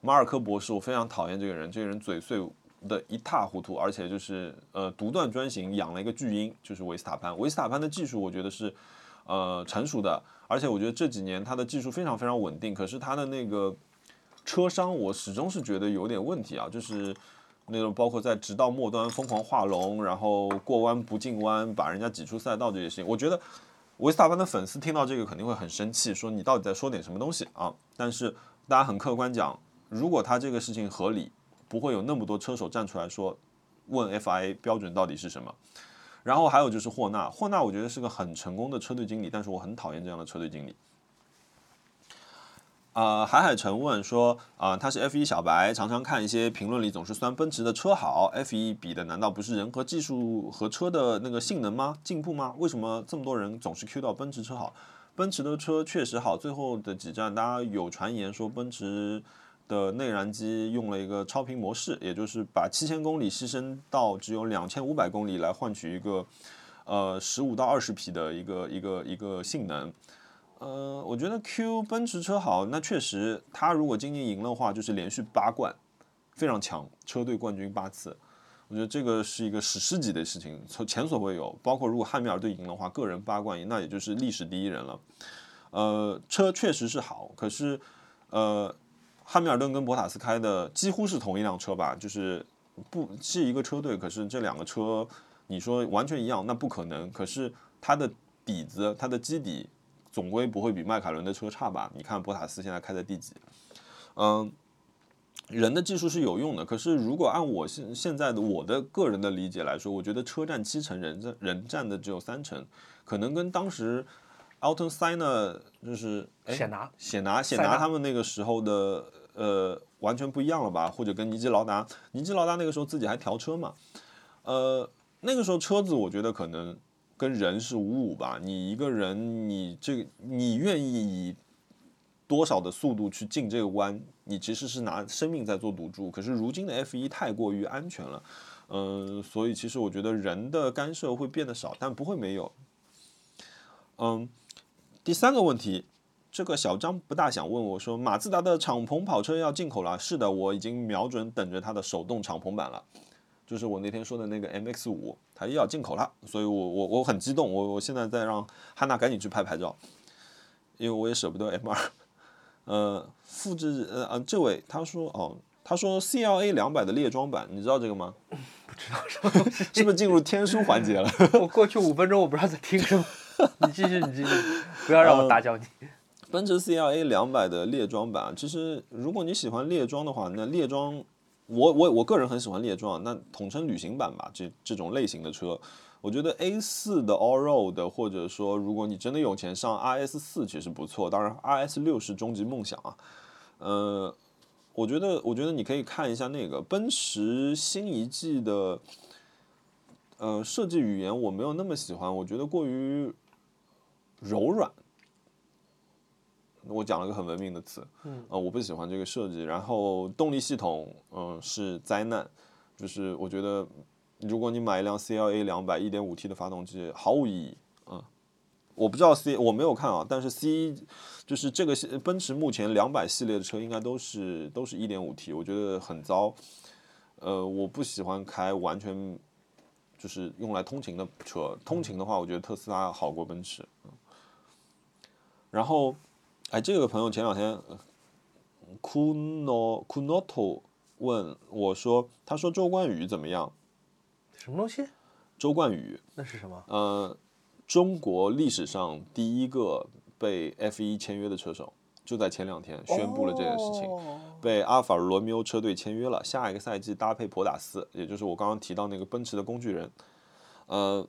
Speaker 1: 马尔科博士，我非常讨厌这个人，这个人嘴碎的一塌糊涂，而且就是呃独断专行，养了一个巨婴，就是维斯塔潘。维斯塔潘的技术我觉得是呃成熟的，而且我觉得这几年他的技术非常非常稳定，可是他的那个车商我始终是觉得有点问题啊，就是那种包括在直到末端疯狂画龙，然后过弯不进弯，把人家挤出赛道这些事情，我觉得维斯塔潘的粉丝听到这个肯定会很生气，说你到底在说点什么东西啊？但是大家很客观讲，如果他这个事情合理，不会有那么多车手站出来说问 FIA 标准到底是什么。然后还有就是霍纳，霍纳我觉得是个很成功的车队经理，但是我很讨厌这样的车队经理。啊、海海晨问说，啊、他是 F 一小白，常常看一些评论里总是酸奔驰的车好，F 一比的难道不是人和技术和车的那个性能吗？进步吗？为什么这么多人总是 Q 到奔驰车好？奔驰的车确实好，最后的几站大家有传言说奔驰的内燃机用了一个超频模式，也就是把七千公里牺牲到只有两千五百公里来换取一个呃十五到二十匹的一个一个一个性能。呃，我觉得 Q 奔驰车好，那确实，他如果今年赢了的话，就是连续八冠，非常强，车队冠军八次。我觉得这个是一个史诗级的事情，从前所未有。包括如果汉密尔顿赢的话，个人八冠，那也就是历史第一人了。呃，车确实是好，可是呃，汉密尔顿跟博塔斯开的几乎是同一辆车吧，就是不是一个车队，可是这两个车你说完全一样，那不可能。可是它的底子，它的基底总归不会比迈凯伦的车差吧？你看博塔斯现在开在第几？嗯，人的技术是有用的，可是如果按我现现在的我的个人的理解来说，我觉得车占七成，人占人占的只有三成，可能跟当时 Alton Senna 就是哎
Speaker 2: 显拿
Speaker 1: 显拿显
Speaker 2: 塞纳
Speaker 1: 拿他们那个时候的呃完全不一样了吧？或者跟尼基劳达，尼基劳达那个时候自己还调车嘛，呃，那个时候车子我觉得可能跟人是五五吧，你一个人你这个你愿意以多少的速度去进这个弯，你其实是拿生命在做赌注。可是如今的 F 一太过于安全了，嗯、所以其实我觉得人的干涉会变得少，但不会没有。嗯，第三个问题，这个小张不大想问我说，马自达的敞篷跑车要进口了？是的，我已经瞄准等着它的手动敞篷版了，就是我那天说的那个 MX 五，它又要进口了，所以我我我很激动，我我现在在让汉娜赶紧去拍拍照，因为我也舍不得 M 二。呃，复制呃呃，这位他说哦，他说 CLA 两百的列装版，你知道这个吗？ 不知道 是不是进入天书环节了？
Speaker 2: 我过去五分钟我不知道在听 什么，你继续，你继续，嗯不要让我打搅你。
Speaker 1: 奔驰 CLA 两百的猎装版，其实如果你喜欢猎装的话，那猎装，我我我个人很喜欢猎装，啊那统称旅行版吧，这这种类型的车，我觉得 A 四的 Allroad，或者说如果你真的有钱上 RS 四，其实不错，当然 RS 六是终极梦想啊，呃，我觉得我觉得你可以看一下那个奔驰新一季的。呃，设计语言我没有那么喜欢，我觉得过于柔软，我讲了个很文明的词，嗯，呃，我不喜欢这个设计。然后动力系统，嗯、是灾难，就是我觉得如果你买一辆 CLA 两百一点五 T 的发动机，毫无意义，嗯、我不知道 C 我没有看啊，但是 C 就是这个系奔驰目前两百系列的车应该都是都是一点五 T，我觉得很糟，呃，我不喜欢开完全就是用来通勤的车，通勤的话，我觉得特斯拉好过奔驰，嗯然后。哎，这个朋友前两天，Kuno Kunoto 问我说，他说周冠宇怎么样？
Speaker 2: 什么东西？
Speaker 1: 周冠宇，
Speaker 2: 那是什么？
Speaker 1: 呃，中国历史上第一个被 F 1签约的车手，就在前两天宣布了这件事情。
Speaker 2: 哦
Speaker 1: 被阿尔法罗密欧车队签约了，下一个赛季搭配博塔斯，也就是我刚刚提到那个奔驰的工具人。呃，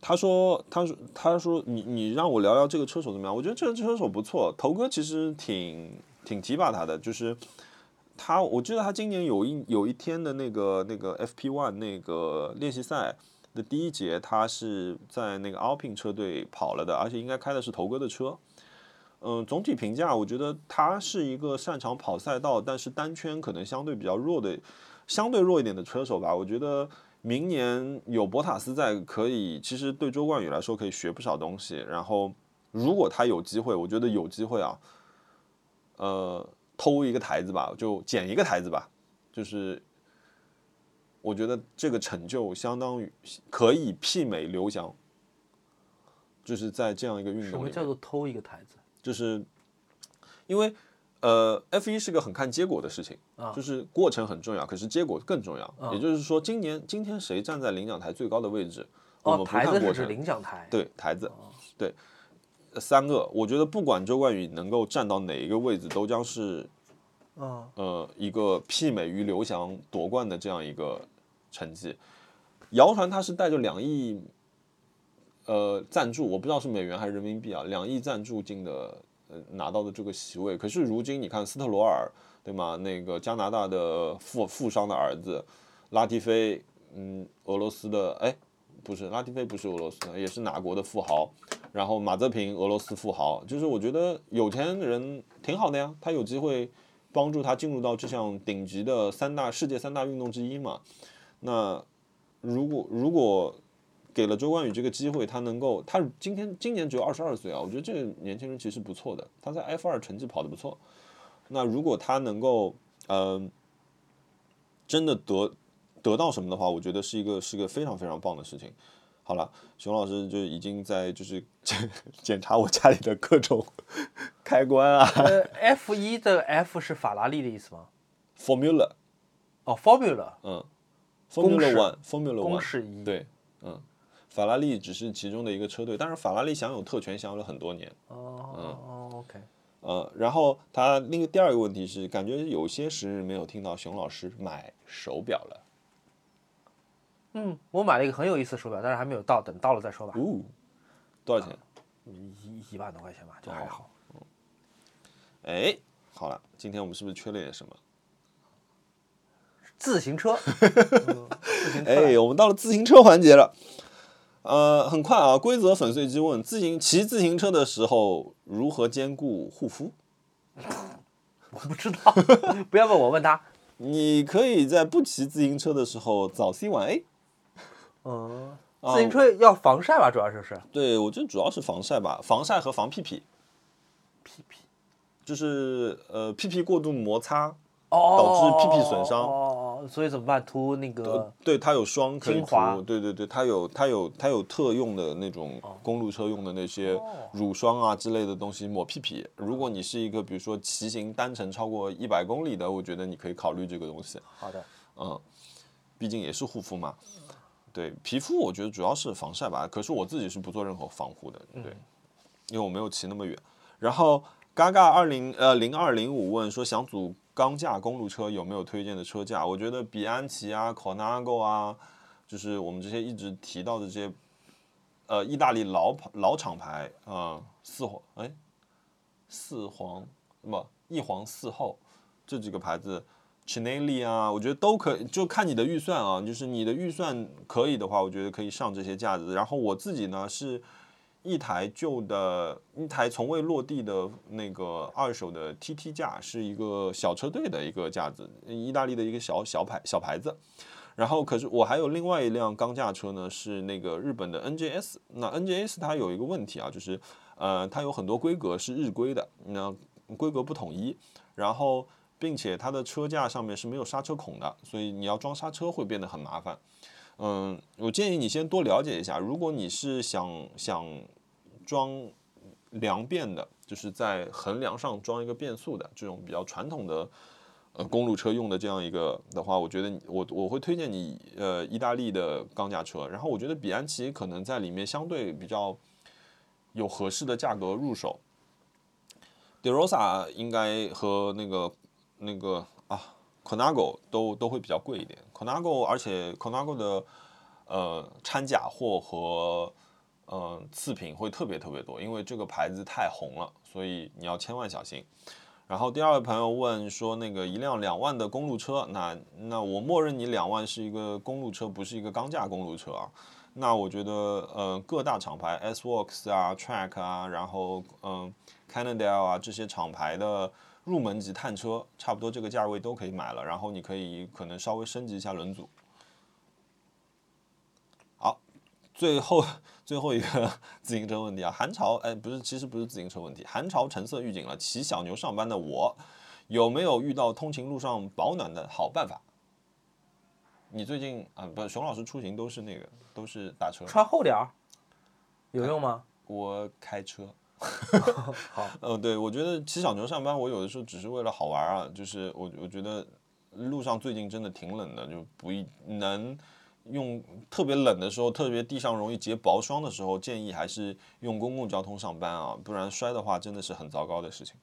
Speaker 1: 他说，他说，他说，你你让我聊聊这个车手怎么样？我觉得这个车手不错，头哥其实挺挺提拔他的，就是他，我记得他今年有一有一天的那个那个 FP One 那个练习赛。的第一节，他是在那个 Alpine 车队跑了的，而且应该开的是头哥的车。嗯，总体评价，我觉得他是一个擅长跑赛道，但是单圈可能相对比较弱的，相对弱一点的车手吧。我觉得明年有博塔斯在，可以其实对周冠宇来说可以学不少东西。然后，如果他有机会，我觉得有机会啊，呃，偷一个台子吧，就捡一个台子吧，就是。我觉得这个成就相当于可以媲美刘翔，就是在这样一个运动里
Speaker 2: 什么
Speaker 1: 面。
Speaker 2: 叫做偷一个台子？
Speaker 1: 就是因为呃，F 一是个很看结果的事情，
Speaker 2: 啊
Speaker 1: 就是过程很重要，可是结果更重要。也就是说，今年今天谁站在领奖台最高的位置，我
Speaker 2: 哦，
Speaker 1: 们不
Speaker 2: 台
Speaker 1: 看
Speaker 2: 子
Speaker 1: 过
Speaker 2: 是指
Speaker 1: 程，
Speaker 2: 领哦奖台，
Speaker 1: 对台子，对呃三个，我觉得不管周冠宇能够站到哪一个位置，都将是
Speaker 2: 嗯，
Speaker 1: 呃一个媲美于刘翔夺冠的这样一个成绩。谣传他是带着两亿呃赞助，我不知道是美元还是人民币啊，两亿赞助进的呃拿到的这个席位。可是如今你看斯特罗尔对吗？那个加拿大的富富商的儿子拉提菲，嗯，俄罗斯的哎。不是拉提菲不是俄罗斯的，也是哪国的富豪。然后马泽平，俄罗斯富豪，就是我觉得有钱人挺好的呀，他有机会帮助他进入到这项顶级的三大世界三大运动之一嘛。那如果如果给了周冠宇这个机会，他能够，他今天今年只有二十二岁啊，我觉得这个年轻人其实不错的，他在 F 二成绩跑得不错。那如果他能够，嗯、真的得得到什么的话，我觉得是一个是个非常非常棒的事情。好了，熊老师就已经在就是 检查我家里的各种 开关啊
Speaker 2: 呃，F 一的 F 是法拉利的意思吗？
Speaker 1: ，Formula
Speaker 2: 哦，Formula公
Speaker 1: 嗯 Formula
Speaker 2: 式
Speaker 1: One Formula
Speaker 2: 公
Speaker 1: One
Speaker 2: 式一，
Speaker 1: 对，嗯，法拉利只是其中的一个车队，但是法拉利享有特权，享有了很多年。
Speaker 2: 哦
Speaker 1: 嗯
Speaker 2: 哦，OK，
Speaker 1: 呃，然后他另第二个问题是，感觉有些时日没有听到熊老师买手表了。
Speaker 2: 嗯，我买了一个很有意思的手表，但是还没有到，等到了再说吧，
Speaker 1: 哦，多少钱？嗯
Speaker 2: 一一万多块钱吧，就还好。
Speaker 1: 哎，好了，今天我们是不是缺了点什么？
Speaker 2: 自行车，嗯自行车来，
Speaker 1: 哎，我们到了自行车环节了。呃，很快啊，规则粉碎机问：自行骑自行车的时候如何兼顾护肤？
Speaker 2: 我不知道， 不要问我，问他。
Speaker 1: 你可以在不骑自行车的时候早 C 晚 A。
Speaker 2: 嗯，
Speaker 1: 啊
Speaker 2: 自行车要防晒吧，主要就是
Speaker 1: 对，我觉得主要是防晒吧，防晒和防屁屁，
Speaker 2: 屁屁
Speaker 1: 就是呃屁屁过度摩擦，
Speaker 2: 哦，
Speaker 1: 导致屁屁损伤
Speaker 2: 哦，哦所以怎么办？涂那个
Speaker 1: 对它有霜可以
Speaker 2: 嗯精华
Speaker 1: 涂，对对对，它有它有它有特用的那种公路车用的那些
Speaker 2: 哦
Speaker 1: 乳霜啊之类的东西抹屁屁。如果你是一个比如说骑行单程超过一百公里的，我觉得你可以考虑这个东西，
Speaker 2: 好的，
Speaker 1: 嗯，毕竟也是护肤嘛。对皮肤，我觉得主要是防晒吧。可是我自己是不做任何防护的，对，因为我没有骑那么远。然后嘎嘎二零呃零二零五问说想组钢架公路车有没有推荐的车架？我觉得比安奇啊、Conago 啊，就是我们这些一直提到的这些，呃，意大利老牌老厂牌啊、呃四皇哎，四皇不一皇四后这几个牌子。Chinelli 啊，我觉得都可以，就看你的预算啊。就是你的预算可以的话，我觉得可以上这些架子。然后我自己呢是一台旧的、一台从未落地的那个二手的 TT 架，是一个小车队的一个架子，意大利的一个小小牌小牌子。然后可是我还有另外一辆钢架车呢，是那个日本的 NJS。那 NJS 它有一个问题啊，就是呃，它有很多规格是日规的，那规格不统一，然后并且它的车架上面是没有刹车孔的，所以你要装刹车会变得很麻烦。嗯，我建议你先多了解一下，如果你是想想装量变的，就是在横梁上装一个变速的这种比较传统的呃公路车用的这样一个的话，我觉得你我我会推荐你呃意大利的钢架车，然后我觉得比安奇可能在里面相对比较有合适的价格入手。Derosa 应该和那个那个啊 Conago 都都会比较贵一点，Conago 而且 Conago 的呃掺假货和呃次品会特别特别多，因为这个牌子太红了，所以你要千万小心。然后第二位朋友问说，那个一辆两万的公路车，那那我默认你两万是一个公路车，不是一个钢架公路车啊。那我觉得，呃，各大厂牌 S Works 啊、Track 啊，然后嗯、c a n a d a 啊这些厂牌的入门级探车，差不多这个价位都可以买了。然后你可以可能稍微升级一下轮组。好，最后最后一个 自行车问题啊，韩朝哎不是，其实不是自行车问题，韩朝橙色预警了，骑小牛上班的我有没有遇到通勤路上保暖的好办法？你最近啊，不，熊老师出行都是那个，都是打车，
Speaker 2: 穿厚点儿，有用吗？
Speaker 1: 我开车，
Speaker 2: 好，
Speaker 1: 嗯，对，我觉得骑小牛上班，我有的时候只是为了好玩儿啊，就是我我觉得路上最近真的挺冷的，就不一能用特别冷的时候，特别地上容易结薄霜的时候，建议还是用公共交通上班啊，不然摔的话真的是很糟糕的事情。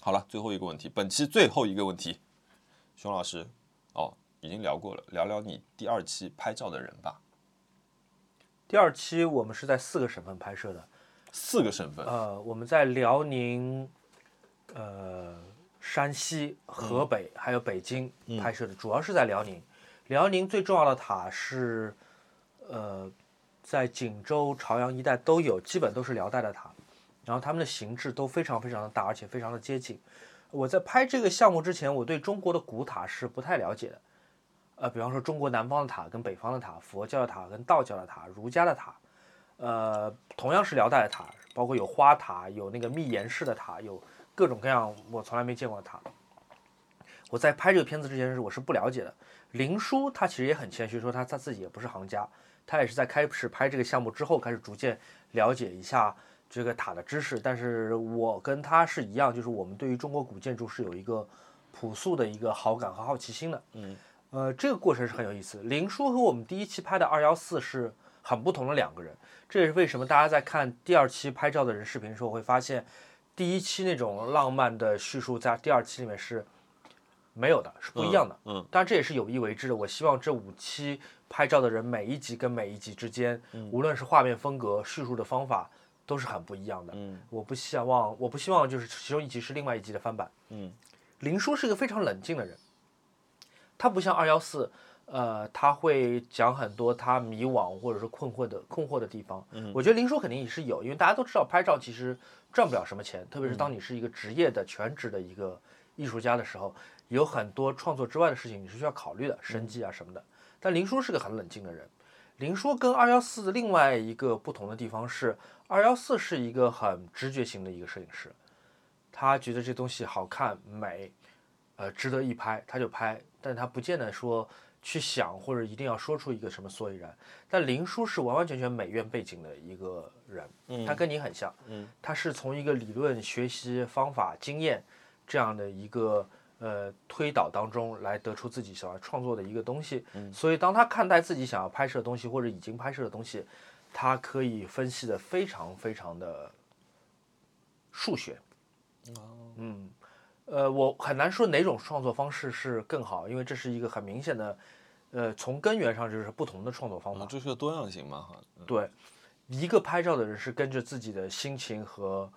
Speaker 1: 好了，最后一个问题，本期最后一个问题，熊老师，哦，已经聊过了，聊聊你第二期拍照的人吧，
Speaker 2: 第二期我们是在四个省份拍摄的，
Speaker 1: 四个省份，
Speaker 2: 呃，我们在辽宁、呃山西、河北、还有北京拍摄的，主要是在辽宁。辽宁最重要的塔是，呃，在锦州、朝阳一带都有，基本都是辽代的塔。然后它们的形制都非常非常的大，而且非常的接近。我在拍这个项目之前，我对中国的古塔是不太了解的。呃，比方说中国南方的塔跟北方的塔，佛教的塔跟道教的塔，儒家的塔，呃，同样是辽代的塔，包括有花塔，有那个密檐式的塔，有各种各样我从来没见过的塔。我在拍这个片子之前是我是不了解的。林叔他其实也很谦虚，说他他自己也不是行家，他也是在开始拍这个项目之后开始逐渐了解一下这个塔的知识。但是我跟他是一样，就是我们对于中国古建筑是有一个朴素的一个好感和好奇心的。
Speaker 1: 嗯，
Speaker 2: 呃，这个过程是很有意思。林叔和我们第一期拍的二幺四是很不同的两个人，这也是为什么大家在看第二期拍照的人视频的时候会发现，第一期那种浪漫的叙述在第二期里面是没有的，是不一样的。
Speaker 1: 嗯嗯
Speaker 2: 当然这也是有意为之的。我希望这五期拍照的人，每一集跟每一集之间，
Speaker 1: 嗯
Speaker 2: 无论是画面风格、叙述的方法，都是很不一样的。
Speaker 1: 嗯
Speaker 2: 我不希望，我不希望就是其中一集是另外一集的翻版。
Speaker 1: 嗯
Speaker 2: 林叔是一个非常冷静的人，他不像二幺四，呃，他会讲很多他迷惘或者说困惑的困惑的地方。嗯，我觉得林叔肯定也是有，因为大家都知道拍照其实赚不了什么钱，特别是当你是一个职业的全职的一个艺术家的时候，有很多创作之外的事情你是需要考虑的，生计啊什么的。但林叔是个很冷静的人。林叔跟二幺四的另外一个不同的地方是，二幺四是一个很直觉型的一个摄影师，他觉得这东西好看、美，呃，值得一拍，他就拍，但他不见得说去想或者一定要说出一个什么所以然。但林叔是完完全全美院背景的一个人，他跟你很像，
Speaker 1: 嗯
Speaker 2: 他是从一个理论、学习方法、经验这样的一个呃推导当中来得出自己想要创作的一个东西。所以当他看待自己想要拍摄的东西或者已经拍摄的东西，他可以分析的非常非常的数学。嗯，呃，我很难说哪种创作方式是更好，因为这是一个很明显的，呃，从根源上就是不同的创作方法
Speaker 1: 啊，。这是个多样性嘛，哈，
Speaker 2: 对，一个拍照的人是跟着自己的心情和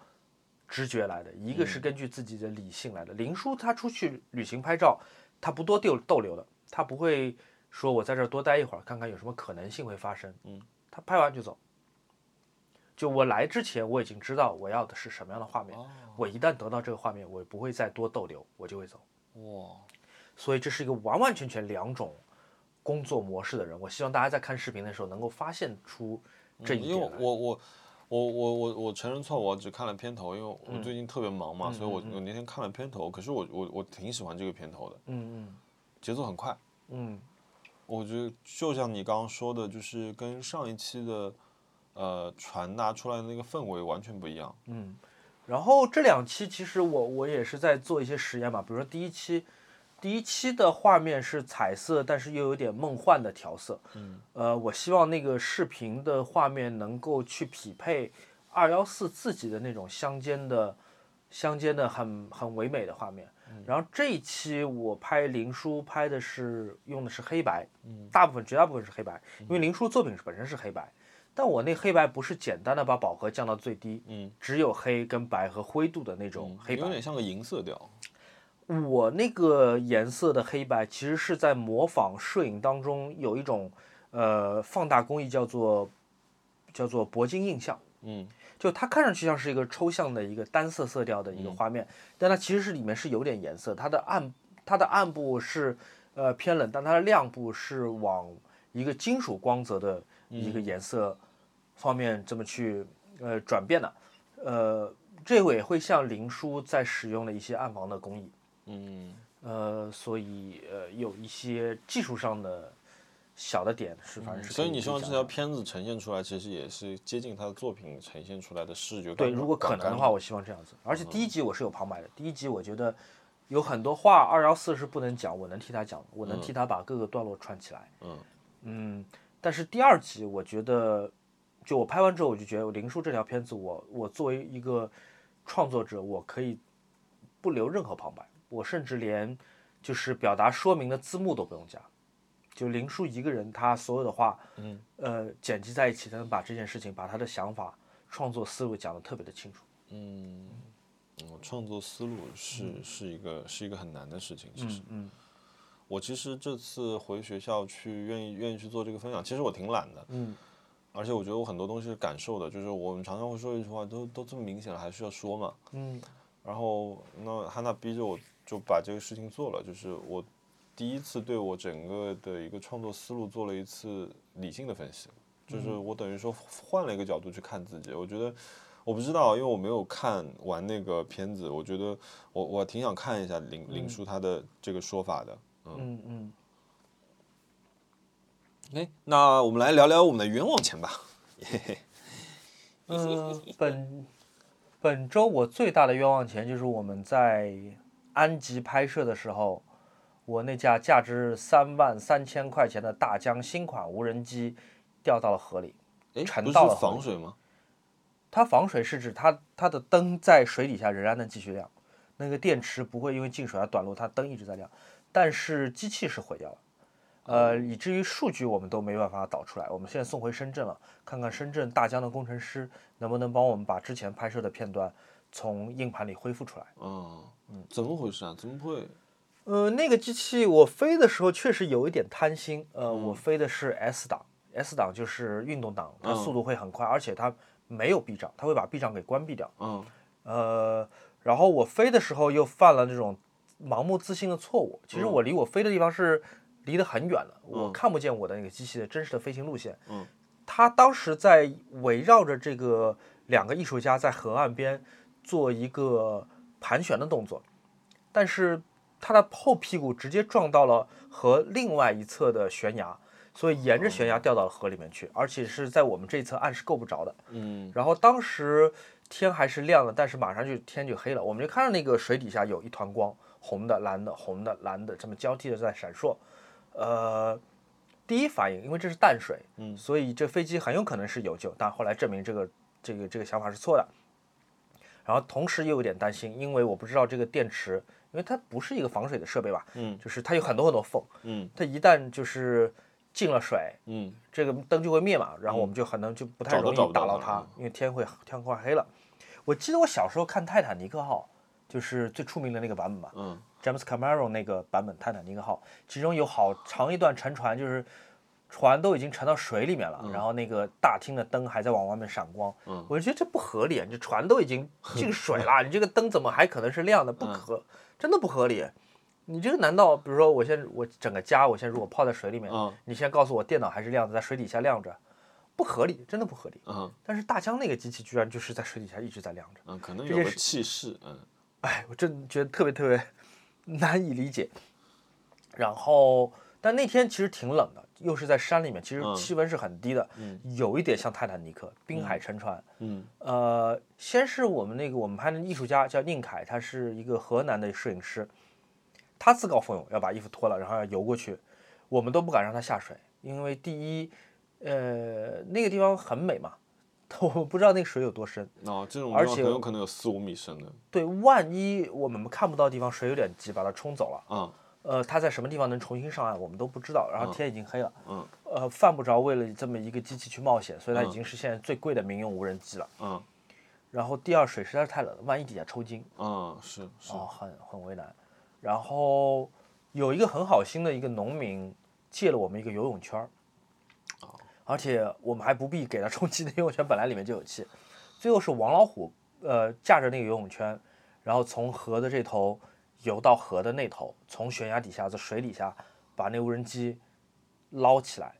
Speaker 2: 直觉来的，一个
Speaker 1: 嗯
Speaker 2: 是根据自己的理性来的。林叔他出去旅行拍照，他不多逗逗留的，他不会说我在这儿多待一会儿，看看有什么可能性会发生。
Speaker 1: 嗯，
Speaker 2: 他拍完就走。就我来之前，我已经知道我要的是什么样的画面。
Speaker 1: 哦
Speaker 2: 我一旦得到这个画面，我不会再多逗留，我就会走。
Speaker 1: 哇，
Speaker 2: 所以这是一个完完全全两种工作模式的人。我希望大家在看视频的时候能够发现出这一
Speaker 1: 嗯因
Speaker 2: 点
Speaker 1: 为
Speaker 2: 来。
Speaker 1: 我我我我我我承认错，我只看了片头，因为我
Speaker 2: 嗯
Speaker 1: 最近特别忙嘛，所以我我那天看了片头，可是我我我挺喜欢这个片头的，
Speaker 2: 嗯嗯
Speaker 1: 节奏很快，
Speaker 2: 嗯
Speaker 1: 我觉得就像你刚刚说的，就是跟上一期的呃传达出来的那个氛围完全不一样，
Speaker 2: 嗯，然后这两期其实我我也是在做一些实验嘛，比如说第一期，第一期的画面是彩色，但是又有点梦幻的调色。
Speaker 1: 嗯，
Speaker 2: 呃，我希望那个视频的画面能够去匹配二幺四自己的那种乡间的乡间的很很唯美的画面。
Speaker 1: 嗯
Speaker 2: 然后这一期我拍林叔拍的是用的是黑白，
Speaker 1: 嗯
Speaker 2: 大部分绝大部分是黑白，因为林叔作品本身是黑白，但我那黑白不是简单的把饱和降到最低，
Speaker 1: 嗯，
Speaker 2: 只有黑跟白和灰度的那种嗯黑
Speaker 1: 有
Speaker 2: 白。
Speaker 1: 点像个银色调，
Speaker 2: 我那个颜色的黑白其实是在模仿摄影当中有一种呃放大工艺叫做叫做铂金印象，
Speaker 1: 嗯
Speaker 2: 就它看上去像是一个抽象的一个单色色调的
Speaker 1: 嗯
Speaker 2: 一个画面，但它其实是里面是有点颜色，它的暗它的暗部是呃偏冷，但它的亮部是往一个金属光泽的一个
Speaker 1: 嗯
Speaker 2: 颜色方面这么去呃转变的，呃，这个也会像林叔在使用的一些暗房的工艺，
Speaker 1: 嗯
Speaker 2: 呃，所以呃有一些技术上的小的点是反正是可
Speaker 1: 嗯所以你
Speaker 2: 去
Speaker 1: 希望这
Speaker 2: 讲
Speaker 1: 条
Speaker 2: 的
Speaker 1: 片子呈现出来，其实也是接近他的作品呈现出来的视觉感。
Speaker 2: 对，如果可能的话，，我希望这样子。而且
Speaker 1: 嗯
Speaker 2: 第一集我是有旁白的，第一集我觉得有很多话二幺四是不能讲，我能替他讲，我能替他把各个段落串起来。
Speaker 1: 嗯
Speaker 2: 嗯但是第二集我觉得，就我拍完之后，我就觉得《林叔》这条片子我，我作为一个创作者，我可以不留任何旁白，我甚至连就是表达说明的字幕都不用加。就林叔一个人，他所有的话，
Speaker 1: 嗯，
Speaker 2: 呃，剪辑在一起，才能把这件事情，把他的想法、创作思路讲得特别的清楚。
Speaker 1: 嗯，嗯创作思路是、是一个是一个很难的事情。其实、
Speaker 2: 嗯
Speaker 1: 我其实这次回学校去愿意愿意去做这个分享，其实我挺懒的，
Speaker 2: 嗯
Speaker 1: 而且我觉得我很多东西是感受的，就是我们常常会说一句话，都都这么明显了，还需要说吗？
Speaker 2: 嗯
Speaker 1: 然后那汉娜逼着我就把这个事情做了，就是我第一次对我整个的一个创作思路做了一次理性的分析，就是我等于说换了一个角度去看自己。我觉得我不知道，因为我没有看完那个片子，我觉得我我挺想看一下林林叔他的这个说法的。
Speaker 2: 嗯嗯，
Speaker 1: 哎，那我们来聊聊我们的冤枉钱吧。
Speaker 2: 呃，本本周我最大的冤枉钱就是我们在安吉拍摄的时候，我那架价值三万三千块钱的大疆新款无人机掉到了河里。
Speaker 1: 哎，
Speaker 2: 沉
Speaker 1: 不是
Speaker 2: 到了
Speaker 1: 防水吗？
Speaker 2: 它防水是指它它的灯在水底下仍然能继续亮，那个电池不会因为进水而短路，它灯一直在亮，但是机器是毁掉了，呃，以至于数据我们都没办法导出来。我们现在送回深圳了，看看深圳大疆的工程师能不能帮我们把之前拍摄的片段从硬盘里恢复出来。
Speaker 1: 嗯怎么回事啊？怎么会？
Speaker 2: 呃，那个机器我飞的时候确实有一点贪心，呃，我飞的是 S 档，S 档就是运动档，它速度会很快，而且它没有避障，它会把避障给关闭掉。
Speaker 1: 嗯
Speaker 2: 呃，然后我飞的时候又犯了这种盲目自信的错误。其实我离我飞的地方是离得很远的，我看不见我的那个机器的真实的飞行路线。
Speaker 1: 嗯，
Speaker 2: 它当时在围绕着这个两个艺术家在河岸边做一个盘旋的动作，但是它的后屁股直接撞到了和另外一侧的悬崖。所以沿着悬崖掉到了河里面去，而且是在我们这一侧岸是够不着的。
Speaker 1: 嗯
Speaker 2: 然后当时天还是亮的，但是马上就天就黑了，我们就看到那个水底下有一团光，红的、蓝的、红的、蓝的，这么交替的在闪烁。呃，第一反应，因为这是淡水，
Speaker 1: 嗯
Speaker 2: 所以这飞机很有可能是有救，但后来证明这个这个这个想法是错的。然后同时又有点担心，因为我不知道这个电池，因为它不是一个防水的设备吧，
Speaker 1: 嗯
Speaker 2: 就是它有很多很多缝，
Speaker 1: 嗯
Speaker 2: 它一旦就是进了水，
Speaker 1: 嗯
Speaker 2: 这个灯就会灭嘛，然后我们就可能就不太
Speaker 1: 找都
Speaker 2: 容易
Speaker 1: 找不
Speaker 2: 打
Speaker 1: 到
Speaker 2: 到
Speaker 1: 它
Speaker 2: 它，因为天会天快黑了。我记得我小时候看《泰坦尼克号》，就是最出名的那个版本嘛
Speaker 1: 嗯
Speaker 2: ，James Cameron 那个版本《泰坦尼克号》，其中有好长一段沉船，就是船都已经沉到水里面了，然后那个大厅的灯还在往外面闪光，
Speaker 1: 嗯
Speaker 2: 我就觉得这不合理，你这船都已经进水 了，你这个灯怎么还可能是亮的？不合，
Speaker 1: 嗯
Speaker 2: 真的不合理。你这个难道比如说我现在我整个家，我现在如果泡在水里面，
Speaker 1: 嗯
Speaker 2: 你现在告诉我电脑还是亮的，在水底下亮着，不合理，真的不合理。
Speaker 1: 嗯
Speaker 2: 但是大疆那个机器居然就是在水底下一直在亮着，
Speaker 1: 嗯，可能
Speaker 2: 这
Speaker 1: 有
Speaker 2: 件
Speaker 1: 个
Speaker 2: 事
Speaker 1: 气势，嗯。
Speaker 2: 哎，我真的觉得特别特别难以理解。然后，但那天其实挺冷的，又是在山里面，其实
Speaker 1: 嗯
Speaker 2: 气温是很低的，
Speaker 1: 嗯
Speaker 2: 有一点像泰坦尼克滨海沉船。
Speaker 1: 嗯
Speaker 2: 呃，先是我们那个我们拍的艺术家叫宁凯，他是一个河南的摄影师，他自告奋勇要把衣服脱了，然后要游过去，我们都不敢让他下水，因为第一，呃，那个地方很美嘛， 我们不知道那个水有多深，
Speaker 1: 哦，这种
Speaker 2: 而
Speaker 1: 地方
Speaker 2: 且
Speaker 1: 很有可能有四五米深的，
Speaker 2: 对，万一我们看不到地方水有点急，把它冲走了，
Speaker 1: 嗯
Speaker 2: 呃，他在什么地方能重新上岸，我们都不知道，然后天已经黑了，
Speaker 1: 嗯
Speaker 2: 呃，犯不着为了这么一个机器去冒险，所以它已经是现在最贵的民用无人机了。
Speaker 1: 嗯
Speaker 2: 然后第二，水实在是太冷了，万一底下抽筋，
Speaker 1: 嗯，是是，
Speaker 2: 啊，很很为难。然后有一个很好心的一个农民借了我们一个游泳圈儿，而且我们还不必给他充气，那游泳圈本来里面就有气。最后是王老虎，呃，驾着那个游泳圈，然后从河的这头游到河的那头，从悬崖底下，在水底下把那无人机捞起来，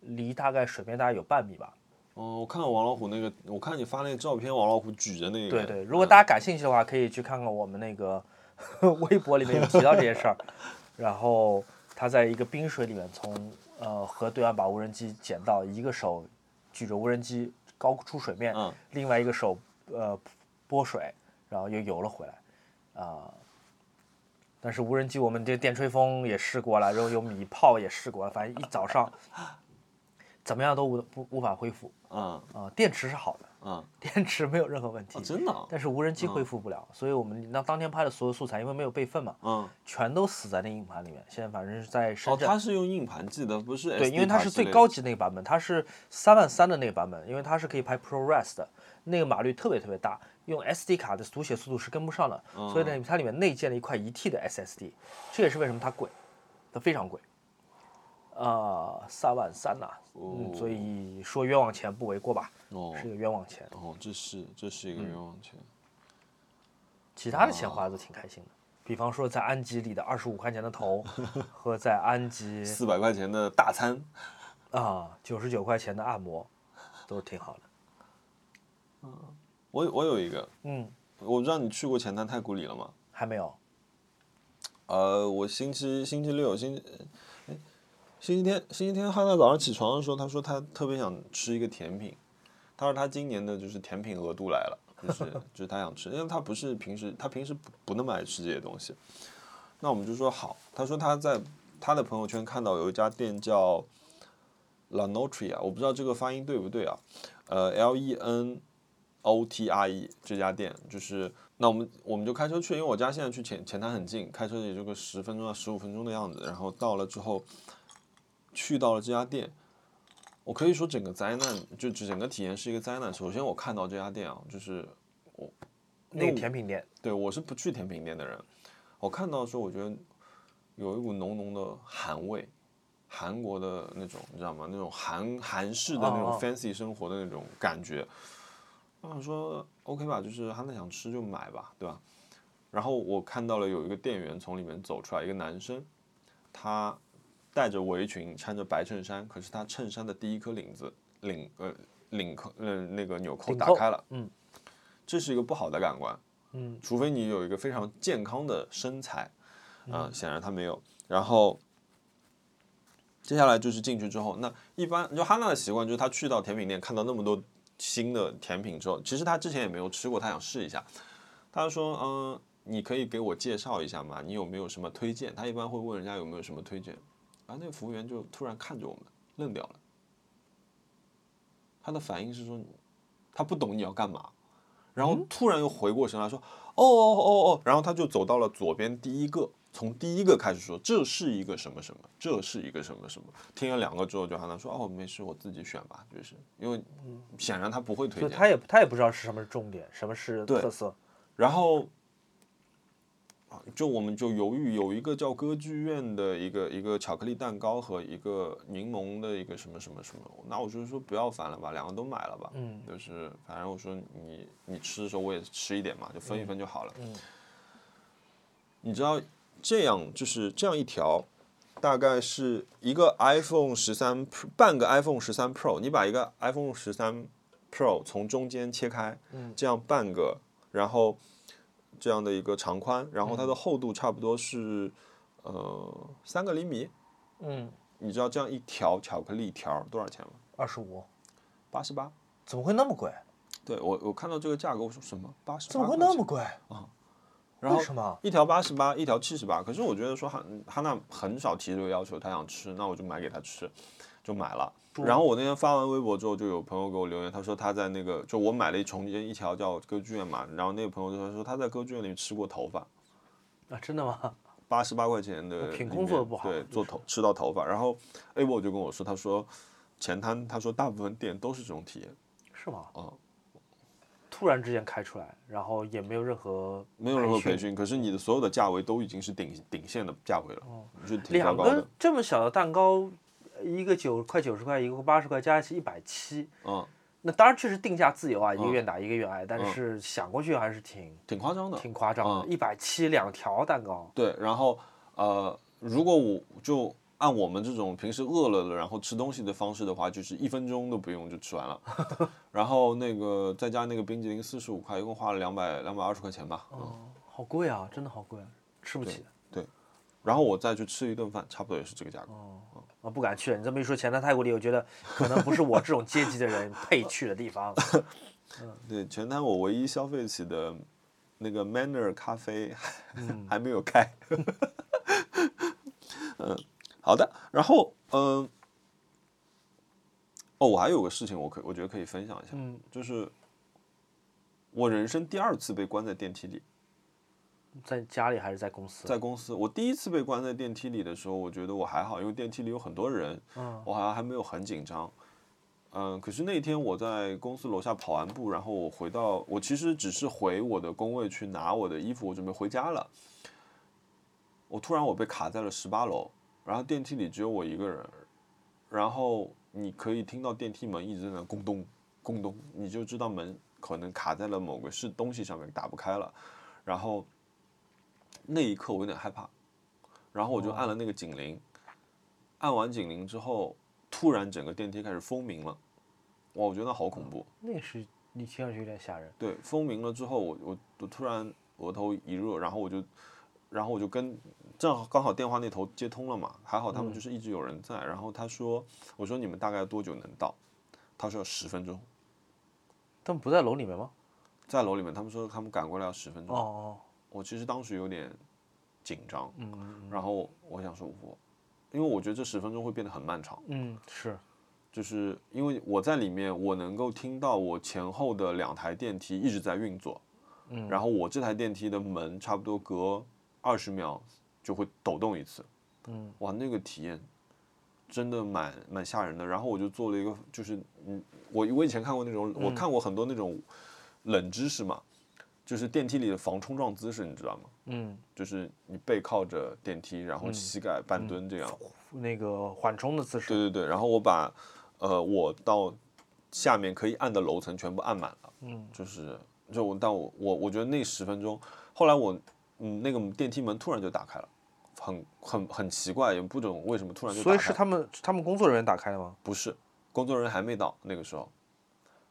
Speaker 2: 离大概水面大概有半米吧。
Speaker 1: 哦，我看王老虎那个，我看你发那个照片，王老虎举着那个，嗯
Speaker 2: 对对，如果大家感兴趣的话，可以去看看我们那个 微博里面有提到这些事儿。然后他在一个冰水里面从呃河对岸把无人机捡到，一个手举着无人机高出水面，
Speaker 1: 嗯
Speaker 2: 另外一个手呃拨水，然后又游了回来，啊、但是无人机我们这电吹风也试过了，然后有米炮也试过了，反正一早上怎么样都无不无法恢复
Speaker 1: 嗯
Speaker 2: 啊、电池是好的，
Speaker 1: 嗯，
Speaker 2: 电池没有任何问题，
Speaker 1: 哦真的啊，
Speaker 2: 但是无人机恢复不了，所以我们那当天拍的所有素材，因为没有备份嘛，
Speaker 1: 嗯，
Speaker 2: 全都死在那硬盘里面。现在反正是在深
Speaker 1: 哦，
Speaker 2: 圳，
Speaker 1: 它是用硬盘记的，不是 SD
Speaker 2: 对，因为它
Speaker 1: 卡
Speaker 2: 是
Speaker 1: 之
Speaker 2: 最
Speaker 1: 类的
Speaker 2: 高级那个版本，它是三万三的那个版本，因为它是可以拍 ProRes 的，那个码率特别特别大，用 SD 卡的读写速度是跟不上的，
Speaker 1: 嗯
Speaker 2: 所以呢，它里面内建了一块一 T 的 SSD，这也是为什么它贵，它非常贵，啊、三万三呐、嗯，所以说冤枉钱不为过吧，
Speaker 1: 哦
Speaker 2: 是一个冤枉钱，
Speaker 1: 哦，这是这是一
Speaker 2: 嗯
Speaker 1: 个冤枉钱，
Speaker 2: 其他的钱
Speaker 1: 哦
Speaker 2: 花的都挺开心的。比方说，在安吉里的二十五块钱 的头，和在安吉
Speaker 1: 四百块钱的大餐，
Speaker 2: 啊，九十九块钱的按摩，都挺好的。
Speaker 1: 我我有一个，
Speaker 2: 嗯，
Speaker 1: 我不知道你去过前滩太古里了吗？
Speaker 2: 还没有，
Speaker 1: 呃，我星期星期六星期，哎，星期天星期天汉娜早上起床的时候，她说她特别想吃一个甜品，她说她今年的就是甜品额度来了，就是就是她想吃，因为她不是平时她平时不不那么爱吃这些东西，那我们就说好，她说她在她的朋友圈看到有一家店叫 La Notria，我不知道这个发音对不对啊，呃，L E N O T R E 这家店，就是那我们我们就开车去，因为我家现在去前前滩很近，开车也就个十分钟到啊十五分钟的样子。然后到了之后，去到了这家店，我可以说整个灾难，就就整个体验是一个灾难。首先我看到这家店啊，就是
Speaker 2: 那个甜品店
Speaker 1: 对我是不去甜品店的人，我看到的时候我觉得有一股浓浓的韩味，韩国的那种，你知道吗？那种韩韩式的那
Speaker 2: 哦
Speaker 1: 种
Speaker 2: 哦
Speaker 1: fancy 生活的那种感觉。我想说 OK 吧，就是他那想吃就买吧，对吧？然后我看到了有一个店员从里面走出来，一个男生，他带着围裙，穿着白衬衫，可是他衬衫的第一颗领子领呃领口呃那个纽扣
Speaker 2: 领
Speaker 1: 打
Speaker 2: 扣
Speaker 1: 开了，
Speaker 2: 嗯，
Speaker 1: 这是一个不好的感官，
Speaker 2: 嗯，
Speaker 1: 除非你有一个非常健康的身材，
Speaker 2: 嗯
Speaker 1: 啊、显然他没有。然后接下来就是进去之后，那一般就哈娜的习惯就是她去到甜品店看到那么多新的甜品之后，其实她之前也没有吃过，她想试一下。她说：“嗯、你可以给我介绍一下吗？你有没有什么推荐？”她一般会问人家有没有什么推荐，然后那个服务员就突然看着我们愣掉了，他的反应是说他不懂你要干嘛，然后突然又回过神来说：“哦哦哦哦！”然后他就走到了左边第一个，从第一个开始说：“这是一个什么什么，这是一个什么什么。”听了两个之后，就喊他说：“哦，没事，我自己选吧。”就是因为显然他不会推
Speaker 2: 就
Speaker 1: 荐，
Speaker 2: 他也他也不知道是什么是重点，什么是特色。
Speaker 1: 然后，啊就我们就犹豫，有一个叫歌剧院的一个一个巧克力蛋糕和一个柠檬的一个什么什么什么，那我就说不要烦了吧，两个都买了吧，嗯，就是反正我说你你吃的时候我也吃一点嘛，就分一分就好了，嗯，你知道这样就是这样一条。大概是一个 iPhone 十三半个 iPhone 十三 Pro，你把一个 iPhone 十三 Pro 从中间切开，这样半个，然后这样的一个长宽，然后
Speaker 2: 嗯
Speaker 1: 它的厚度差不多是、呃三个厘米。
Speaker 2: 嗯，
Speaker 1: 你知道这样一条巧克力条多少钱吗？
Speaker 2: 二十五，
Speaker 1: 八十八。
Speaker 2: 怎么会那么贵？
Speaker 1: 对我，我看到这个价格，我说什么八十？
Speaker 2: 怎么会那么贵？啊，
Speaker 1: 嗯然后
Speaker 2: 为什么？
Speaker 1: 一条八十八，一条七十八。可是我觉得说哈哈娜很少提这个要求，她想吃，那我就买给她吃，就买了。然后我那天发完微博之后，就有朋友给我留言，他说他在那个就我买了一重间一条叫歌剧院嘛，然后那个朋友就说他在歌剧院里吃过头发，
Speaker 2: 啊，真的吗？
Speaker 1: 八十八块钱的
Speaker 2: 凭
Speaker 1: 里
Speaker 2: 空
Speaker 1: 面
Speaker 2: 做得不好
Speaker 1: 对，做头吃到头发。然后 A 我就跟我说，他说前滩，他说大部分店都是这种体验，
Speaker 2: 是吗？
Speaker 1: 哦
Speaker 2: 突然之间开出来，然后也没有任何
Speaker 1: 没有任何
Speaker 2: 培
Speaker 1: 培训，可是你的所有的价位都已经是顶顶线的价位了，是挺糟
Speaker 2: 哦两
Speaker 1: 糕的
Speaker 2: 个。这么小的蛋糕，一个九快九十块，一个八十块，加起一百七。
Speaker 1: 嗯，
Speaker 2: 那当然确实定价自由啊，一个愿打一个愿挨，但是想过去还是挺
Speaker 1: 挺夸张的。
Speaker 2: 挺夸张
Speaker 1: 嗯
Speaker 2: 的，一百七两条蛋糕，
Speaker 1: 对，然后呃，如果我就按我们这种平时饿了了然后吃东西的方式的话，就是一分钟都不用就吃完了。 然后那个再加那个冰激凌四十五块，一共
Speaker 2: 哦
Speaker 1: 花了两百两百二十块钱吧。嗯
Speaker 2: 好贵啊，真的好贵啊，吃不起。
Speaker 1: 对，然后我再去吃一顿饭，差不多也是这个价格。
Speaker 3: 啊，不敢去了。你这么一说，前在泰国里，我觉得可能不是我这种阶级的 人配去的地方。
Speaker 1: 对，全台我唯一消费起的那个 Manner 咖啡还、 还没有开。嗯，好的。然后，嗯，哦，我还有个事情，我可我觉得可以分享一下，
Speaker 3: 嗯
Speaker 1: 就是我人生第二次被关在电梯里，
Speaker 3: 在家里还是在公司？
Speaker 1: 在公司。我第一次被关在电梯里的时候，我觉得我还好，因为电梯里有很多人，
Speaker 3: 嗯
Speaker 1: 我好像还没有很紧张。嗯，可是那天我在公司楼下跑完步，然后我回到，我其实只是回我的工位去拿我的衣服，我准备回家了。我突然我被卡在了十八楼，然后电梯里只有我一个人，然后你可以听到电梯门一直在那咚咚咚咚，你就知道门可能卡在了某个是东西上面打不开了，然后那一刻我有点害怕，然后我就按了那个警铃，按完警铃之后，突然整个电梯开始蜂鸣了，哇，我觉得好恐怖。
Speaker 2: 嗯
Speaker 3: 那个是你听上去有点吓人。
Speaker 1: 对，风鸣了之后，我我我突然额头一热，然后我就，然后我就跟正好刚好电话那头接通了嘛，还好他们就是一直有人在。然后他说，我说你们大概多久能到？他说要十分钟，
Speaker 3: 他们不在楼里面吗？
Speaker 1: 在楼里面，他们说他们赶过来要十分钟。
Speaker 3: 哦哦，
Speaker 1: 我其实当时有点紧张，然后我想说我，因为我觉得这十分钟会变得很漫长。
Speaker 3: 嗯，是，
Speaker 1: 就是因为我在里面，我能够听到我前后的两台电梯一直在运作，嗯，然后我这台电梯的门差不多隔二十秒就会抖动一次，嗯，哇，那个体验真的蛮蛮吓人的。然后我就做了一个，就是嗯，我我以前看过那种，我看过很多那种冷知识嘛，就是电梯里的防冲撞姿势，你知道吗？
Speaker 3: 嗯，
Speaker 1: 就是你背靠着电梯，然
Speaker 2: 嗯
Speaker 1: 后膝盖半蹲这样，
Speaker 3: 那个缓冲的姿势。
Speaker 1: 对对对，然后我把呃我到下面可以按的楼层全部按满了，嗯，就是就我但我我我觉得那十分钟，后来我嗯那个电梯门突然就打开了，很很很奇怪，也不懂为什么突然就打
Speaker 2: 所
Speaker 1: 开
Speaker 2: 以是他们他们工作人员打开的吗？
Speaker 1: 不是工作人员还没到那个时候。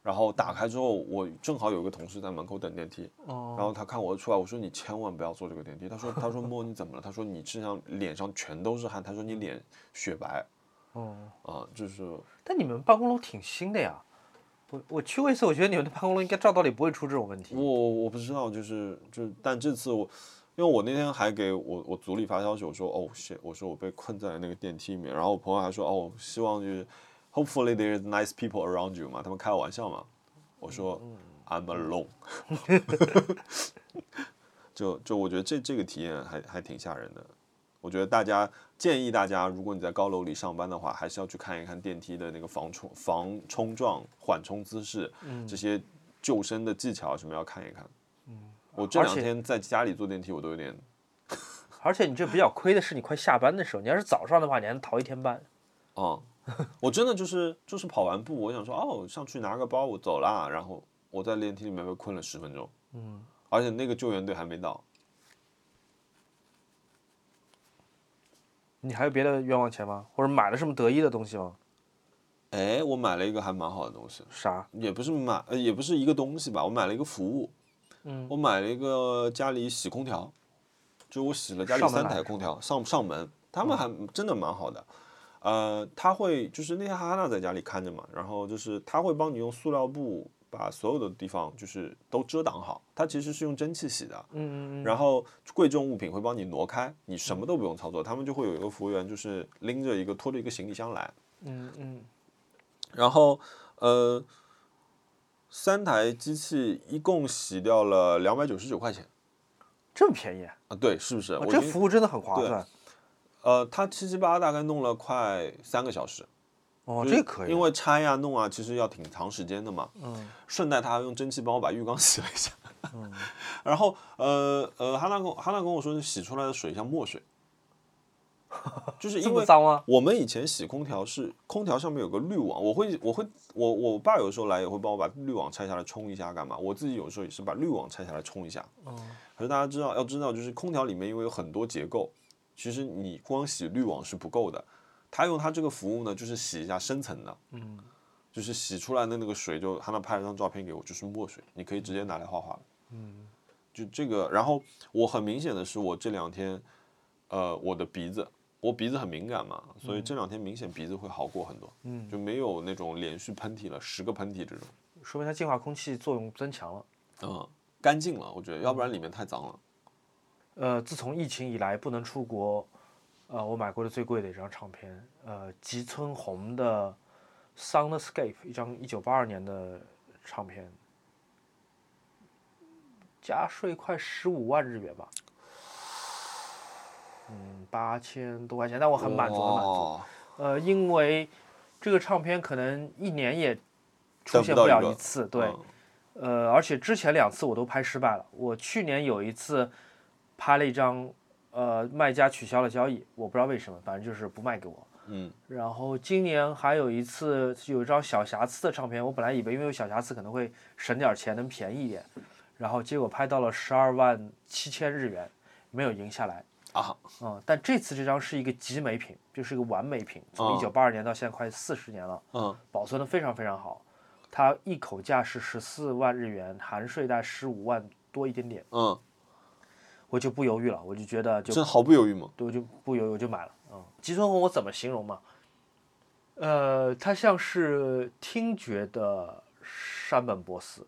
Speaker 1: 然后打开之后，我正好有一个同事在门口等电梯，
Speaker 2: 哦
Speaker 1: 然后他看我出来，我说你千万不要坐这个电梯。他说他说摸你怎么了？他说你身上脸上全都是汗，他说你脸雪白
Speaker 3: 哦，
Speaker 1: 啊、就是
Speaker 3: 但你们办公楼挺新的呀。我我去过一次，我觉得你们的办公楼应该照道理不会出这种问题。
Speaker 1: 我我不知道，就是就，但这次我，因为我那天还给我我组里发消息，我说哦 shit，我说我被困在那个电梯里面，然后我朋友还说哦，希望就是 hopefully there's nice people around you 嘛，他们开玩笑嘛，我说 I'm alone，就就我觉得这这个体验还还挺吓人的，我觉得大家建议大家，如果你在高楼里上班的话，还是要去看一看电梯的那个防冲防冲撞、缓冲姿势，
Speaker 3: 嗯
Speaker 1: 这些救生的技巧什么要看一看。我这
Speaker 3: 嗯而
Speaker 1: 两
Speaker 3: 且
Speaker 1: 天在家里坐电梯，我都有点
Speaker 3: 而且你这比较亏的是，你快下班的时候，你要是早上的话，你还能逃一天班。
Speaker 1: 啊、我真的就是就是跑完步，我想说哦，上去拿个包，我走啦，然后我在电梯里面被困了十分钟，嗯，而且那个救援队还没到，
Speaker 3: 你还有别的冤枉钱吗？或者买了什么得意的东西吗？
Speaker 1: 哎，我买了一个还蛮好的东西，
Speaker 3: 啥？
Speaker 1: 也不是买，呃，也不是一个东西吧，我买了一个服务，
Speaker 3: 嗯，
Speaker 1: 我买了一个家里洗空调，就我洗了家里
Speaker 3: 上门嗯
Speaker 1: 三
Speaker 3: 来
Speaker 1: 台空调，上上门，他们还真的蛮好的，呃，他会就是那天哈哈娜在家里看着嘛，然后就是他会帮你用塑料布把所有的地方就是都遮挡好，它其实是用蒸汽洗的，
Speaker 3: 嗯嗯
Speaker 1: 然后贵重物品会帮你挪开，你什么都不用操作，他们就会有一个服务员就是拎着一个拖着一个行李箱来，
Speaker 3: 嗯嗯
Speaker 1: 然后呃，三台机器一共洗掉了两百九十九块钱
Speaker 3: 这么便宜啊，
Speaker 1: 啊，对，是不是？我
Speaker 3: 这
Speaker 1: 已经
Speaker 3: 服务真的很划
Speaker 1: 对
Speaker 3: 算。
Speaker 1: 呃，他七七八八大概弄了快三个小时，
Speaker 3: 哦，
Speaker 1: 就
Speaker 3: 这
Speaker 1: 是
Speaker 3: 个可以。
Speaker 1: 因为拆呀、弄啊，其实要挺长时间的嘛。
Speaker 3: 嗯，
Speaker 1: 顺带他还用蒸汽帮我把浴缸 洗了一下。然后呃呃，哈娜跟我哈娜跟我说，洗出来的水像 墨水，就是
Speaker 3: 这
Speaker 1: 因
Speaker 3: 么
Speaker 1: 为
Speaker 3: 脏吗？
Speaker 1: 我们以前洗空调是空调上面有个滤网，我会我会我我爸有时候来也会帮我把滤网拆下来冲一下干嘛，我自己有时候也是把滤网拆下来冲一下。可是大家知道要知道就是空调里面因为有很多结构，其实你光洗滤网是不够的，他用他这个服务呢就是洗一下深层的，嗯，就是洗出来的那个水就他那拍了张照片给我，就是墨水，你可以直接拿来画画了，嗯，就这个，然后我很明显的是我这两天。呃，我的鼻子，我鼻子很敏感嘛，
Speaker 2: 嗯
Speaker 1: 所以这两天明显鼻子会好过很多，嗯，就没有那种连续喷嚏了，十个喷嚏这种，
Speaker 2: 说明它净化空气作用增强了。
Speaker 1: 嗯，干净了，我觉得，要不然里面太脏了。
Speaker 2: 呃，自从疫情以来不能出国，呃，我买过的最贵的一张唱片，呃，吉村弘的《Soundscape》，一张一九八二年的唱片，加税快十五万日元吧，嗯，八千多块钱，但我很满足，很满足。
Speaker 1: 哇
Speaker 2: 呃，因为这个唱片可能一年也出
Speaker 1: 得
Speaker 2: 现
Speaker 1: 不到
Speaker 2: 不
Speaker 1: 一
Speaker 2: 了
Speaker 1: 个
Speaker 2: 一次，对，
Speaker 1: 嗯
Speaker 2: 呃，而且之前两次我都拍失败了。我去年有一次拍了一张，呃，卖家取消了交易，我不知道为什么，反正就是不卖给我。
Speaker 1: 嗯，
Speaker 2: 然后今年还有一次有一张小瑕疵的唱片，我本来以为因为有小瑕疵可能会省点钱，能便宜一点，然后结果拍到了十二万七千日元，没有赢下来。
Speaker 1: 啊，
Speaker 2: 嗯，但这次这张是一个集美品，就是一个完美品，从
Speaker 1: 哦
Speaker 2: 一九八二年到现在快四十年了，
Speaker 1: 嗯，
Speaker 2: 保存的非常非常好。它一口价是十四万日元，含税在十五万多一点点，
Speaker 1: 嗯，
Speaker 2: 我就不犹豫了，我就觉得就
Speaker 1: 真毫不犹豫吗？
Speaker 2: 我就不犹豫我就买了。嗯，吉村弘我怎么形容嘛？呃，它像是听觉的山本博斯，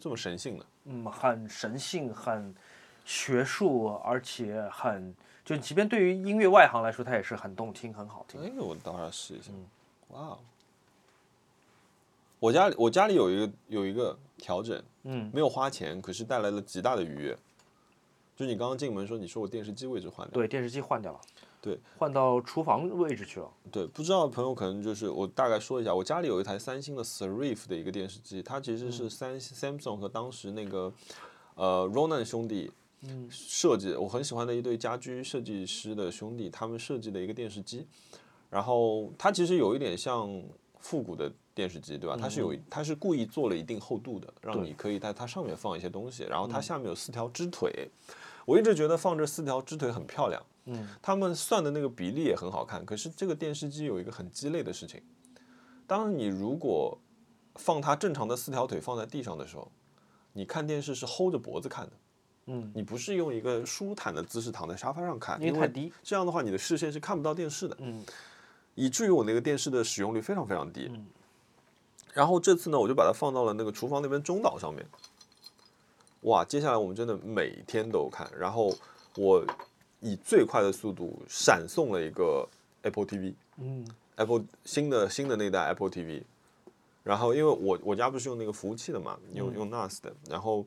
Speaker 1: 这么神性的，
Speaker 2: 嗯，很神性，很学术，而且很就即便对于音乐外行来说，它也是很动听、很好听。
Speaker 1: 哎，我到时候试一下。哇哦，我家里我家里有一个有一个调整，
Speaker 2: 嗯，
Speaker 1: 没有花钱，可是带来了极大的愉悦。就你刚刚进门说，你说我电视机位置换掉，
Speaker 2: 对，电视机换掉了，
Speaker 1: 对，
Speaker 2: 换到厨房位置去了。
Speaker 1: 对，不知道的朋友可能就是我大概说一下，我家里有一台三星的 Serif 的一个电视机，它其实是三、Samsung 和当时那个呃 Ronan 兄弟设计，我很喜欢的一对家居设计师的兄弟，他们设计的一个电视机，然后它其实有一点像复古的电视机，对吧？它是有
Speaker 2: 嗯
Speaker 1: 它是故意做了一定厚度的，让你可以在它上面放一些东西，然
Speaker 2: 嗯
Speaker 1: 后它下面有四条支腿，我一直觉得放这四条支腿很漂亮。
Speaker 2: 嗯
Speaker 1: 他们算的那个比例也很好看。可是这个电视机有一个很鸡肋的事情，当你如果放它正常的四条腿放在地上的时候，你看电视是 hold 着脖子看的。
Speaker 2: 嗯，
Speaker 1: 你不是用一个舒坦的姿势躺在沙发上看，
Speaker 2: 因为
Speaker 1: 啊因
Speaker 2: 太低，
Speaker 1: 这样的话你的视线是看不到电视的。
Speaker 2: 嗯，
Speaker 1: 以至于我那个电视的使用率非常非常低。然后这次呢，我就把它放到了那个厨房那边中岛上面。哇，接下来我们真的每天都有看。然后我以最快的速度闪送了一个 Apple TV。
Speaker 2: 嗯
Speaker 1: Apple 新的新的那代 Apple TV，然后因为我我家不是用那个服务器的嘛，用用 NAS 的，然后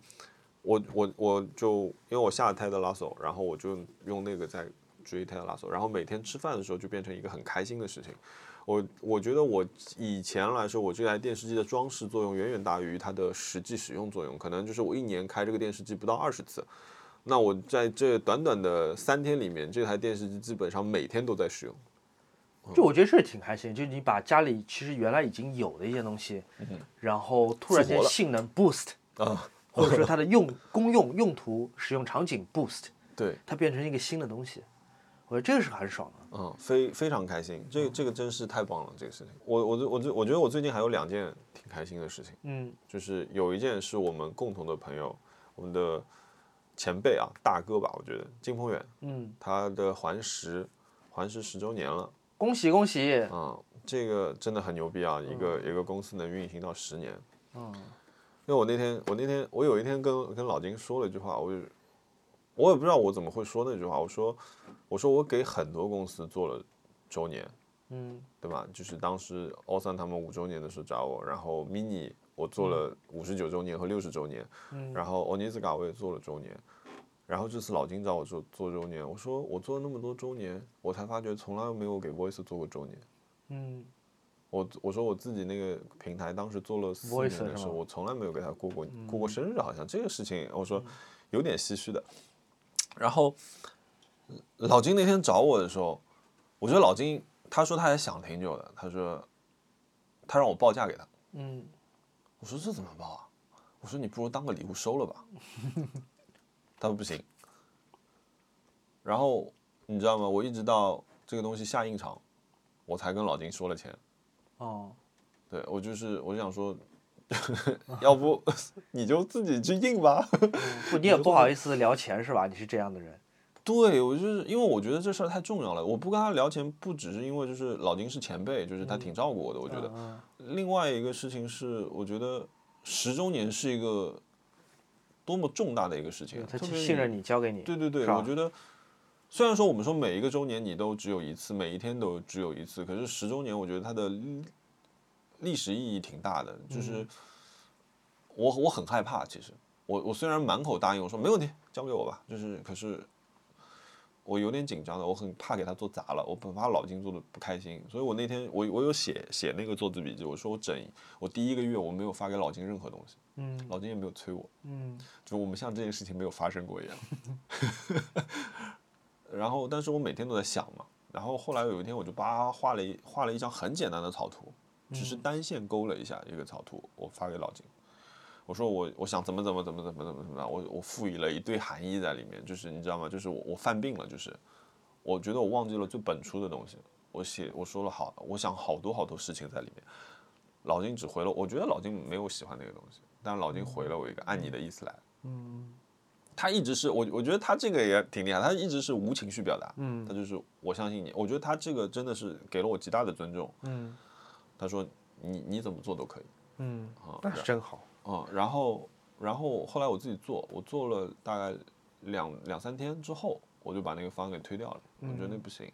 Speaker 1: 我我我就因为我下了 Ted Lasso，然后我就用那个在追 Ted Lasso，然后每天吃饭的时候就变成一个很开心的事情。我我觉得我以前来说，我这台电视机的装饰作用远远大于它的实际使用作用，可能就是我一年开这个电视机不到二十次。那我在这短短的三天里面，这台电视机基本上每天都在使用。嗯
Speaker 2: 就我觉得这挺开心，就是你把家里其实原来已经有的一些东西，然后突
Speaker 1: 嗯
Speaker 2: 然
Speaker 1: 复活了
Speaker 2: 间性能 boost，
Speaker 1: 啊，
Speaker 2: 或者说它的用公用用途、使用场景 boost，
Speaker 1: 对，
Speaker 2: 它变成一个新的东西，我觉得这个是很爽的。
Speaker 1: 嗯，非非常开心，这这个真是太棒了，这个事情。我我我我我觉得我最近还有两件挺开心的事情，
Speaker 2: 嗯
Speaker 1: 就是有一件是我们共同的朋友，我们的前辈啊，大哥吧，我觉得金鹏远，
Speaker 2: 嗯，
Speaker 1: 他的环食环食十周年了，
Speaker 2: 恭喜恭喜！
Speaker 1: 嗯，这个真的很牛逼啊，一个、一个公司能运行到十年。
Speaker 2: 嗯
Speaker 1: 因为我那天我那天我有一天跟跟老金说了一句话，我就我也不知道我怎么会说那句话，我说我说我给很多公司做了周年。
Speaker 2: 嗯
Speaker 1: 对吧？就是当时奥三他们五周年的时候找我，然后 mini 我做了五十九周年和六十周年，
Speaker 2: 嗯
Speaker 1: 然后 Onizuka 我也做了周年，然后这次老金找我做做周年，我说我做了那么多周年，我才发觉从来没有给 Voice 做过周年。
Speaker 2: 嗯
Speaker 1: 我我说我自己那个平台当时做了四年
Speaker 2: Voice
Speaker 1: 的时
Speaker 2: 是吗嗯
Speaker 1: 候，我从来没有给他过过过过生日，好像这个事情我说有点唏嘘的。然后老金那天找我的时候，我觉得老金他说他也想挺久的，他说他让我报价给他，
Speaker 2: 嗯，
Speaker 1: 我说这怎么报啊？我说你不如当个礼物收了 吧。他说不行。然后你知道吗？我一直到这个东西下印厂，我才跟老金说了钱。
Speaker 2: 哦，
Speaker 1: 对我就是我就想说， 要不 你就自己去印吧。
Speaker 2: 嗯不，你也不好意思聊钱是吧？你是这样的人，
Speaker 1: 对，我就是因为我觉得这事儿太重要了，我不跟他聊钱，不只是因为就是老金是前辈，就是他挺照顾我的，我觉
Speaker 2: 嗯
Speaker 1: 得。另外一个事情是，我觉得十周年是一个多么重大的一个事情啊，
Speaker 2: 他
Speaker 1: 特别
Speaker 2: 信
Speaker 1: 你
Speaker 2: 任你，交给你。
Speaker 1: 对对对，
Speaker 2: 是吧
Speaker 1: 我觉得虽然说我们说每一个周年你都只有一次，每一天都只有一次，可是十周年我觉得它的历历史意义挺大的，就是
Speaker 2: 嗯
Speaker 1: 我我很害怕，其实我我虽然满口答应我说没问题，交给我吧，就是可是。我有点紧张的，我很怕给他做砸了，我很怕老金做的不开心，所以我那天我我有写写那个做字笔记，我说我整我第一个月我没有发给老金任何东西，
Speaker 3: 嗯
Speaker 1: 老金也没有催我，
Speaker 3: 嗯
Speaker 1: 就我们像这件事情没有发生过一样。 然后，但是我每天都在想嘛。然后后来有一天，我就叭画了一画了一张很简单的草图，只是单线勾了一下一个草图，我发给老金，我说我我想怎么怎么怎么怎么怎么怎么样，我我赋予了一堆含义在里面，就是你知道吗？就是我我犯病了，就是我觉得我忘记了最本初的东西，我写我说了好，我想好多好多事情在里面。老金只回了，我觉得老金没有喜欢那个东西，但是老金回了我一个按你的意思来。
Speaker 3: 嗯
Speaker 1: 他一直是我，我觉得他这个也挺厉害，他一直是无情绪表达，他
Speaker 3: 嗯
Speaker 1: 就是我相信你，我觉得他这个真的是给了我极大的尊重。
Speaker 3: 嗯
Speaker 1: 他说你你怎么做都可以
Speaker 3: 嗯
Speaker 1: 啊，
Speaker 2: 那是真好，
Speaker 1: 嗯，然后然后后来我自己做，我做了大概两两三天之后，我就把那个方案给推掉了，我觉得那不行，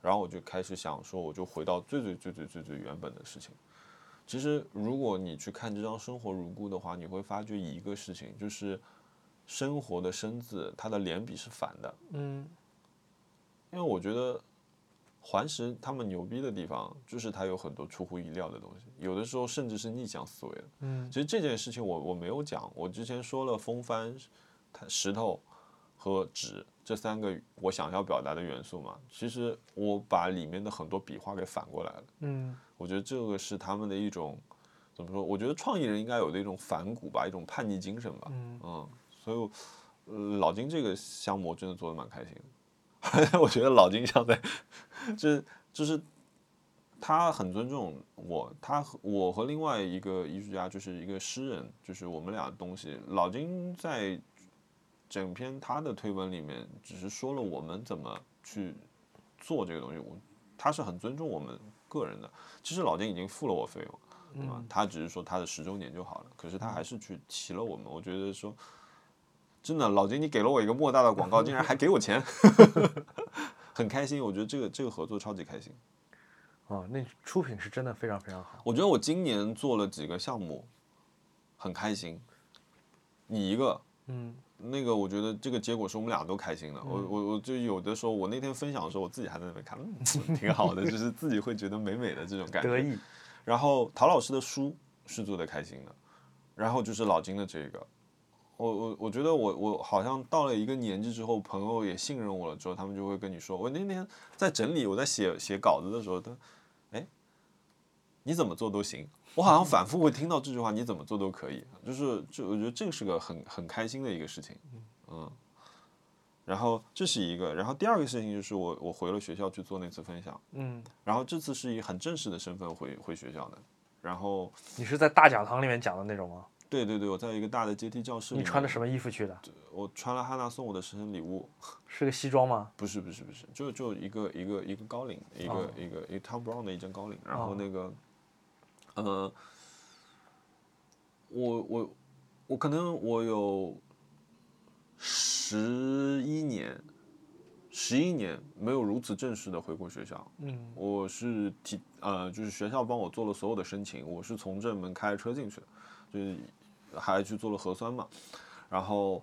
Speaker 1: 然后我就开始想说，我就回到最最最最最最原本的事情。其实如果你去看这张生活如故的话，你会发觉一个事情，就是生活的生字，它的连笔是反的，
Speaker 3: 嗯
Speaker 1: 因为我觉得环石他们牛逼的地方，就是它有很多出乎意料的东西，有的时候甚至是逆向思维的。
Speaker 3: 嗯
Speaker 1: 其实这件事情我我没有讲，我之前说了风帆、它石头和纸这三个我想要表达的元素嘛，其实我把里面的很多笔画给反过来了。
Speaker 3: 嗯
Speaker 1: 我觉得这个是他们的一种怎么说？我觉得创意人应该有的一种反骨吧，一种叛逆精神吧。
Speaker 3: 嗯
Speaker 1: 所以我、呃老金这个项目我真的做的蛮开心的， 我觉得老金像在，就是就是他很尊重我，他和我和另外一个艺术家就是一个诗人，就是我们俩东西，老金在整篇他的推文里面只是说了我们怎么去做这个东西，我他是很尊重我们个人的，其实老金已经付了我费用。对吧？他只是说他的十周年就好了，可是他还是去提了我们。我觉得说，真的，老金你给了我一个莫大的广告，竟然还给我钱， 很开心。我觉得这个这个合作超级开心。
Speaker 2: 啊，那出品是真的非常非常好。
Speaker 1: 我觉得我今年做了几个项目，很开心。你一个，
Speaker 3: 嗯
Speaker 1: 那个我觉得这个结果是我们俩都开心的。我我我就有的时候，我那天分享的时候，我自己还在那边看，嗯，挺好的，就是自己会觉得美美的这种感觉。
Speaker 2: 得意，
Speaker 1: 然后陶老师的书是做的开心的，然后就是老金的这个，我我我觉得我我好像到了一个年纪之后，朋友也信任我了之后，他们就会跟你说，我那天在整理，我在写写稿子的时候，他，哎，你怎么做都行。我好像反复会听到这句话，你怎么做都可以，就是这，我觉得这个是个很很开心的一个事情，嗯，然后这是一个，然后第二个事情就是我我回了学校去做那次分享，
Speaker 3: 嗯，
Speaker 1: 然后这次是以很正式的身份回回学校的。然后，
Speaker 2: 你是在大讲堂里面讲的那种吗？
Speaker 1: 对对对，我在一个大的阶梯教室里
Speaker 2: 你
Speaker 1: 面，
Speaker 2: 穿的什么衣服去的？
Speaker 1: 我穿了汉娜送我的生日礼物，
Speaker 2: 是个西装吗？
Speaker 1: 不是不是不是，就就一个一个一个高领，一个、
Speaker 2: 哦
Speaker 1: 一个一个 Tom Brown 的一件高领，然后那个，呃，我我我可能我有十一年，十一年没有如此正式的回过学校，
Speaker 3: 嗯
Speaker 1: 我是提呃，就是学校帮我做了所有的申请，我是从正门开车进去的，就是还去做了核酸嘛，然后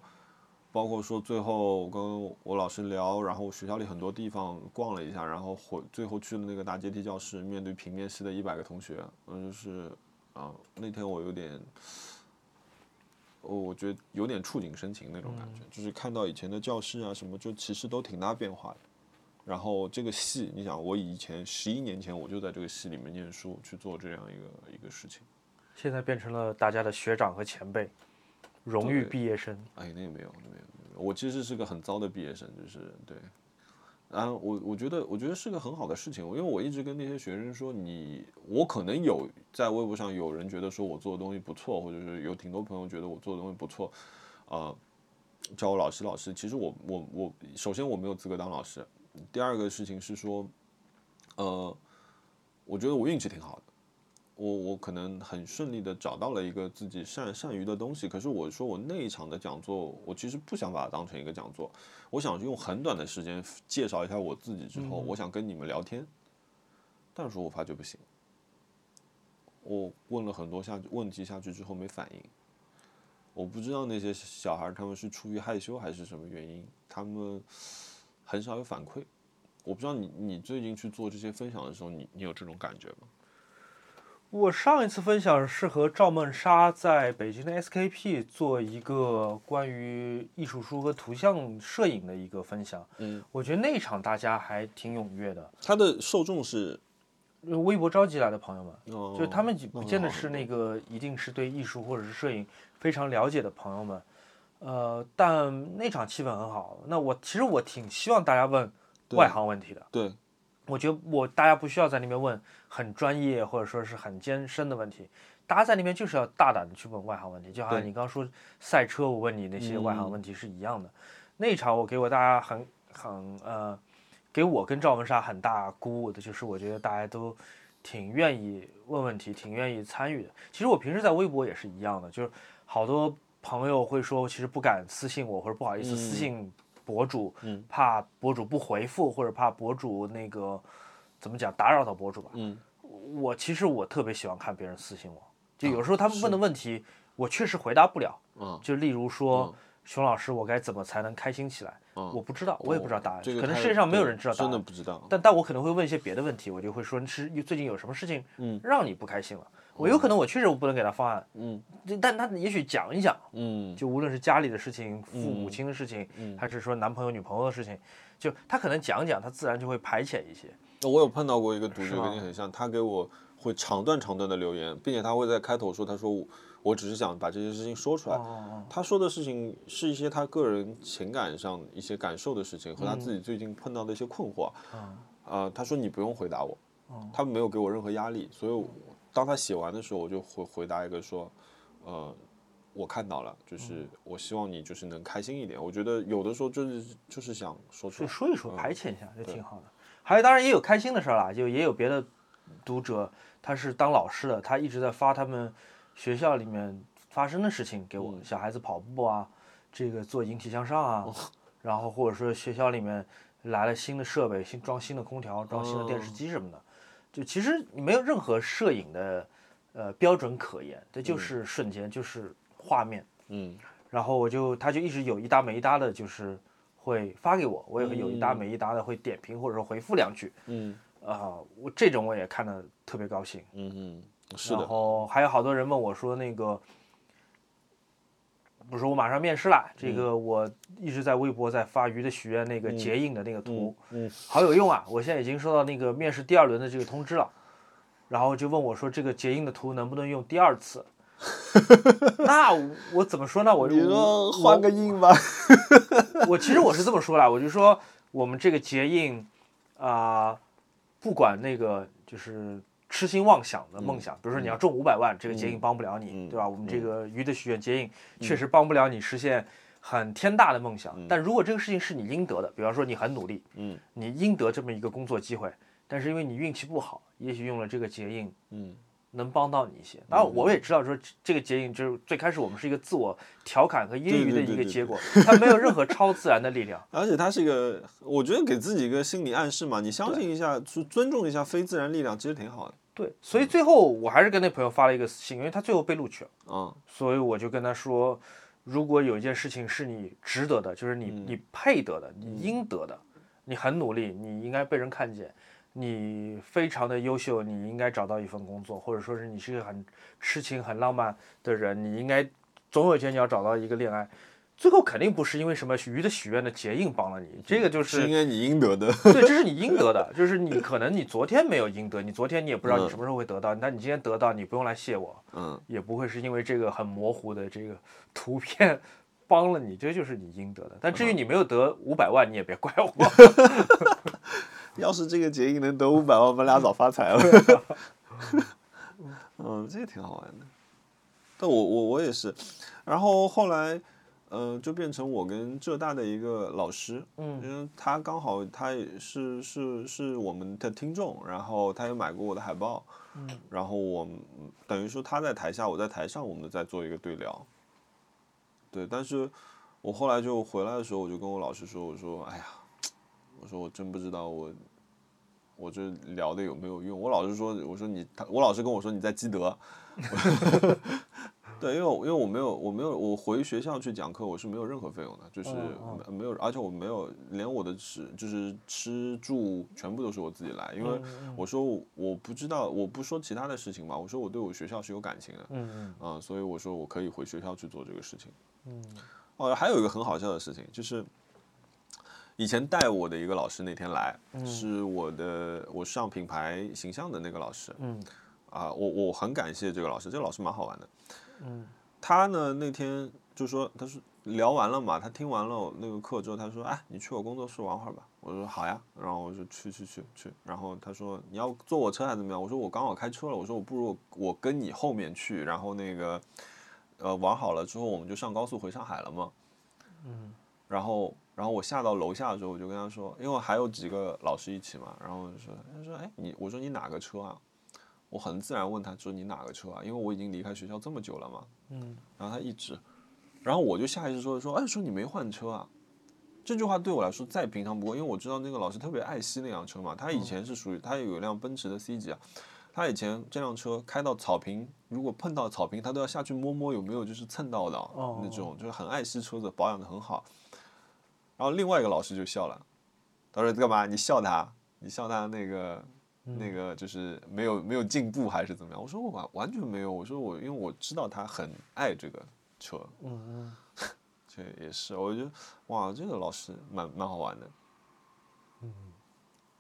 Speaker 1: 包括说最后跟我老师聊，然后学校里很多地方逛了一下，然后回最后去了那个大阶梯教室，面对平面系的一百个同学，嗯，就是啊、那天我有点。哦我觉得有点触景生情那种感觉，就是看到以前的教室啊什么，就其实都挺大变化的。然后这个系，你想，我以前十一年前我就在这个系里面念书，去做这样一个一个事情。
Speaker 2: 现在变成了大家的学长和前辈，荣誉
Speaker 1: 对
Speaker 2: 毕业生。
Speaker 1: 哎，那也没有，那没有，那没有我其实是个很糟的毕业生，就是对。然后我我觉得我觉得是个很好的事情，因为我一直跟那些学生说，你我可能有在微博上有人觉得说我做的东西不错，或者是有挺多朋友觉得我做的东西不错，啊、叫我老师老师，其实我我我，首先我没有资格当老师，第二个事情是说，呃，我觉得我运气挺好的，我我可能很顺利的找到了一个自己善善于的东西，可是我说我那一场的讲座，我其实不想把它当成一个讲座，我想用很短的时间介绍一下我自己之后，我想跟你们聊天，但是我发觉不行，我问了很多下问题下去之后没反应。我不知道那些小孩儿他们是出于害羞还是什么原因，他们很少有反馈。我不知道你你最近去做这些分享的时候，你你有这种感觉吗？
Speaker 2: 我上一次分享是和赵梦莎在北京的 SKP 做一个关于艺术书和图像摄影的一个分享。
Speaker 1: 嗯，
Speaker 2: 我觉得那场大家还挺踊跃的，
Speaker 1: 他的受众是，
Speaker 2: 呃微博召集来的朋友们，
Speaker 1: 哦、
Speaker 2: 就是他们也
Speaker 1: 那
Speaker 2: 不
Speaker 1: 很
Speaker 2: 见得
Speaker 1: 好
Speaker 2: 是那个一定是对艺术或者是摄影非常了解的朋友们，呃，但那场气氛很好。那我其实我挺希望大家问
Speaker 1: 对
Speaker 2: 外行问题的，
Speaker 1: 对，
Speaker 2: 我觉得我大家不需要在那边问很专业或者说是很艰深的问题，大家在那边就是要大胆的去问外行问题，就好像
Speaker 1: 对
Speaker 2: 你刚刚说赛车，我问你那些外行
Speaker 1: 嗯
Speaker 2: 问题是一样的。那一场我给我大家很很呃，给我跟赵文莎很大鼓舞的就是，我觉得大家都挺愿意问问题，挺愿意参与的。其实我平时在微博也是一样的，就是好多朋友会说，其实不敢私信我，或者不好意思私
Speaker 1: 嗯
Speaker 2: 信博主，
Speaker 1: 嗯
Speaker 2: 怕博主不回复，或者怕博主那个怎么讲打扰到博主吧。
Speaker 1: 嗯，
Speaker 2: 我其实我特别喜欢看别人私信我，就有时候他们问的问题，我确实回答不了。
Speaker 1: 啊、
Speaker 2: 就例如说
Speaker 1: 嗯，
Speaker 2: 熊老师，我该怎么才能开心起来？
Speaker 1: 嗯
Speaker 2: 我不知道，我也不知道答案，
Speaker 1: 这个
Speaker 2: 可能
Speaker 1: 太
Speaker 2: 世界上没有
Speaker 1: 对
Speaker 2: 人知道答
Speaker 1: 真的
Speaker 2: 案。
Speaker 1: 不知道。
Speaker 2: 但但我可能会问一些别的问题，我就会说是最近有什么事情
Speaker 1: 嗯哦
Speaker 2: 让你不开心了？我有可能我确实我不能给他方案，
Speaker 1: 嗯
Speaker 2: 但他也许讲一讲，
Speaker 1: 嗯，
Speaker 2: 就无论是家里的事情、父母
Speaker 1: 嗯
Speaker 2: 亲的事情，
Speaker 1: 嗯
Speaker 2: 还是说男朋友女朋友的事情，就他可能讲讲，他自然就会排遣一些。
Speaker 1: 我有碰到过一个读
Speaker 2: 是
Speaker 1: 者
Speaker 2: 吗
Speaker 1: 跟你很像，他给我会长段长段的留言，并且他会在开头说，他说我我只是想把这些事情说出来，
Speaker 2: 哦，
Speaker 1: 他说的事情是一些他个人情感上一些感受的事情和他自己最近碰到的一些困惑。
Speaker 2: 嗯
Speaker 1: 呃，他说你不用回答我，他没有给我任何压力，所以我当他写完的时候，我就回回答一个说，呃，我看到了，就
Speaker 2: 嗯
Speaker 1: 是我希望你就是能开心一点。我觉得有的时候就是就是想说出
Speaker 2: 就
Speaker 1: 来，
Speaker 2: 说一说，
Speaker 1: 嗯
Speaker 2: 排遣一下就
Speaker 1: 对
Speaker 2: 挺好的。还有，当然也有开心的事儿啦，就也有别的读者，他是当老师的，他一直在发他们学校里面发生的事情给我，
Speaker 1: 嗯哦
Speaker 2: 小孩子跑步啊，这个做引体向上啊，然后或者说学校里面来了新的设备，新装新的空调，装新的电视
Speaker 1: 哦
Speaker 2: 机什么的，就其实你没有任何摄影的呃标准可言，这就是瞬间，就是画面。
Speaker 1: 嗯
Speaker 2: 然后我就他就一直有一搭没一搭的，就是会发给我，我也会有一搭没一搭的会点评或者说回复两句
Speaker 1: 嗯
Speaker 2: 啊、我这种我也看得特别高兴。
Speaker 1: 嗯嗯，是
Speaker 2: 然
Speaker 1: 的，
Speaker 2: 后还有好多人问我说那个，我说我马上面试啦，
Speaker 1: 嗯
Speaker 2: 这个我一直在微博在发《鱼的许愿》那个结印的那个图，
Speaker 1: 嗯
Speaker 2: 好有用啊！我现在已经收到那个面试第二轮的这个通知了，然后就问我说这个结印的图能不能用第二 次？那我怎么说呢？我
Speaker 1: 你
Speaker 2: 我
Speaker 1: 说换个印吧，
Speaker 2: 我其实我是这么说啦，我就说我们这个结印啊、不管那个就是痴心妄想的梦想，比如说你要中五百万，这个结印帮不了你，
Speaker 1: 嗯
Speaker 2: 对吧？我们这个鱼的许愿结印确实帮不了你实现很天大的梦想，但如果这个事情是你应得的，比方说你很努力，
Speaker 1: 嗯
Speaker 2: 你应得这么一个工作机会，但是因为你运气不好，也许用了这个结印
Speaker 1: 嗯
Speaker 2: 能帮到你一些。当然，我也知道说这这个结影就是最开始我们是一个自我调侃和揶揄
Speaker 1: 对
Speaker 2: 的
Speaker 1: 对对
Speaker 2: 一个
Speaker 1: 对
Speaker 2: 结果，它没有任何超自然的力量。
Speaker 1: 而且它是一个，我觉得给自己一个心理暗示嘛，你相信一下，尊尊重一下非自然力量，其实挺好的。
Speaker 2: 对，所以最后我还是跟那朋友发了一个私信，因为他最后被录取了，
Speaker 1: 嗯
Speaker 2: 所以我就跟他说，如果有一件事情是你值得的，就是你、你配得的，你应得的，你很努力，你应该被人看见。你非常的优秀，你应该找到一份工作，或者说是你是一个很痴情、很浪漫的人，你应该总有一天你要找到一个恋爱。最后肯定不是因为什么鱼的许愿的结印帮了你，这个就是
Speaker 1: 应该你应得的。
Speaker 2: 对，这是你应得的，就是你可能你昨天没有应得，你昨天你也不知道你什么时候会得到，但你今天得到，你不用来谢我，
Speaker 1: 嗯，
Speaker 2: 也不会是因为这个很模糊的这个 图片 帮了你，这就是你应得的。但至于你没有得五百万，你也别怪 我。
Speaker 1: 要是这个结印能得五百万，我们俩早发财了。 嗯，这个挺好玩的。但我我我也是，然后后来呃，就变成我跟浙大的一个老师，嗯，因为他刚好他也是是是我们的听众，然后他也买过我的海报，嗯，然后我们等于说他在台下，我在台上，我们在做一个对聊，对，但是我后来就回来的时候，我就跟我老师说，我说，哎呀，我说我真不知道我。我这聊的有没有用？我老师说，我说你，他我老师跟我说你在积德， 对，因为我因为我没有我没有我回学校去讲课，我是没有任何费用的，就是
Speaker 3: 嗯
Speaker 1: 没有，而且我没有连我的吃就是吃住全部都是我自己来，因
Speaker 2: 嗯
Speaker 1: 为
Speaker 3: 嗯
Speaker 1: 我说我我不知道，我不说其他的事情嘛，我说我对我学校是有感情的，
Speaker 3: 嗯嗯
Speaker 1: 啊、所以我说我可以回学校去做这个事情。
Speaker 3: 嗯
Speaker 1: 哦，还有一个很好笑的事情，就是以前带我的一个老师那天来，是我的我上品牌形象的那个老师
Speaker 3: 嗯
Speaker 1: 啊、我我很感谢这个老师，这个老师蛮好玩的。
Speaker 3: 嗯，
Speaker 1: 他呢那天就说，他说聊完了嘛，他听完了我那个课之后，他说，哎，你去我工作室玩会儿吧。我说好呀，然后我就去去去去，然后他说你要坐我车还是怎么样？我说我刚好开车了，我说我不如我跟你后面去，然后那个呃玩好了之后，我们就上高速回上海了嘛。然后然后我下到楼下的时候，我就跟他说，因为还有几个老师一起嘛，然后我就说，他说，哎，你，我说你哪个车啊？我很自然问他说你哪个车啊？因为我已经离开学校这么久了嘛。嗯。然后他一直，然后我就下意识说说，哎，说你没换车啊？这句话对我来说再平常不过，因为我知道那个老师特别爱惜那辆车嘛，他以前是属于他有一辆奔驰的 C 级啊，他以前这辆车开到草坪，如果碰到草坪，他都要下去摸摸有没有就是蹭到的啊、
Speaker 3: 哦
Speaker 1: 那种，就是很爱惜车子，保养的很好。然后另外一个老师就笑了，他说干嘛？你笑他，你笑他那个
Speaker 2: 嗯
Speaker 1: 那个就是没有没有进步还是怎么样？我说我完完全没有，我说我因为我知道他很爱这个车，
Speaker 3: 嗯
Speaker 1: 这也是我觉得哇，这个老师蛮蛮好玩的。嗯，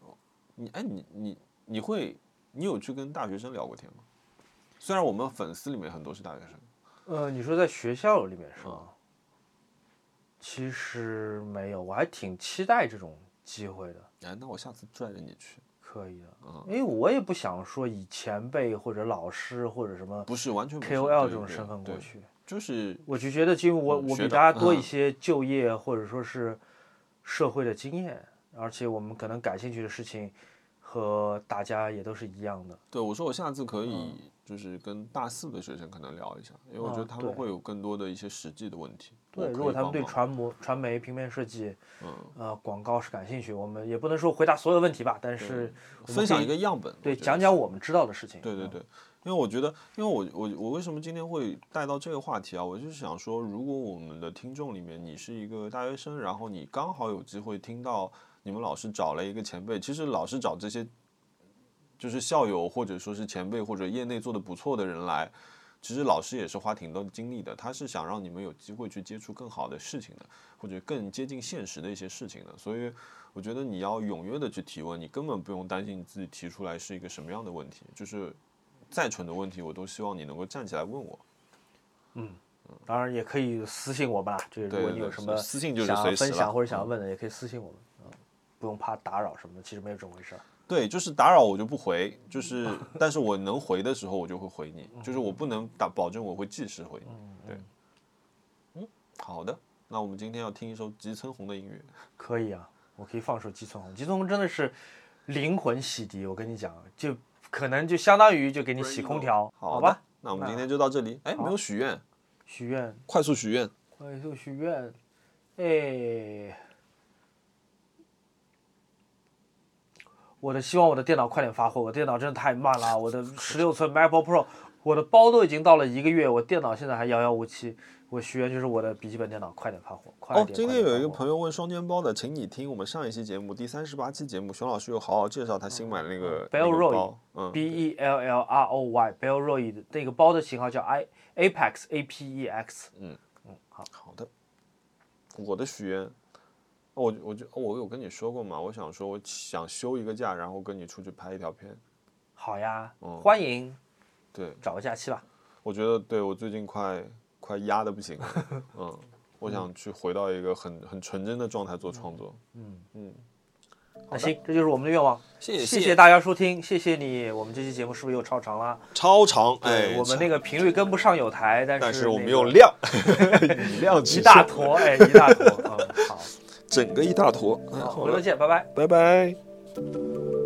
Speaker 2: 嗯
Speaker 1: 你哎你你你会你有去跟大学生聊过天吗？虽然我们粉丝里面很多是大学生，
Speaker 2: 呃，你说在学校里面是吗？
Speaker 1: 嗯
Speaker 2: 其实没有，我还挺期待这种机会的，
Speaker 1: 哎，那我下次拽着你去，
Speaker 2: 可以的。
Speaker 1: 嗯
Speaker 2: 因为我也不想说以前辈或者老师或者什么
Speaker 1: 不是完全不是
Speaker 2: KOL
Speaker 1: 对
Speaker 2: 这种
Speaker 1: 对
Speaker 2: 身份过
Speaker 1: 对
Speaker 2: 去，
Speaker 1: 就是
Speaker 2: 我就觉得，因为我
Speaker 1: 嗯
Speaker 2: 我
Speaker 1: 学长
Speaker 2: 比大家多一些就业或者说是社会的经验，而且我们可能感兴趣的事情和大家也都是一样的。
Speaker 1: 对，我说我下次
Speaker 2: 嗯
Speaker 1: 可以就是跟大四的学生可能聊一下，因为我觉得
Speaker 2: 嗯
Speaker 1: 他们
Speaker 2: 对
Speaker 1: 会有更多的一些实际的问题。
Speaker 2: 对，
Speaker 1: 我可
Speaker 2: 如果
Speaker 1: 以
Speaker 2: 他们
Speaker 1: 帮
Speaker 2: 对
Speaker 1: 忙，
Speaker 2: 传播、传媒、平面设计、
Speaker 1: 嗯，
Speaker 2: 呃广告是感兴趣，我们也不能说回答所有问题吧，但是我们可
Speaker 1: 分享
Speaker 2: 以
Speaker 1: 一个样本，
Speaker 2: 对
Speaker 1: 我觉得
Speaker 2: 讲
Speaker 1: 是
Speaker 2: 讲我们知道的事情。嗯
Speaker 1: 对对对，因为我觉得，因为我我我为什么今天会带到这个话题啊？我就是想说，如果我们的听众里面你是一个大学生，然后你刚好有机会听到你们老师找了一个前辈，其实老师找这些就是校友或者说是前辈或者业内做的不错的人来。其实老师也是花挺多精力的，他是想让你们有机会去接触更好的事情的，或者更接近现实的一些事情的。所以我觉得你要踊跃的去提问，你根本不用担心你自己提出来是一个什么样的问题，就是再蠢的问题，我都希望你能够站起来问我。
Speaker 2: 嗯当然也可以私信我们啦，就是如果
Speaker 1: 对
Speaker 2: 你
Speaker 1: 对
Speaker 2: 有什么
Speaker 1: 私信就是
Speaker 2: 想要
Speaker 1: 随时
Speaker 2: 分享
Speaker 1: 了
Speaker 2: 或者想要问的，也可以私信我们，嗯，不用怕打扰什么的，其实没有这么回事儿。
Speaker 1: 对，就是打扰我就不回，就是， 但是我能回的时候我就会回你，就是我不能打保证我会及时回你。对，嗯，好的，那我们今天要听一首吉村弘的音乐。
Speaker 2: 可以啊，我可以放首《鸡村红》，《鸡村红》真的是灵魂洗涤，我跟你讲，就可能就相当于就给你洗空调，
Speaker 1: 好的
Speaker 2: 吧？，
Speaker 1: 那我们今天就到这里。哎，没有许愿，
Speaker 2: 许愿，
Speaker 1: 快速许愿。
Speaker 2: 快速许愿，哎，我的希望我的电脑快点发货，我电脑真的太慢了，啊我的十六寸 MacBook Pro，我的包都已经到了一个月，我电脑现在还遥遥无期，我许愿就是我的笔记本电脑快点发货，快点。
Speaker 1: 哦，今
Speaker 2: 快
Speaker 1: 天
Speaker 2: 点
Speaker 1: 有一个
Speaker 2: 发货
Speaker 1: 朋友问双肩包的，请你听我们上一期节目第三十八期节目，熊老师有好好介绍他新买的那个那
Speaker 2: Bell
Speaker 1: 个
Speaker 2: Roy
Speaker 1: 包。嗯，
Speaker 2: B E L L R O Y Bell Roy 的那个包的型号叫 I Apex A P E X。
Speaker 1: 好的，我的许愿，我我就哦我有跟你说过嘛，我想说我想休一个假，然后跟你出去拍一条片。
Speaker 2: 好呀，
Speaker 1: 嗯
Speaker 2: 欢迎
Speaker 1: 对，
Speaker 2: 找个假期吧。
Speaker 1: 我觉得对我最近快快压的不行了， 嗯，我想去回到一个很很纯真的状态做创作。嗯嗯，
Speaker 4: 好
Speaker 2: 那
Speaker 4: 的
Speaker 2: 行，这就是我们的愿望。
Speaker 1: 谢
Speaker 2: 谢谢大家收听，谢谢你。我们这期节目是不是又超长了？
Speaker 1: 超长，哎，
Speaker 2: 对，我们那个频率跟不上有台，但是
Speaker 1: 但是
Speaker 2: 那
Speaker 1: 我们
Speaker 2: 个
Speaker 1: 有量， 以量
Speaker 2: 一
Speaker 1: 取
Speaker 2: 大
Speaker 1: 胜，
Speaker 2: 坨，哎，一大坨。嗯， 好，
Speaker 1: 整个一大坨。哎
Speaker 2: 好
Speaker 1: 好
Speaker 2: 回头
Speaker 1: 了，
Speaker 2: 见，拜拜。
Speaker 1: 拜拜。